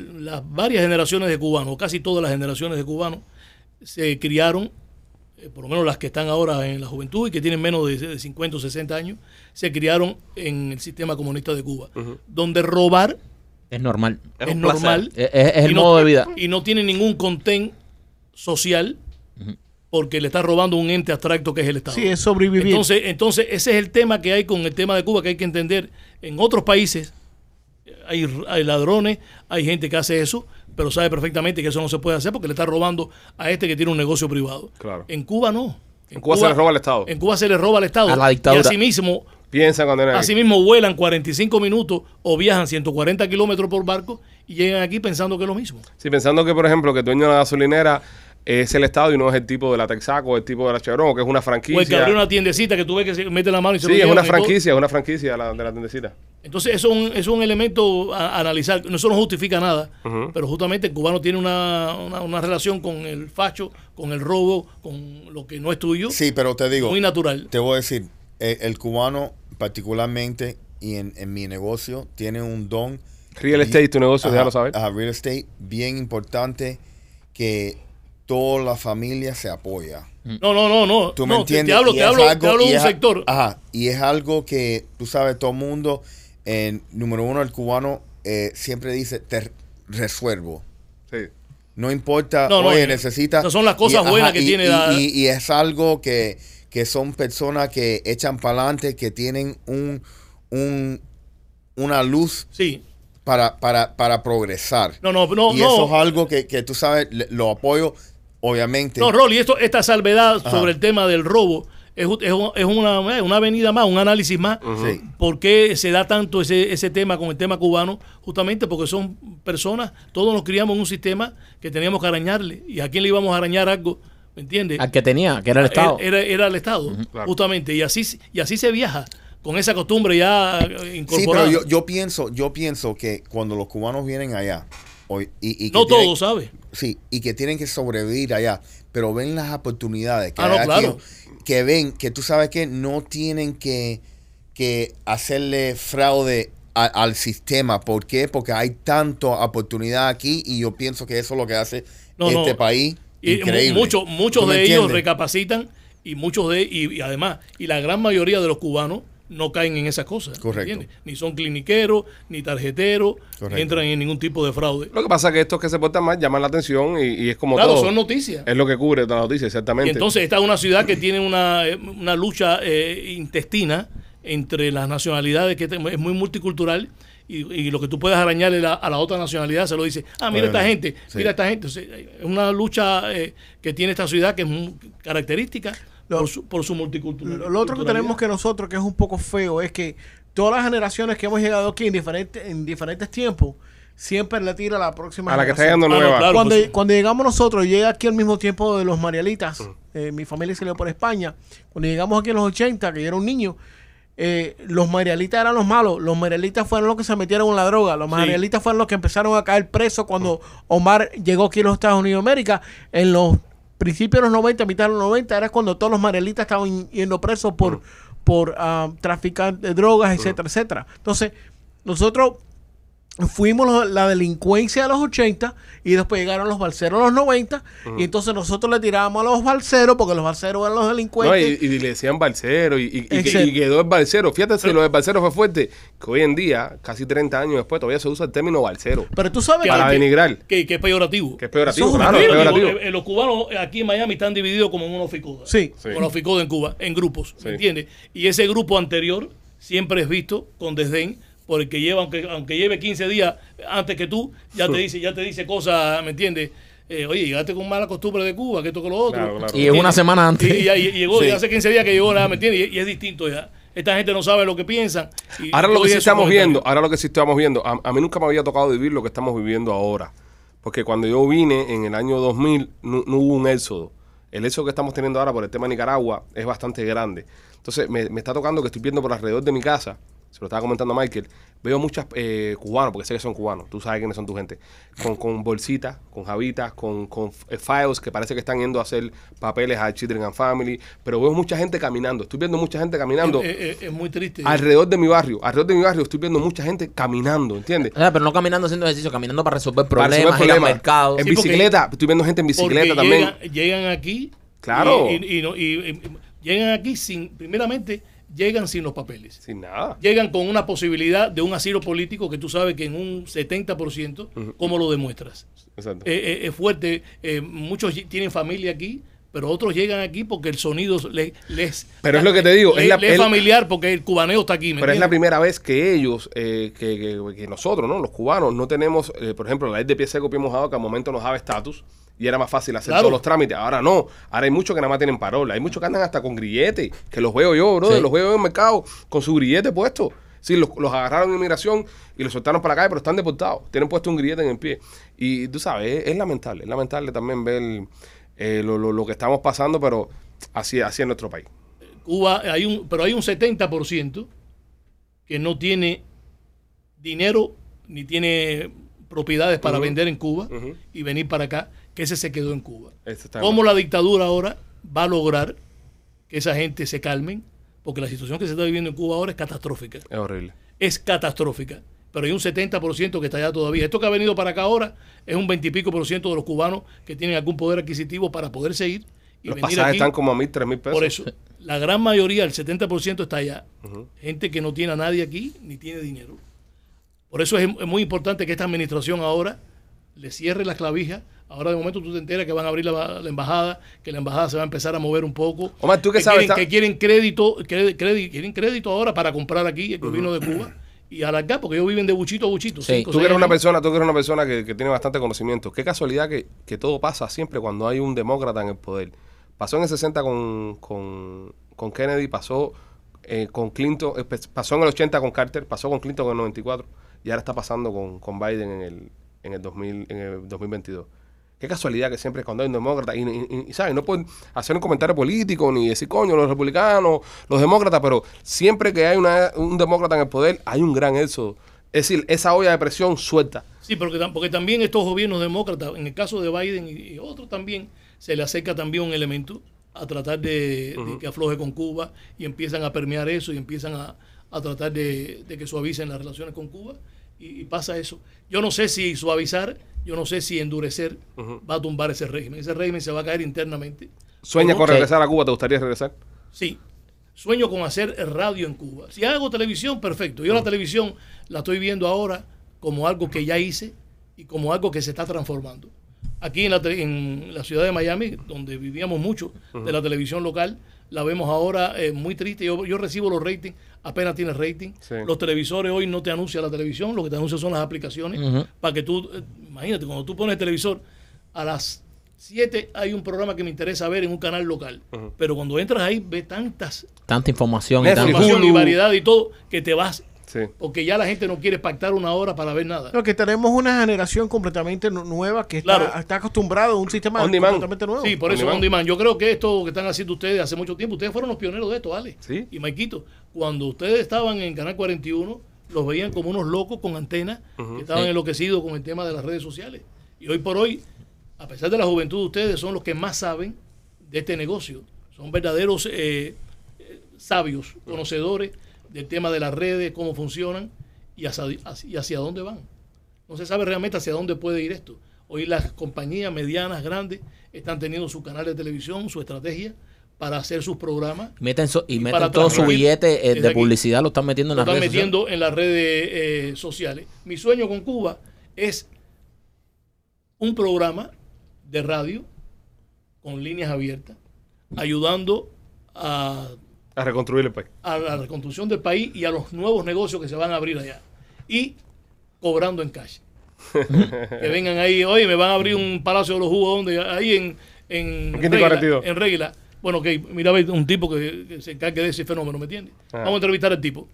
eh, las varias generaciones de cubanos, casi todas las generaciones de cubanos, se criaron, eh, por lo menos las que están ahora en la juventud y que tienen menos de, de 50 o 60 años, se criaron en el sistema comunista de Cuba, donde robar
es normal.
Es
es
un placer. Eh.
normal.
Es, es- es
y
el
no-
modo de vida.
Y no tiene ningún contén social porque le está robando un ente abstracto que es el Estado.
Sí, es sobrevivir.
Entonces, entonces ese es el tema que hay con el tema de Cuba que hay que entender. En otros países eh, hay, r- hay ladrones, hay gente que hace eso, pero sabe perfectamente que eso no se puede hacer porque le está robando a este que tiene un negocio privado.
Claro.
En Cuba no.
En Cuba se le roba al Estado.
En Cuba se le roba al Estado.
A la dictadura.
Y asimismo,
Piensa cuando eres
Así mismo vuelan 45 minutos o viajan 140 kilómetros por barco y llegan aquí pensando que es lo mismo.
Sí, pensando que, por ejemplo, que el dueño de la gasolinera es el Estado y no es el tipo de la Texaco, el tipo de la Chevron, que es una
O el Pues que
franquicia.
abrió una tiendecita que tú ves que se mete la mano y se lo
Sí, es
lleva
una
y todo.
franquicia, es una franquicia la- de la tendecita.
Entonces, eso es un, eso es un elemento a, a analizar. Eso no justifica nada,
Ujú.
pero justamente el cubano tiene una, una, una relación con el facho, con el robo, con lo que no es tuyo,
Sí, pero te digo,
muy natural.
te voy a decir, eh, el cubano particularmente y en, en mi negocio tiene un don
Real estate, tu negocio,
Ajá,
déjalo saber.
Ah,
ajá, real estate, bien importante que toda la familia se apoya.
No, no, no, no.
¿Tú me
No, te-
entiendes?
Te, hablo,
Y
te
es
hablo,
algo-
te hablo
y
de un
es a-
sector.
Ajá, y es algo que, tú sabes, todo el mundo, en número uno, el cubano eh, siempre dice, te resuelvo.
ah.
Sí.
No importa,
No, no,
oye,
eh,
necesita...
esas son las cosas buenas que
y-
tiene
y,
la-
y- y es algo que, que son personas que echan para adelante, que tienen un, un, una luz
Sí.
para, para, para progresar.
No, no, no,
y
no.
eso es algo que, que tú sabes, le- lo apoyo, obviamente.
No, Rolly, esto, esta salvedad
Ajá.
sobre el tema del robo es, ju- es un- es una, es una avenida más, un análisis más.
Sí.
¿Por qué se da tanto ese, ese tema con el tema cubano? Justamente porque son personas, todos nos criamos en un sistema que teníamos que arañarle. ¿Y a quién le íbamos a arañar algo? ¿Me entiendes?
Al que tenía, que era el
Era,
Estado.
era- era el Estado,
Claro.
justamente. Y así, se- y así se viaja, con esa costumbre ya eh,
Sí, pero
incorporada.
yo, yo pienso, yo pienso que cuando los cubanos vienen allá, hoy, y, y que
no
tienen-
todos, ¿sabes?
Sí, y que tienen que sobrevivir allá, pero ven las oportunidades que
Ah, no,
hay aquí,
claro.
que ven que tú sabes que no tienen que, que hacerle fraude a- al sistema. ¿Por qué? Porque hay tanta oportunidad aquí y yo pienso que eso es lo que hace
No, no.
este país.
Y
increíble.
mu- muchos, muchos
¿Tú me
de ellos
entiendes?
recapacitan y muchos de y, y además, y la gran mayoría de los cubanos no caen en esas cosas.
Correcto.
Ni son cliniqueros, ni tarjeteros,
Correcto.
ni entran en ningún tipo de fraude.
Lo que pasa es que estos que se portan mal llaman la atención y, y es como
Claro,
todo.
son noticias.
Es lo que cubre la noticia,
Y
exactamente.
entonces está una ciudad que tiene una, eh, una lucha eh, intestina entre las nacionalidades, que te- es muy multicultural, y, y lo que tú puedes arañarle la- a la otra nacionalidad se lo dice, ah, mira
Bueno,
esta gente,
sí.
mira esta gente. O sea, es una lucha eh, que tiene esta ciudad que es muy característica
Lo-
por su, por su multicultural.
Lo, lo otro que tenemos que nosotros, que es un poco feo, es que todas las generaciones que hemos llegado aquí en, diferente- en diferentes tiempos, siempre le tira a la próxima
a la que está
generación.
llegando
Ah, no,
nueva.
claro.
cuando,
pues-
cuando llegamos nosotros, llega aquí al mismo tiempo de los Marialitas, eh, mi familia salió por España, cuando llegamos aquí en los 80, que yo era un niño, eh, los Marialitas eran los malos, los Marialitas fueron los que se metieron en la droga, los Marialitas fueron los que empezaron a caer presos cuando Omar llegó aquí a los Estados Unidos de América, en los principios de los 90, mitad de los 90, era cuando todos los Marialitas estaban yendo presos por, por ah, traficar de drogas, etcétera, etcétera. Entonces, nosotros fuimos los- la delincuencia de los 80 y después llegaron los balseros de los 90 y entonces nosotros le tirábamos a los balseros porque los balseros eran los
No, y,
delincuentes.
y le decían balsero y, y- y-
Exacto.
y quedó el balsero. Fíjate si lo del balsero fue fuerte, que hoy en día, casi 30 años después, todavía se usa el término balsero
pero tú sabes
para
que-
denigrar,
Que, que es peyorativo.
que es peorativo,
Eso es
claro, es
Pero digo,
peyorativo.
eh, eh, los cubanos aquí en Miami están divididos como en unos ficudas.
Sí.
Sí.
Con los ficudos en Cuba, en grupos,
Sí.
¿me entiendes? Y ese grupo anterior siempre es visto con desdén por el que lleva, aunque, aunque lleve 15 días antes que tú, ya te dice, ya te dice cosas, ¿me entiendes? Eh, oye, llegaste con mala costumbre de Cuba, que esto con lo otro.
Claro, claro.
Y es una semana antes.
Y, y- y llegó,
Sí.
y hace 15 días que llegó, nada, ¿me entiendes? Y, y es distinto ya. Esta gente no sabe lo que piensan. y-
Ahora lo
y
que sí
eso
estamos
comentario.
viendo, ahora lo que sí estamos viendo, a, a mí nunca me había tocado vivir lo que estamos viviendo ahora. Porque cuando yo vine en el año 2000 no, no hubo un éxodo. El éxodo que estamos teniendo ahora por el tema de Nicaragua es bastante grande. Entonces me, me está tocando que estoy viendo por alrededor de mi casa, se lo estaba comentando a Michael, veo muchas eh, cubanos, porque sé que son cubanos, tú sabes quiénes son tu gente, con, con bolsitas, con jabitas, con, con eh, files que parece que están yendo a hacer papeles a Children and Family, pero veo mucha gente caminando, estoy viendo mucha gente caminando
Eh, eh, es muy triste.
alrededor de mi barrio, alrededor de mi barrio estoy viendo mucha gente caminando, ¿entiendes?
O sea, pero no caminando haciendo ejercicio, caminando para resolver
Para
problemas,
resolver
ir al
problemas.
mercado.
En
Sí, porque-
bicicleta, estoy viendo gente en bicicleta
Porque
también.
Llegan, llegan aquí.
Claro.
Y, y- y no- y- y- llegan aquí sin, primeramente, llegan sin los papeles.
Sin nada.
Llegan con una posibilidad de un asilo político que tú sabes que en un 70%, ¿cómo lo demuestras?
Exacto.
Eh, eh, es fuerte. eh, muchos lle- tienen familia aquí, pero otros llegan aquí porque el sonido le- les.
Pero es lo que te digo, es
le-
la-
le es
el-
familiar porque el cubaneo está aquí. ¿me
Pero es la
entiendes?
primera vez que ellos, eh, que, que- que nosotros, ¿no? Los cubanos, no tenemos, eh, por ejemplo, la ley de pie seco, pie mojado, que al momento nos daba estatus y era más fácil hacer
Claro.
todos los trámites. Ahora no. Ahora hay muchos que nada más tienen parola. Hay muchos que andan hasta con grillete, que los veo yo, bro,
Sí.
los veo yo en el mercado con su grillete puesto. Sí, los, los agarraron en inmigración y los soltaron para la calle, pero están deportados. Tienen puesto un grillete en el pie. Y tú sabes, es, es lamentable. Es lamentable también ver eh, lo, lo- lo que estamos pasando, pero así, así es nuestro país.
Cuba, hay un, pero hay un 70% que no tiene dinero ni tiene propiedades para vender en Cuba
Ujú.
y venir para acá, que ese se quedó en Cuba.
Eso está
¿Cómo la dictadura ahora va a lograr que esa gente se calmen? Porque la situación que se está viviendo en Cuba ahora es catastrófica.
Es horrible.
Es catastrófica. Pero hay un 70% que está allá todavía. Esto que ha venido para acá ahora es un 20 y pico por ciento de los cubanos que tienen algún poder adquisitivo para poderse ir y
Los
venir
pasajes
aquí.
están como a mil, tres mil pesos.
Por eso, la gran mayoría, el 70% está allá. Gente que no tiene a nadie aquí ni tiene dinero. Por eso es, es muy importante que esta administración ahora le cierre las clavijas. Ahora de momento tú te enteras que van a abrir la, la embajada, que la embajada se va a empezar a mover un poco.
Omar, ¿tú qué sabes?
Quieren,
Está-
que quieren crédito, cre- credi- quieren crédito ahora para comprar aquí el vino de Cuba y alargar, porque ellos viven de buchito a buchito.
Sí.
cinco,
Tú que
seis
eres una
años.
persona, tú que eres una persona que, que tiene bastante conocimiento. Qué casualidad que, que todo pasa siempre cuando hay un demócrata en el poder. Pasó en el 60 con, con, con Kennedy, pasó eh, con Clinton, eh, pe- pasó en el 80 con Carter, pasó con Clinton en el 94 y ahora está pasando con, con Biden en el, en, el 2000, en el 2022. Qué casualidad que siempre cuando hay un demócrata, y, y- y, ¿sabes? No pueden hacer un comentario político ni decir, coño, los republicanos, los demócratas, pero siempre que hay una- un demócrata en el poder, hay un gran éxodo. Es decir, esa olla de presión suelta.
Sí, porque, tam- porque también estos gobiernos demócratas, en el caso de Biden y, y otros también, se le acerca también un elemento a tratar de, de que afloje con Cuba y empiezan a permear eso y empiezan a, a tratar de, de que suavicen las relaciones con Cuba y, y pasa eso. Yo no sé si suavizar, yo no sé si endurecer va a tumbar ese régimen. Ese régimen se va a caer internamente.
Sueña
¿O no?
con regresar a Cuba, ¿te gustaría regresar?
Sí. Sueño con hacer radio en Cuba. Si hago televisión, perfecto. Yo la televisión la estoy viendo ahora como algo que ya hice y como algo que se está transformando. Aquí en la, te- en la ciudad de Miami, donde vivíamos mucho de la televisión local, la vemos ahora eh, muy triste. Yo, yo recibo los ratings, apenas tiene rating.
Sí.
Los televisores hoy no te anuncia la televisión, lo que te anuncia son las aplicaciones. Para que tú, eh, imagínate, cuando tú pones el televisor, a las 7 hay un programa que me interesa ver en un canal local. Pero cuando entras ahí, ves tantas
Tanta información y
Netflix.
tanta-
información y
Hulu.
variedad y todo, que te vas.
Sí.
Porque ya la gente no quiere pactar una hora para ver nada.
No, que tenemos una generación completamente nu- nueva que está,
Claro.
está acostumbrada a un sistema
On demand.
completamente nuevo.
Sí, por eso
On demand.
on demand. Yo creo que esto que están haciendo ustedes hace mucho tiempo, ustedes fueron los pioneros de esto, Ale.
Sí.
Y Maikito, cuando ustedes estaban en Canal 41, los veían como unos locos con antenas, que estaban
Sí.
enloquecidos con el tema de las redes sociales. Y hoy por hoy, a pesar de la juventud de ustedes, son los que más saben de este negocio. Son verdaderos eh, eh, sabios, conocedores del tema de las redes, cómo funcionan y hacia, y hacia dónde van. No se sabe realmente hacia dónde puede ir esto. Hoy las compañías medianas, grandes, están teniendo su canal de televisión, su estrategia para hacer sus programas.
Meten so- y,
Y
meten
para
todo su
transmitir
billete eh,
desde
de
aquí.
publicidad, lo están metiendo en
Lo
las
están
redes sociales.
metiendo en las redes eh, sociales. Mi sueño con Cuba es un programa de radio con líneas abiertas, ayudando a
A pues. reconstruir el país.
a la reconstrucción del país y a los nuevos negocios que se van a abrir allá. Y cobrando en cash. que vengan ahí, oye, me van a abrir un Palacio de los Jugos donde ahí en en
En Quinta y
Regla,
42.
en Regla. Bueno, ok, mira, ve un tipo que, que se encargue de ese fenómeno, ¿me entiendes?
Ah.
Vamos a entrevistar al tipo.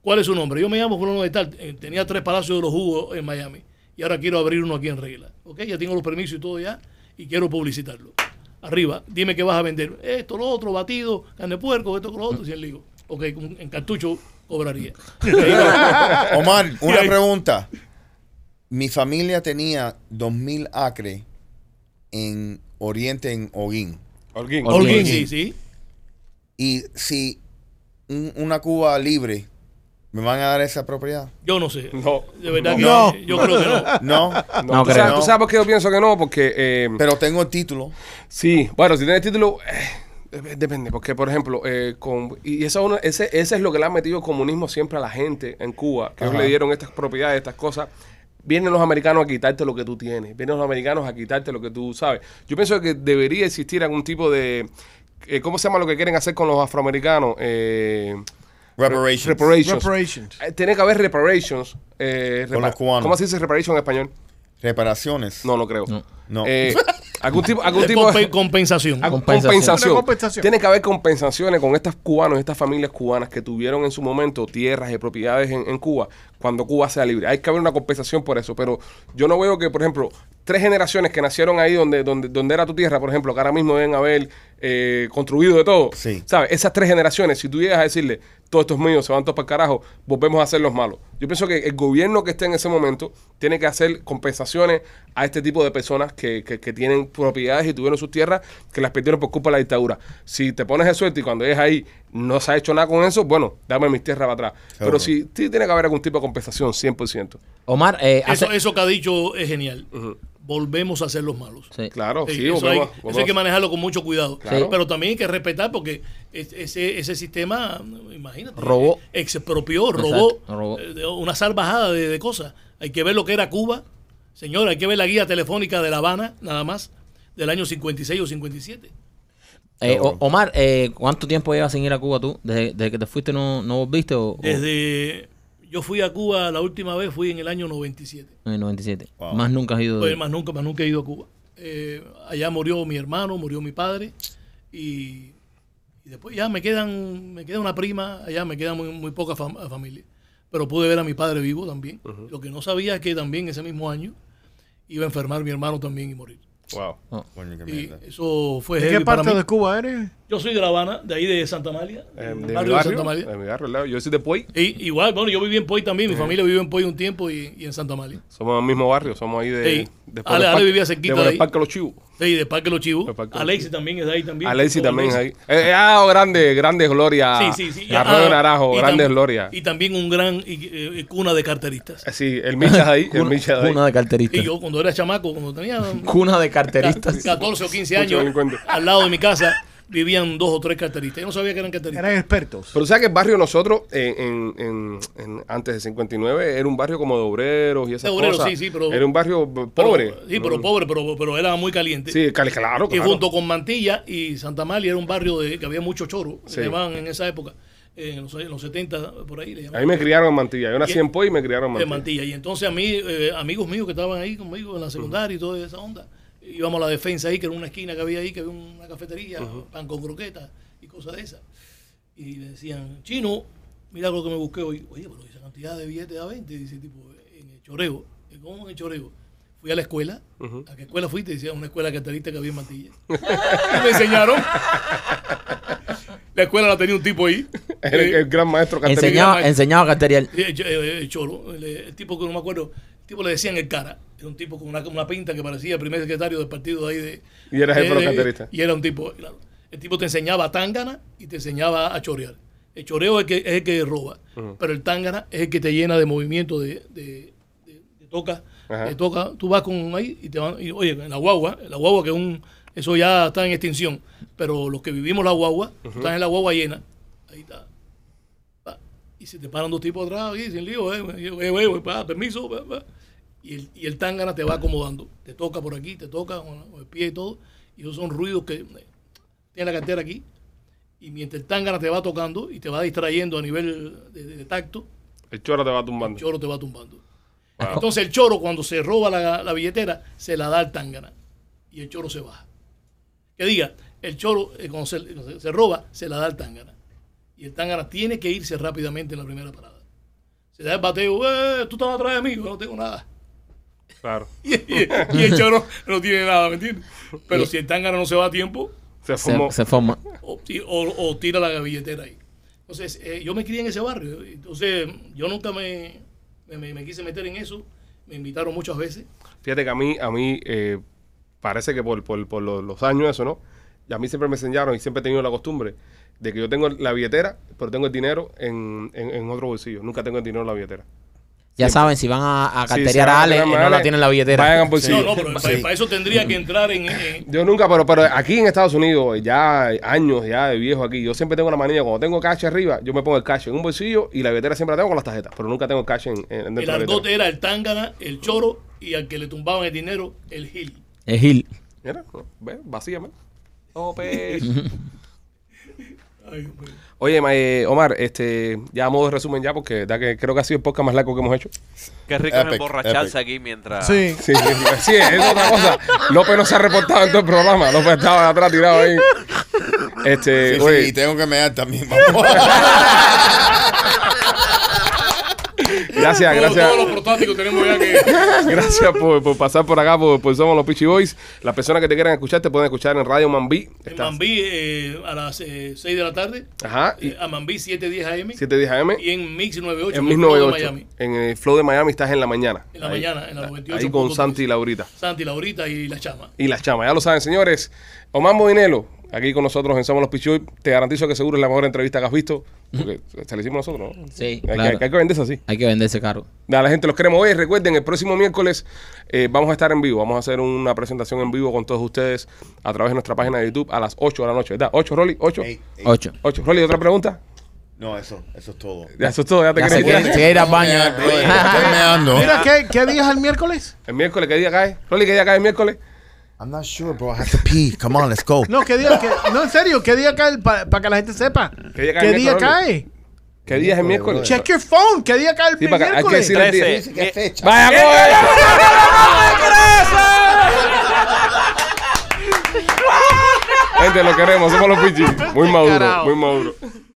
¿Cuál es su nombre? Yo me llamo Fulano de Tal. eh, Tenía tres Palacios de los Jugos en Miami. Y ahora quiero abrir uno aquí en Regla. Ok, ya tengo los permisos y todo ya. Y quiero publicitarlo. Arriba, dime qué vas a vender. Esto, lo otro, batido, carne de puerco, esto, lo otro, 100 ligo. Ok, con- en cartucho cobraría.
Omar, una
ahí-
pregunta. Mi familia tenía 2000 acres en Oriente, en Hoguín.
Holguín.
Holguín.
Holguín, sí, sí.
Y si un- una Cuba libre, ¿me van a dar esa propiedad?
Yo no sé.
No.
De verdad que
No.
yo creo que no.
No,
No,
No
¿tú,
creo.
sabes,
No.
tú sabes por qué yo pienso que no? Porque eh,
pero tengo el título.
sí, bueno, si tienes título, eh, dep- depende. Porque, por ejemplo, eh, con, y eso, uno- ese, ese es lo que le ha metido el comunismo siempre a la gente en Cuba, que ellos
Ajá.
le dieron estas propiedades, estas cosas. Vienen los americanos a quitarte lo que tú tienes, vienen los americanos a quitarte lo que tú sabes. Yo pienso que debería existir algún tipo de... eh, ¿Cómo se llama lo que quieren hacer con los afroamericanos? Eh,
Reparations.
reparations.
Reparations.
Eh, Tiene que haber reparations. eh,
Con los cubanos.
¿Cómo se dice reparation en español?
Reparaciones.
No, no creo.
No.
No.
Eh, algún tipo, algún
Es
tipo
compe- compensación.
algún- Ah,
Compensación.
compensación.
Una compensación.
Tiene que haber compensaciones con estas cubanos, estas familias cubanas que tuvieron en su momento tierras y propiedades en, en Cuba cuando Cuba sea libre. Hay que haber una compensación por eso, pero yo no veo que, por ejemplo, tres generaciones que nacieron ahí donde, donde, donde era tu tierra, por ejemplo, que ahora mismo deben haber eh, construido de todo.
Sí.
¿Sabes? Esas tres generaciones, si tú llegas a decirle, todos estos míos se van todos para el carajo, volvemos a ser los malos. Yo pienso que el gobierno que esté en ese momento tiene que hacer compensaciones a este tipo de personas que, que- que tienen propiedades y tuvieron sus tierras, que las perdieron por culpa de la dictadura. Si te pones de suerte y cuando llegas ahí no se ha hecho nada con eso, bueno, dame mis tierras para atrás. Pero
Seguro.
sí, sí tiene que haber algún tipo de compensación, 100%.
Omar, eh, hace-
Eso, eso que ha dicho es genial. Volvemos a ser los malos.
sí.
Claro,
Eh,
sí,
eso, hay,
volvemos-
eso hay
volvemos.
que manejarlo con mucho cuidado.
Claro.
Pero también hay que respetar porque es- ese, ese sistema, imagínate,
Robó.
expropió,
Exacto,
robó,
robó.
eh, de- una salvajada de, de cosas. Hay que ver lo que era Cuba. Señor, hay que ver la guía telefónica de La Habana, nada más, del año 56 o 57.
Eh, o- Omar, eh, ¿cuánto tiempo llevas sin ir a Cuba tú? ¿Desde, desde que te fuiste no, no volviste o, o-
Desde yo fui a Cuba la última vez, fui en el año 97.
en el 97?
Wow.
Más nunca has ido. de-
Pues más nunca, más nunca he ido a Cuba. Eh, allá murió mi hermano, murió mi padre y, y después ya me quedan, me queda una prima, allá me queda muy, muy poca fam- familia. Pero pude ver a mi padre vivo también. Lo que no sabía es que también ese mismo año iba a enfermar mi hermano también y morir.
Wow.
Coño, qué
Y eh,
mierda.
eso fue
¿De qué
heavy para
parte
mí.
de Cuba eres?
Yo soy de La Habana, de ahí de Santa Amalia,
Eh,
del
de mi
barrio de
barrio,
Santa Amalia.
de mi barrio, al lado. yo soy de Puey,
Y, igual, bueno, yo viví en Poi también, mi familia vivió en Poi un tiempo y, y en Santa Amalia.
somos del mismo barrio, somos ahí de...
Ey,
de
Ale-
por el
Ale
parque-
vivía cerquita
de por el
de ahí.
Parque Los Chivos.
Sí, de Parque Los Chivos.
De Parque Los
Alexis
Chivos.
también es de ahí también.
Alexis
Todo
también es
Alexis.
ahí. Eh, eh, ah, grande, grande gloria.
Sí, sí, sí.
Arroyo
Ah,
de Naranjo,
y
grande
tam-
gloria.
Y también un gran y- eh, cuna de carteristas.
Eh, Sí, el Micha de ahí, el Micha de ahí.
Cuna de carteristas.
Y yo cuando era chamaco, cuando tenía
Cuna de
ca-
carteristas.
14 o 15
Mucho
años,
delincuente.
al lado de mi casa, vivían dos o tres carteristas. Yo no sabía que eran carteristas.
Eran expertos.
Pero sabes que el barrio de nosotros, eh, en, en- en- antes de 59, era un barrio como de obreros y esas
De obreros,
cosas.
sí, sí, pero-
Era un barrio b-
Pero-
pobre.
Sí, pero
Mm.
pobre, pero, pero era muy caliente.
Sí, cali- claro,
Y
claro.
junto con Mantilla y Santa María era un barrio de, que había mucho choro.
Sí.
Se llamaban en esa época, eh, en, los, en los 70, por ahí. Le
A
llamaban
mí me criaron en Mantilla. Yo nací
Y-
en Poi y me criaron en
de
Mantilla.
Mantilla. Y entonces a mí, eh, amigos míos que estaban ahí conmigo en la secundaria y toda esa onda, íbamos a la defensa ahí, que era una esquina que había ahí, que había una cafetería, pan con croquetas y cosas de esas. Y le decían, chino, mira lo que me busqué hoy. Oye, pero esa cantidad de billetes da 20, dice el tipo, en el choreo. ¿Cómo en el choreo? Fui a la escuela. ¿A qué escuela fuiste? Decía, una escuela catarista que había en Mantilla. y me enseñaron. la escuela la tenía un tipo ahí.
Era el, el gran maestro Caterina.
Enseñaba, enseñaba carterial.
Eh, yo- eh, eh, Cholo, el, eh, el tipo que no me acuerdo, el tipo le decían el cara, era un tipo con una, una pinta que parecía el primer secretario del partido de ahí de...
Y era
de-
jefe
de-
locaterista.
Eh, Y era un tipo, claro. El tipo te enseñaba a tángana y te enseñaba a chorear. El choreo es el que, es el que roba, pero el tángana es el que te llena de movimiento, de, de- de- de toca,
Ajá.
de toca. Tú vas con ahí y te van, y, oye, en la guagua, en la guagua que es un, eso ya está en extinción, pero los que vivimos la guagua, tú estás en la guagua llena, ahí está. Pa. Y se te paran dos tipos atrás, oye, sin lío, eh, eh, eh, eh, pa, permiso. pa, pa. Y, el, y el tangana te va acomodando. Te toca por aquí, te toca con, con el pie y todo. Y esos son ruidos que eh, tiene la cartera aquí. Y mientras el tangana te va tocando y te va distrayendo a nivel de, de- de tacto,
El choro te va
el
tumbando.
choro te va tumbando. Entonces el choro cuando se roba la, la billetera, se la da al tangana. Y el choro se baja. Que diga, el choro eh, cuando se, cuando se- se roba, se la da al tangana. Y el tangana tiene que irse rápidamente en la primera parada. Se da el bateo, "Eh, tú estabas atrás de mí, yo no tengo nada.
Claro.
Y, y- y el choro no tiene nada, ¿me entiendes? Pero si el tangana no se va a tiempo,
Se fumó.
Se, se forma.
o, ti- o- o tira la billetera ahí. Entonces, eh, yo me crié en ese barrio. Entonces, yo nunca me, me, me- me quise meter en eso. Me invitaron muchas veces.
Fíjate que a mí, a mí eh, parece que por, por- por los, los años eso, ¿no? Y a mí siempre me enseñaron y siempre he tenido la costumbre de que yo tengo la billetera, pero tengo el dinero en, en- en otro bolsillo. Nunca tengo el dinero en la billetera.
Ya saben, si van a, a
Sí,
carteriar
sí,
a Ale,
vayan
y
a
no la
Ale,
tienen en la billetera.
Vayan al bolsillo.
no, no, pero
sí.
para, para eso tendría que entrar en... en-
Yo nunca, pero, pero aquí en Estados Unidos, ya años ya de viejo aquí, yo siempre tengo la manía, cuando tengo cash arriba, yo me pongo el cash en un bolsillo y la billetera siempre la tengo con las tarjetas, pero nunca tengo cash en, en- dentro de
el
la billetera.
argote era el tángana, el choro y al que le tumbaban el dinero, el gil.
Es Gil.
Mira, no, ve, vacíame. No, pues.
Ay, Dios mío.
Oye, ma- eh, Omar, este, ya a modo de resumen ya, porque de verdad que creo que ha sido el podcast más largo que hemos hecho.
Qué rico
Epic,
es emborracharse
epic.
aquí
Ah.
mientras.
Sí.
Sí, sí, es otra cosa. López no se ha reportado en todo el programa. López estaba atrás tirado ahí. Este,
Sí, sí,
oye,
y tengo que mear también. mamá.
gracias,
Todos,
gracias.
todos los prostáticos tenemos ya que...
Gracias por, por pasar por acá, por, por Somos los Peachy Boys. Las personas que te quieran escuchar te pueden escuchar en Radio Mambí.
En
Estás-
Mambí eh, a las 6 de la tarde,
Ajá, y
eh, a Mambí 7.10 AM
710 AM.
y en Mix
En
98, el Flow de
1998.
Miami.
En el Flow de Miami estás en la mañana.
En la
Ahí.
mañana, en la 98.
Ahí con Santi y Laurita.
Santi, Laurita y la chama.
y las chamas. Ya lo saben, señores. Omar Moinelo, aquí con nosotros en Somos los Pichoy. Te garantizo que seguro es la mejor entrevista que has visto. Porque se la hicimos nosotros, ¿no?
Sí,
Hay, que-
claro.
hay que venderse así.
Hay que vender ese carro.
Nada, la gente los queremos hoy. Recuerden, el próximo miércoles eh, vamos a estar en vivo. Vamos a hacer una presentación en vivo con todos ustedes a través de nuestra página de YouTube a las 8 de la noche. ¿Verdad? 8, Rolly, 8.
Ey, ey.
Ocho.
8. Rolly, ¿otra pregunta?
No, eso, eso es todo.
Ya, eso es todo. Ya te
Ya
querés
se quiere,
ir.
se quiere ir al baño.
Mear, brother, Estoy meando.
Mira, ¿qué, ¿qué día es el miércoles?
El miércoles, ¿qué día cae? Rolly, ¿qué día cae el miércoles?
I'm not sure, bro. I have to pee. Come on, let's go.
No, ¿qué día? qué- no, en serio, ¿qué día cae? Para que la gente sepa.
¿Qué día cae
¿Qué
el
día
miércoles?
cae?
¿Qué día es el miércoles?
Check your phone. ¿Qué día cae el
Sí, para que- hay que
miércoles?
decir el día.
13.
¿Qué fecha?
¡Vaya, coño! Gente, lo queremos, somos los pichis. Muy maduro, muy maduro.